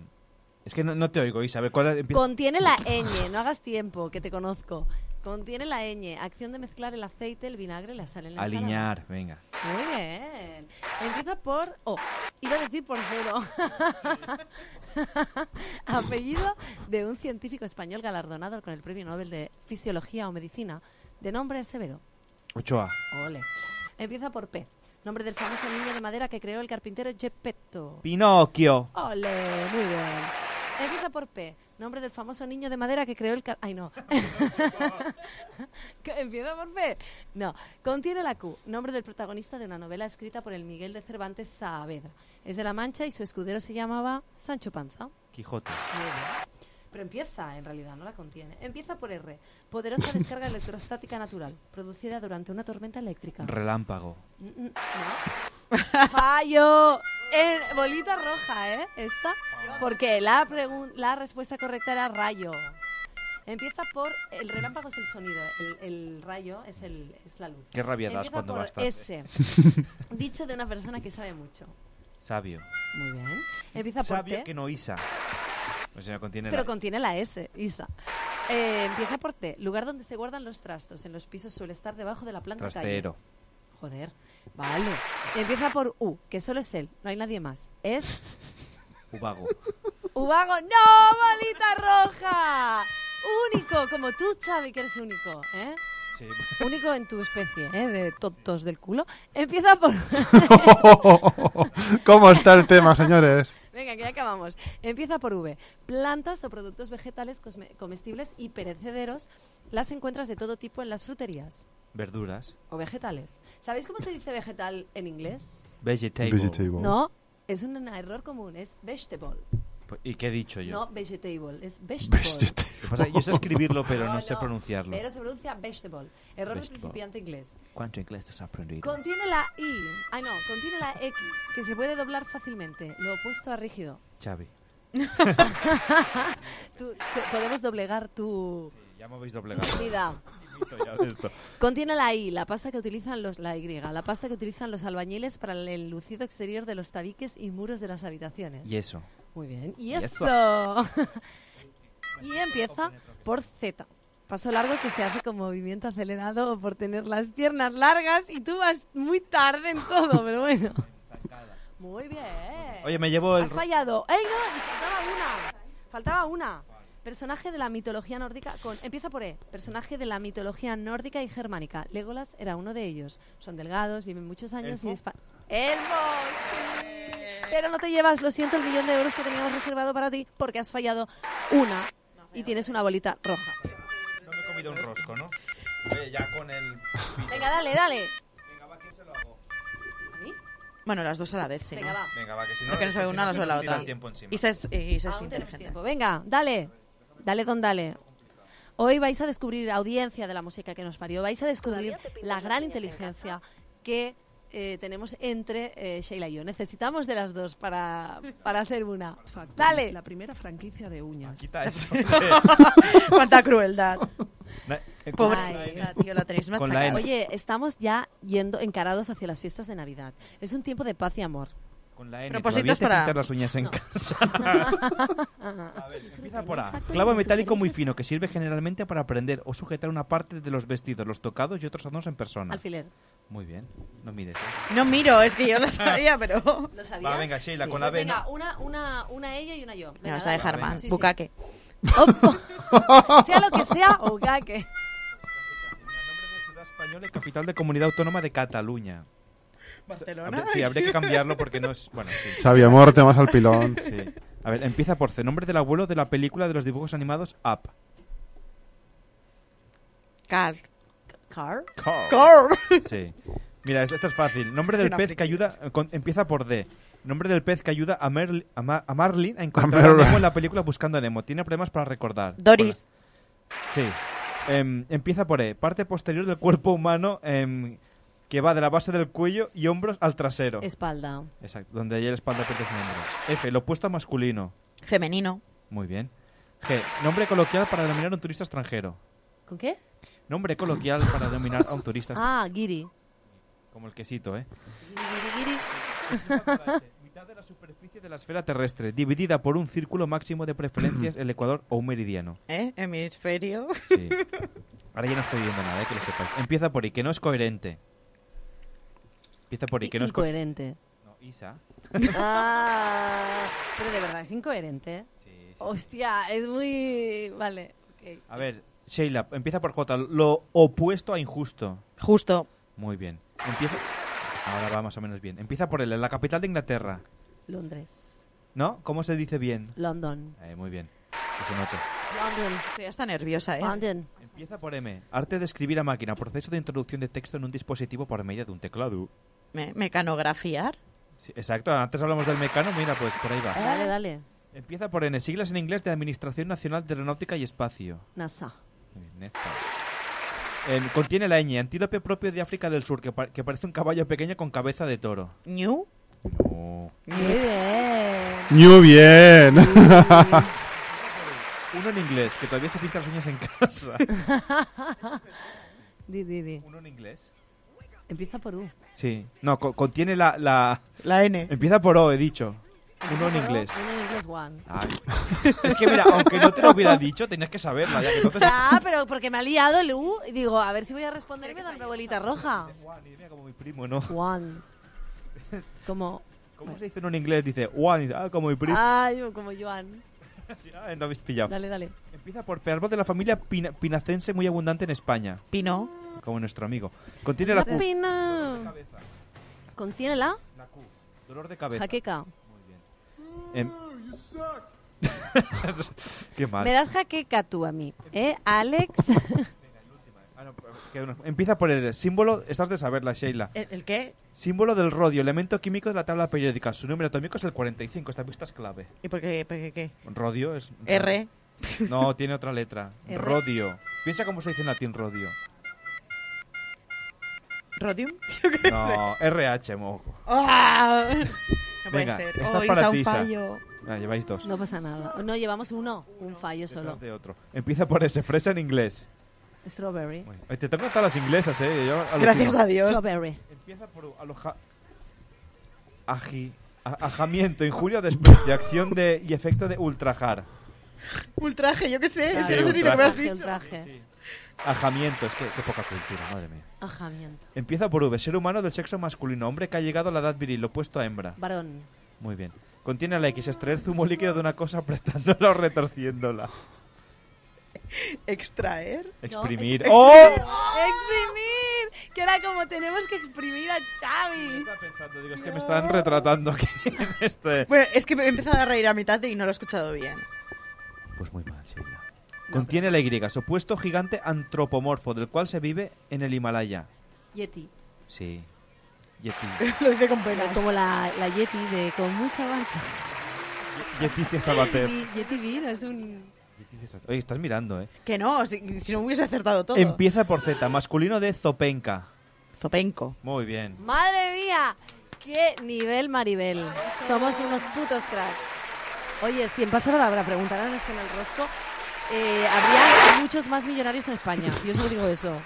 es que no, no te oigo, Isabel. ¿Cuál empieza? Contiene la ñ, no hagas tiempo, que te conozco. Contiene la ñ, acción de mezclar el aceite, el vinagre y la sal en la ensalada. Alinear, venga. Muy bien. Empieza por O. Iba a decir por cero. Apellido de un científico español galardonado con el Premio Nobel de Fisiología o Medicina, de nombre Severo. Ochoa. Ole. Empieza por P. Nombre del famoso niño de madera que creó el carpintero Geppetto. Pinocchio. Ole, muy bien. Empieza por P. Nombre del famoso niño de madera que creó el car... Ay, no. Que Empieza por P. No. Contiene la Q. Nombre del protagonista de una novela escrita por el Miguel de Cervantes Saavedra. Es de La Mancha y su escudero se llamaba Sancho Panza. Quijote. Pero empieza, en realidad, no la contiene. Empieza por R. Poderosa descarga electrostática natural, producida durante una tormenta eléctrica. Relámpago. Mm, mm, no. Fallo. Eh, bolita roja, ¿eh? Esta. Porque la, pregun- la respuesta correcta era rayo. Empieza por. El relámpago es el sonido, el, el rayo es, el, es la luz. Qué rabia das Empieza cuando por vas tarde. S. Dicho de una persona que sabe mucho. Sabio. Muy bien. Empieza por Sabio T. que no Isa. O sea, contiene Pero la- contiene la S, Isa. Eh, empieza por T. Lugar donde se guardan los trastos. En los pisos suele estar debajo de la planta calle. trastero. Joder. Vale. Empieza por U, que solo es él. No hay nadie más. Es... Ubago. Ubago, no, bolita roja. Único, como tú, Xavi, que eres único, ¿eh? Sí. Único en tu especie, ¿eh? De tontos del culo. Empieza por... ¿Cómo está el tema, señores? Venga, que ya acabamos. Empieza por V. Plantas o productos vegetales cosme- comestibles y perecederos las encuentras de todo tipo en las fruterías Verduras. o vegetales. ¿Sabéis cómo se dice vegetal en inglés? Vegetable. No, es un error común, es vegetable. Pues, ¿Y qué he dicho yo? No vegetable, es vegetable. Lo que pasa es que yo sé escribirlo, pero no, sé pronunciarlo. Pero se pronuncia vegetable. Error del Vegetable. principiante inglés. ¿Cuánto inglés has aprendido? Contiene la I. Ay, no, contiene la X, que se puede doblar fácilmente. Lo opuesto a rígido. Xavi. Tú- se- podemos doblegar tu Ya me habéis doblegado. dignidad. Ya de esto. Contiene la I, la pasta que utilizan los la Y, la pasta que utilizan los albañiles para el lucido exterior de los tabiques y muros de las habitaciones. Y eso. Muy bien. Y, Y eso. y empieza por Z. Paso largo que se hace con movimiento acelerado o por tener las piernas largas y tú vas muy tarde en todo, pero bueno. Muy bien. Oye, me llevo el. Has fallado. ¡Ey, no! Faltaba una. Faltaba una. Personaje de la mitología nórdica con... Empieza por E. Personaje de la mitología nórdica y germánica. Legolas era uno de ellos. Son delgados, viven muchos años y ¿Elfo? disparan... ¡Elfo! sí. Pero no te llevas, lo siento, el millón de euros que teníamos reservado para ti porque has fallado una y tienes una bolita roja. No me he comido un rosco, ¿no? Oye, ya con el. Venga, dale, dale. Bueno, las dos a la vez, sí. Venga, va. Venga, va, que si no. No que no se ve si una, no se ve la se tira otra. el tiempo encima. Y se es, y se es Aún tenemos inteligente. tiempo. Venga, dale. Dale, don, dale. Hoy vais a descubrir, audiencia de la música que nos parió, vais a descubrir la gran inteligencia que eh, tenemos entre eh, Sheila y yo. Necesitamos de las dos para, para hacer una. Dale. La primera franquicia de uñas. Quita eso. Cuánta crueldad. Na- eh, Pobre con- Ay, esa, tío, la tenéis Con la N. Oye, estamos ya yendo encarados hacia las fiestas de Navidad. Es un tiempo de paz y amor. Con la N. Propósitos todavía te para- pintas las uñas en No. casa. Empieza por A. Clavo metálico muy fino que sirve generalmente para prender o sujetar una parte de los vestidos, los tocados y otros adornos en persona. Alfiler. Muy bien. No mires. No miro, es que yo lo sabía, pero... ¿Lo Va, sabías? venga, Sheila, con la Pues B. venga, una, una, una ella y una yo. Me Venga, vas a dale. dejar mal. Sí, sí. Bucaque. sea lo que sea, o gaque. Española y capital de Comunidad Autónoma de Cataluña. Barcelona. Sí, habría que cambiarlo porque no es. Bueno, en fin. Xavi, amor, te vas al pilón. Sí. A ver, empieza por C. Nombre del abuelo de la película de los dibujos animados Up. Car. Car. Carl. Carl. Sí. Mira, esto, esto es fácil. Nombre Es del una pez que ayuda. con- empieza por D. Nombre del pez que ayuda a, Merli- a, Ma- a Marlin a encontrar a Merlin. Nemo en la película Buscando a Nemo. Tiene problemas para recordar. Doris. Bueno, sí. Em, empieza por E. Parte posterior del cuerpo humano em, que va de la base del cuello y hombros al trasero. Espalda. Exacto, donde hay el espalda de tres miembros. F, lo opuesto a masculino. Femenino. Muy bien. G, nombre coloquial para denominar a un turista extranjero. ¿Con qué? Nombre coloquial para denominar a un turista extranjero. Ah, Giri. Como el quesito, ¿eh? Giri, Mitad de la superficie de la esfera terrestre, dividida por un círculo máximo de preferencias, el ecuador o un meridiano. ¿Eh? Hemisferio. Sí. Ahora ya no estoy viendo nada, ¿eh? que lo sepáis. Empieza por I, que no es coherente. Empieza por I, que no es co- Incoherente. No, Isa. Ah, pero de verdad es incoherente. Hostia, es muy. Vale. ok. A ver, Sheila, empieza por J, lo opuesto a injusto. Justo. Muy bien. Empieza... Ahora va más o menos bien. Empieza por L, la capital de Inglaterra. Londres. ¿No? ¿Cómo se dice bien? London. Eh, muy bien. Que se note. London. Estoy hasta nerviosa, ¿eh? London. Empieza por M. Arte de escribir a máquina. Proceso de introducción de texto en un dispositivo por medio de un teclado. Me- mecanografiar. Sí, exacto. Antes hablamos del mecano. Mira, pues por ahí va. ¿Eh? Dale, dale. Empieza por N. Siglas en inglés de Administración Nacional de Aeronáutica y Espacio. NASA. Muy bien, Nesta. Em, contiene la ñ. Antílope propio de África del Sur que, pa- que parece un caballo pequeño con cabeza de toro. New. No. Muy bien. Muy bien. Uno en inglés, que todavía se pinta las uñas en casa. Di, di, di. ¿Uno en inglés? Empieza por U. Sí. No, co- contiene la, la... La N. Empieza por O, he dicho. Uno en inglés. Uno en inglés, one. Ay. Es que mira, aunque no te lo hubiera dicho, tenías que saberla. Ya que entonces... Ah, pero porque me ha liado el U y digo, a ver si voy a responder y me dan una bolita roja. Como mi primo, ¿no? One. Como. ¿Cómo se dice uno en inglés? Dice, one, y dice, ah, como mi primo. Ay, como Joan. Ah, no habéis pillado. Dale, dale. Empieza por P, árbol de la familia pina- pinacense muy abundante en España. Pino. Como nuestro amigo. Contiene la Q. pina. Contiene la Dolor de cabeza. jaqueca. Em- Qué mal. Me das jaqueca tú a mí, ¿eh, Alex? Ah, pues, Queda una- Empieza por el símbolo, estás de saberla, Sheila. Eh. ¿El, el qué? Símbolo del rodio, elemento químico de la tabla periódica. Su número atómico es el 45, esta pista es clave. ¿Y por qué? por qué- qué? Rodio es... R. No, tiene otra letra. R. Rodio. Piensa cómo se dice en latín rodio. ¿Rodium? Yo qué No, sé. RH, mojo. ¡Ah! No puede Venga, ser. estás Oh, para está ti, un Isa. fallo. Ah, lleváis dos. No pasa nada. No, llevamos uno. Un fallo solo. Detrás de otro. Empieza por S, fresa en inglés. Strawberry. Ay, Te tengo todas las inglesas, eh. yo alucino. Strawberry. Empieza por aloja... Aji... a- Ajamiento, injuria, desprecio, acción de y efecto de ultrajar. Ultraje, yo qué sé. es Sí, que no sé ni lo que me has Traje, el dicho. traje. Ajamiento, es que qué poca cultura, madre mía. Ajamiento. Empieza por V, ser humano del sexo masculino, hombre que ha llegado a la edad viril, opuesto a hembra. Varón. Muy bien. Contiene la X, extraer zumo líquido de una cosa apretándola o retorciéndola. Extraer. Exprimir. ex- ¡Oh! ¡Exprimir! Que era como tenemos que exprimir a Xavi. Digo, es que me están retratando aquí en este. Bueno, es que me he empezado a reír a mitad y no lo he escuchado bien. Pues muy mal, Sheila. Contiene la Y, supuesto gigante antropomorfo, del cual se vive en el Himalaya. Yeti. Sí. Yeti. Lo dice con pena. Como la, la Yeti de con mucha mancha. Yeti de Sabater. Yeti, Yeti B, no es un... Oye, estás mirando, ¿eh? Que no, si, si no hubiese acertado todo. Empieza por Z, masculino de Zopenca. Zopenco. Muy bien. ¡Madre mía! ¡Qué nivel Maribel! Somos unos putos cracks. Oye, si en pasado la habrá preguntar a esto en el rosco, eh, habría muchos más millonarios en España. Yo solo digo eso. No,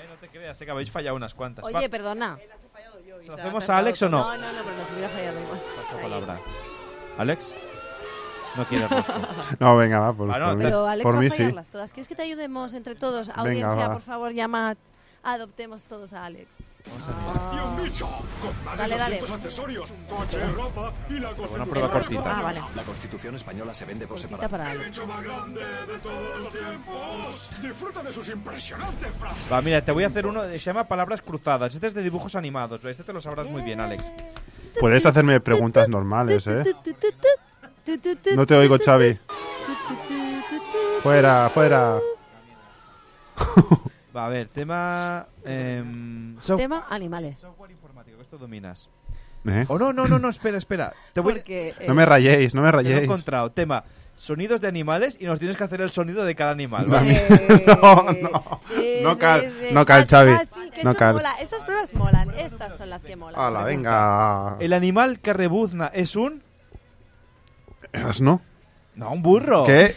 eh, no te creas, sé que habéis fallado unas cuantas. Oye, perdona. ¿Se lo hacemos a Alex o no? No, no, no, pero nos hubiera fallado igual. Paso palabra. ¿Alex? No quiero rosco. No, venga, va, por, Ah, no, por mí. Pero Alex Por va mí a sí. fallarlas todas. ¿Quieres que te ayudemos entre todos? Venga, Audiencia, va. por favor, llamad. adoptemos todos a Alex. Ah. Acción bicho. Con más Dale, de dale. 200 accesorios, coche, ropa y la constitución. Una prueba cortita. Ah, vale. La Constitución española se vende por Quita separado. para El Alex. hecho más grande de todos los tiempos. Disfruta de sus impresionantes frases. Va, mira, te voy a hacer uno, de- se llama Palabras Cruzadas. Este es de dibujos animados, este te lo sabrás muy bien, Alex. Puedes hacerme preguntas normales, ¿eh? No te oigo, Xavi. Fuera, fuera. Va, a ver, tema... em, so- Tema animales. Esto dominas. ¿Eh? Oh, no, no, no, no, espera, espera. Te voy... Porque, eh, No me rayéis, no me Te lo he rayéis. encontrado. Tema, sonidos de animales y nos tienes que hacer el sonido de cada animal. No, ¿vale? no, no. No cal, no cal, Xavi. Ah, sí, que No eso cal. mola. Estas pruebas molan. Estas son las que molan. Hala, venga. ¿El animal que rebuzna es un...? Asno. No, un burro. ¿Qué?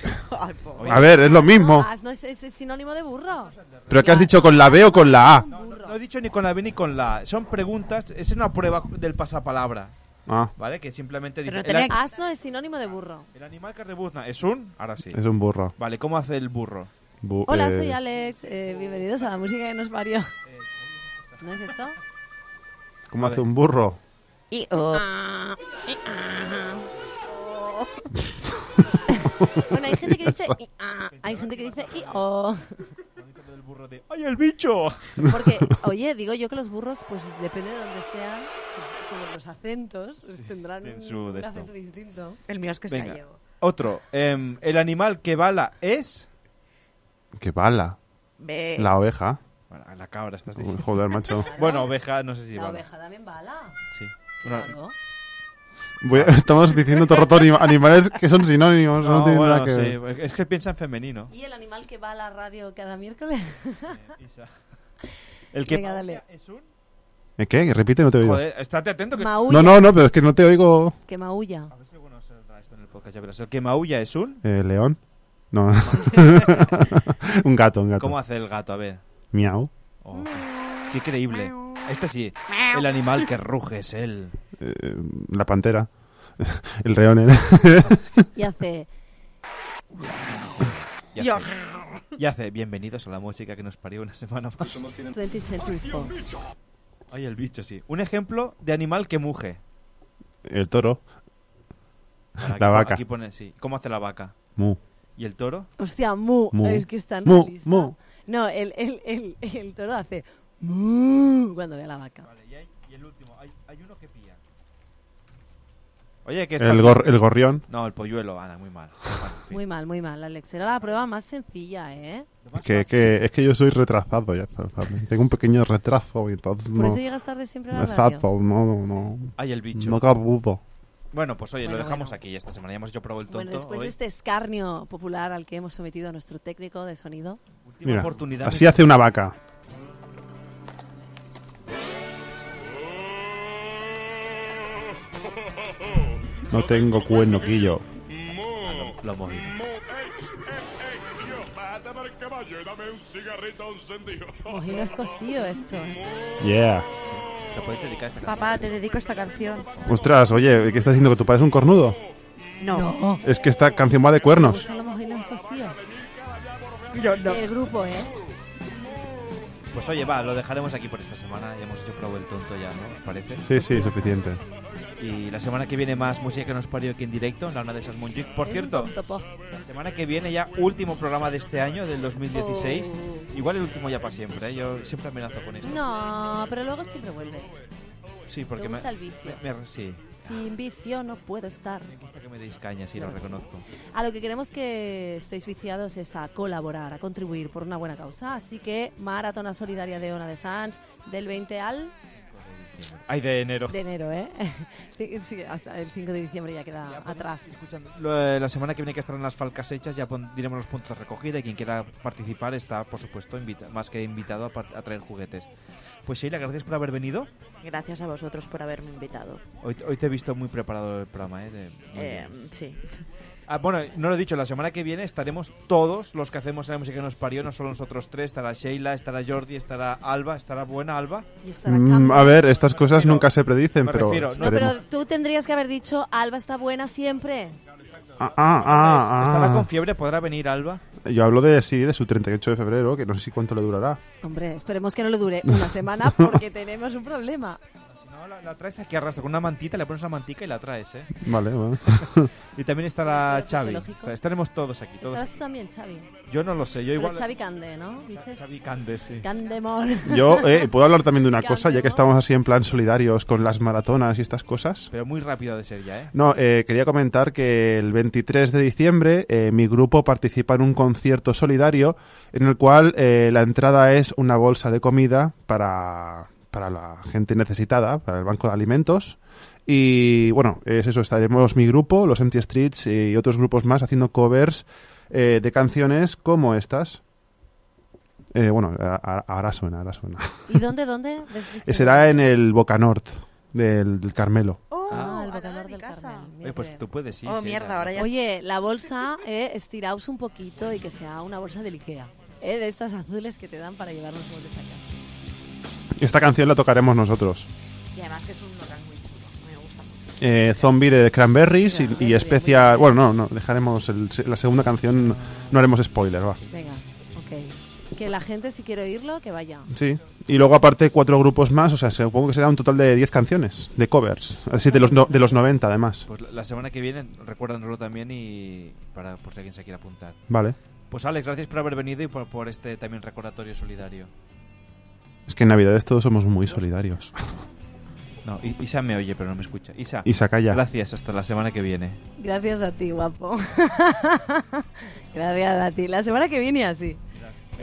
A ver, es lo mismo. Ah, no, es, es- es sinónimo de burro. ¿Pero qué has dicho con la B o con la A? No he dicho ni con la B ni con la A. Son preguntas, es una prueba del pasapalabra. Ah, ¿Vale? Que simplemente dice... Pero el a- Asno es sinónimo de burro. El animal que rebuzna es un... Ahora sí. es un burro. Vale, ¿cómo hace el burro? Bu- Hola, eh, soy Alex. eh, bienvenidos a la música que nos parió. ¿No es esto? ¿Cómo hace un burro? Y oh. Ah. bueno, hay gente que dice y, ah, hay gente que dice y oh. ¡Ay, el bicho! Porque, oye, digo yo que los burros, pues depende de dónde sean, pues, como los acentos, pues, tendrán tienen un, su de un esto. acento distinto. El mío es que es Venga. gallego. Otro. em, el animal que bala es... Qué bala. Ve. La oveja. Bueno, la cabra, estás Uy, diciendo. Joder, macho. Bueno, oveja, no sé si La bala. oveja también bala. Sí. Una- Claro. Voy a- estamos diciendo todo el rato anim- animales que son sinónimos. No, No, tienen bueno, nada que ver. sí, Es que piensa en femenino. ¿Y el animal que va a la radio cada miércoles? Eh, El que... Venga, dale. ¿Eh, ¿Qué? Repite, no te oigo. Joder, estate atento que... Maulla. No, no, no, pero es que no te oigo. Que maulla. Podcast ya verás. El que maulla es un... Eh, ¿León? No. un gato, un gato. ¿Cómo hace el gato? A ver. Miau. Oh, qué creíble. Este sí. El animal que ruge es él. Eh, la pantera. El reón. ¿eh? Y hace. Y hace, y hace, bienvenidos a la música que nos parió una semana más. 20th Century Fox. Ay, el bicho, sí. Un ejemplo de animal que muge. El toro. Bueno, aquí La po- vaca. Aquí pone, sí. ¿Cómo hace la vaca? Mu. ¿Y el toro? Hostia, mu, Mu. el que está en Mu, la lista. mu. No, el, el, el, el toro hace mu cuando ve a la vaca. Y el último, hay, uno que pilla. Oye, que es El, pa- gor- el gorrión. No, el polluelo, Ana, muy mal. Muy mal, muy mal, Alex. Era la prueba más sencilla, ¿eh? Que, que- es que yo soy retrasado. ya sabes. Tengo un pequeño retraso y entonces Por no- eso llegas tarde siempre a la radio. Exacto, no, no, no. Ay, el bicho. No cabudo. Bueno, pues oye, Bueno, lo dejamos aquí esta semana. Ya hemos hecho prueba el tonto. Bueno, después hoy. de este escarnio popular al que hemos sometido a nuestro técnico de sonido, Última Mira, oportunidad. así hace una vaca. No tengo cuerno, Guillo. Lo hemos oído. mojino es cosillo esto. ¿eh? Yeah. Se puede dedicar a esta canción. Papá, te dedico esta canción. Ostras, oye, ¿qué estás diciendo? ¿Que tu padre es un cornudo? No. Es que esta canción va de cuernos. Usan los mojinos cosillos. Yo no. El grupo, ¿eh? Pues oye, va, lo dejaremos aquí por esta semana. Ya hemos hecho prueba el tonto ya, ¿no? ¿Os parece? Sí, sí, suficiente. Y la semana que viene más música que nos parió aquí en directo, en la una de esas Munchic. Por Es cierto, un tonto, po. la semana que viene ya último programa de este año, del 2016. Oh. Igual el último ya para siempre, ¿eh? yo siempre amenazo con esto. No, pero luego siempre vuelve. Sí, porque Te me- gusta el vicio. me- me- sí, Sin vicio no puedo estar. me gusta que me deis caña, sí, lo Claro que sí. reconozco. A lo que queremos que estéis viciados es a colaborar, a contribuir por una buena causa. Así que maratona solidaria de Ona de Sanz del 20 al Ay, de enero. de enero, ¿eh? Sí, hasta el 5 de diciembre ya queda atrás. Lo- eh, La semana que viene que estarán las falcas hechas, ya pon- diremos los puntos de recogida y quien quiera participar está, por supuesto, invita- más que invitado a, par- a traer juguetes. Pues Sheila, gracias por haber venido. Gracias a vosotros por haberme invitado. Hoy, hoy te he visto muy preparado el programa, ¿eh? De- muy Eh, bien. sí. Ah, bueno, no lo he dicho, la semana que viene estaremos todos los que hacemos en la música que nos parió, no solo nosotros tres, estará Sheila, estará Jordi, estará Alba, estará buena Alba. Y estará Mm, Campo. a ver, estas cosas nunca se predicen, me pero refiero, no- No, pero esperemos. tú tendrías que haber dicho Alba está buena siempre. Ah, ah, ah, ¿Estará ah. con fiebre? ¿Podrá venir Alba? Yo hablo de sí, de su 38 de febrero, que no sé si cuánto le durará. Hombre, esperemos que no le dure una semana porque tenemos un problema. No, la, la traes aquí arrastra con una mantita, le pones una mantica y la traes, ¿eh? Vale, bueno. Y también estará Eso es Xavi. fisiológico. Está- Estaremos todos aquí, todos. Estarás tú también, Xavi. Yo no lo sé, yo Pero igual... Xavi Candé, ¿no? Dices Xavi Candé, sí. Candemol. Yo eh, puedo hablar también de una cosa, ya que estamos así en plan solidarios con las maratonas y estas cosas. Pero muy rápido ha de ser ya, ¿eh? No, eh, quería comentar que el 23 de diciembre eh, mi grupo participa en un concierto solidario en el cual eh, la entrada es una bolsa de comida para, para la gente necesitada, para el banco de alimentos. Y bueno, es eso, estaremos mi grupo, los Empty Streets y otros grupos más haciendo covers eh, de canciones como estas. Eh, bueno, a- a- ahora suena, ahora suena. ¿Y dónde, dónde? Desde- Eh, Será en el Bocanort del, del Carmelo. Ah, el bacalao del Carmel. Oye, pues tú puedes ir. Oh, sí, mierda, ya. ahora ya- Oye, la bolsa, eh, estiraos un poquito y que sea una bolsa del Ikea. eh, de estas azules que te dan para llevar los muebles a casa. Esta canción la tocaremos nosotros. Y además que es un local muy chulo. Me gusta mucho. Eh, zombie de Cranberries y, y especia... Bueno, no, no, dejaremos el- la segunda canción, no haremos spoiler, va. Venga, ok. Que la gente, si quiere oírlo, que vaya. Sí. Y luego aparte cuatro grupos más, o sea, supongo que será un total de 10 canciones, de covers, así de los, no- de los 90 además. Pues la, la semana que viene, recuérdanoslo también y para por si alguien se quiere apuntar. Vale. Pues Alex, gracias por haber venido y por, por este también recordatorio solidario. Es que en Navidades todos somos muy solidarios. No, I- Isa me oye, pero no me escucha. Isa, Isa, calla. gracias, hasta la semana que viene. Gracias a ti, guapo. Gracias a ti. La semana que viene así.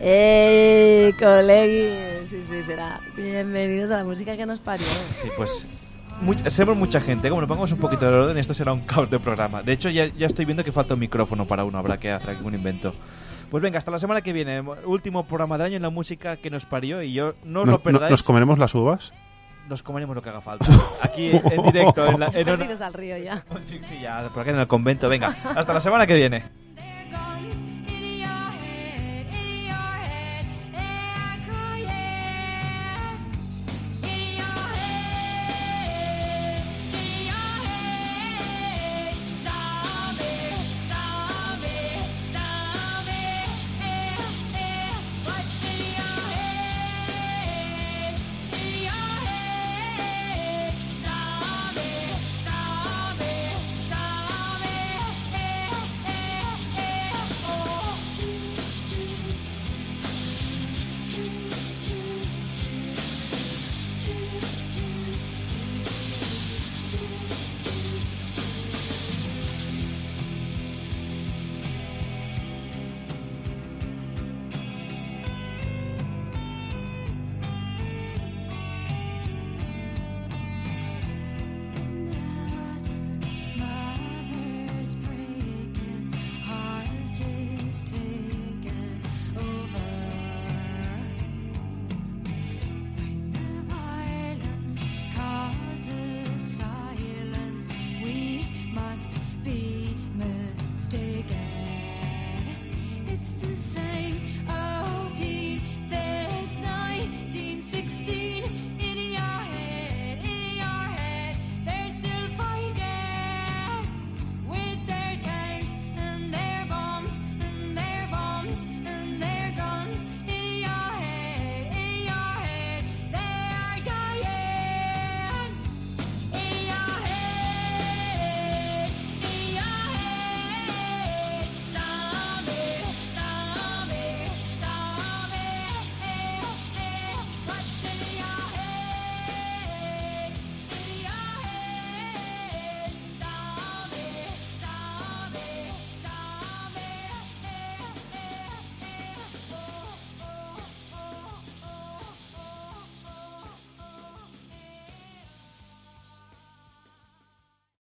¡Ey, colegui! Sí, sí, será. Bienvenidos a la música que nos parió. Sí, pues much- seremos mucha gente. Como nos pongamos un poquito de orden, esto será un caos de programa. De hecho, ya, ya estoy viendo que falta un micrófono para uno. Habrá que hacer algún invento. Pues venga, hasta la semana que viene. Último programa de año en la música que nos parió y yo no os No- lo no- perdáis. ¿Nos comeremos las uvas? Nos comeremos lo que haga falta. Aquí en, en directo. En la, en Te una- tiras al río ya. Sí, ya, por aquí en el convento. Venga, hasta la semana que viene.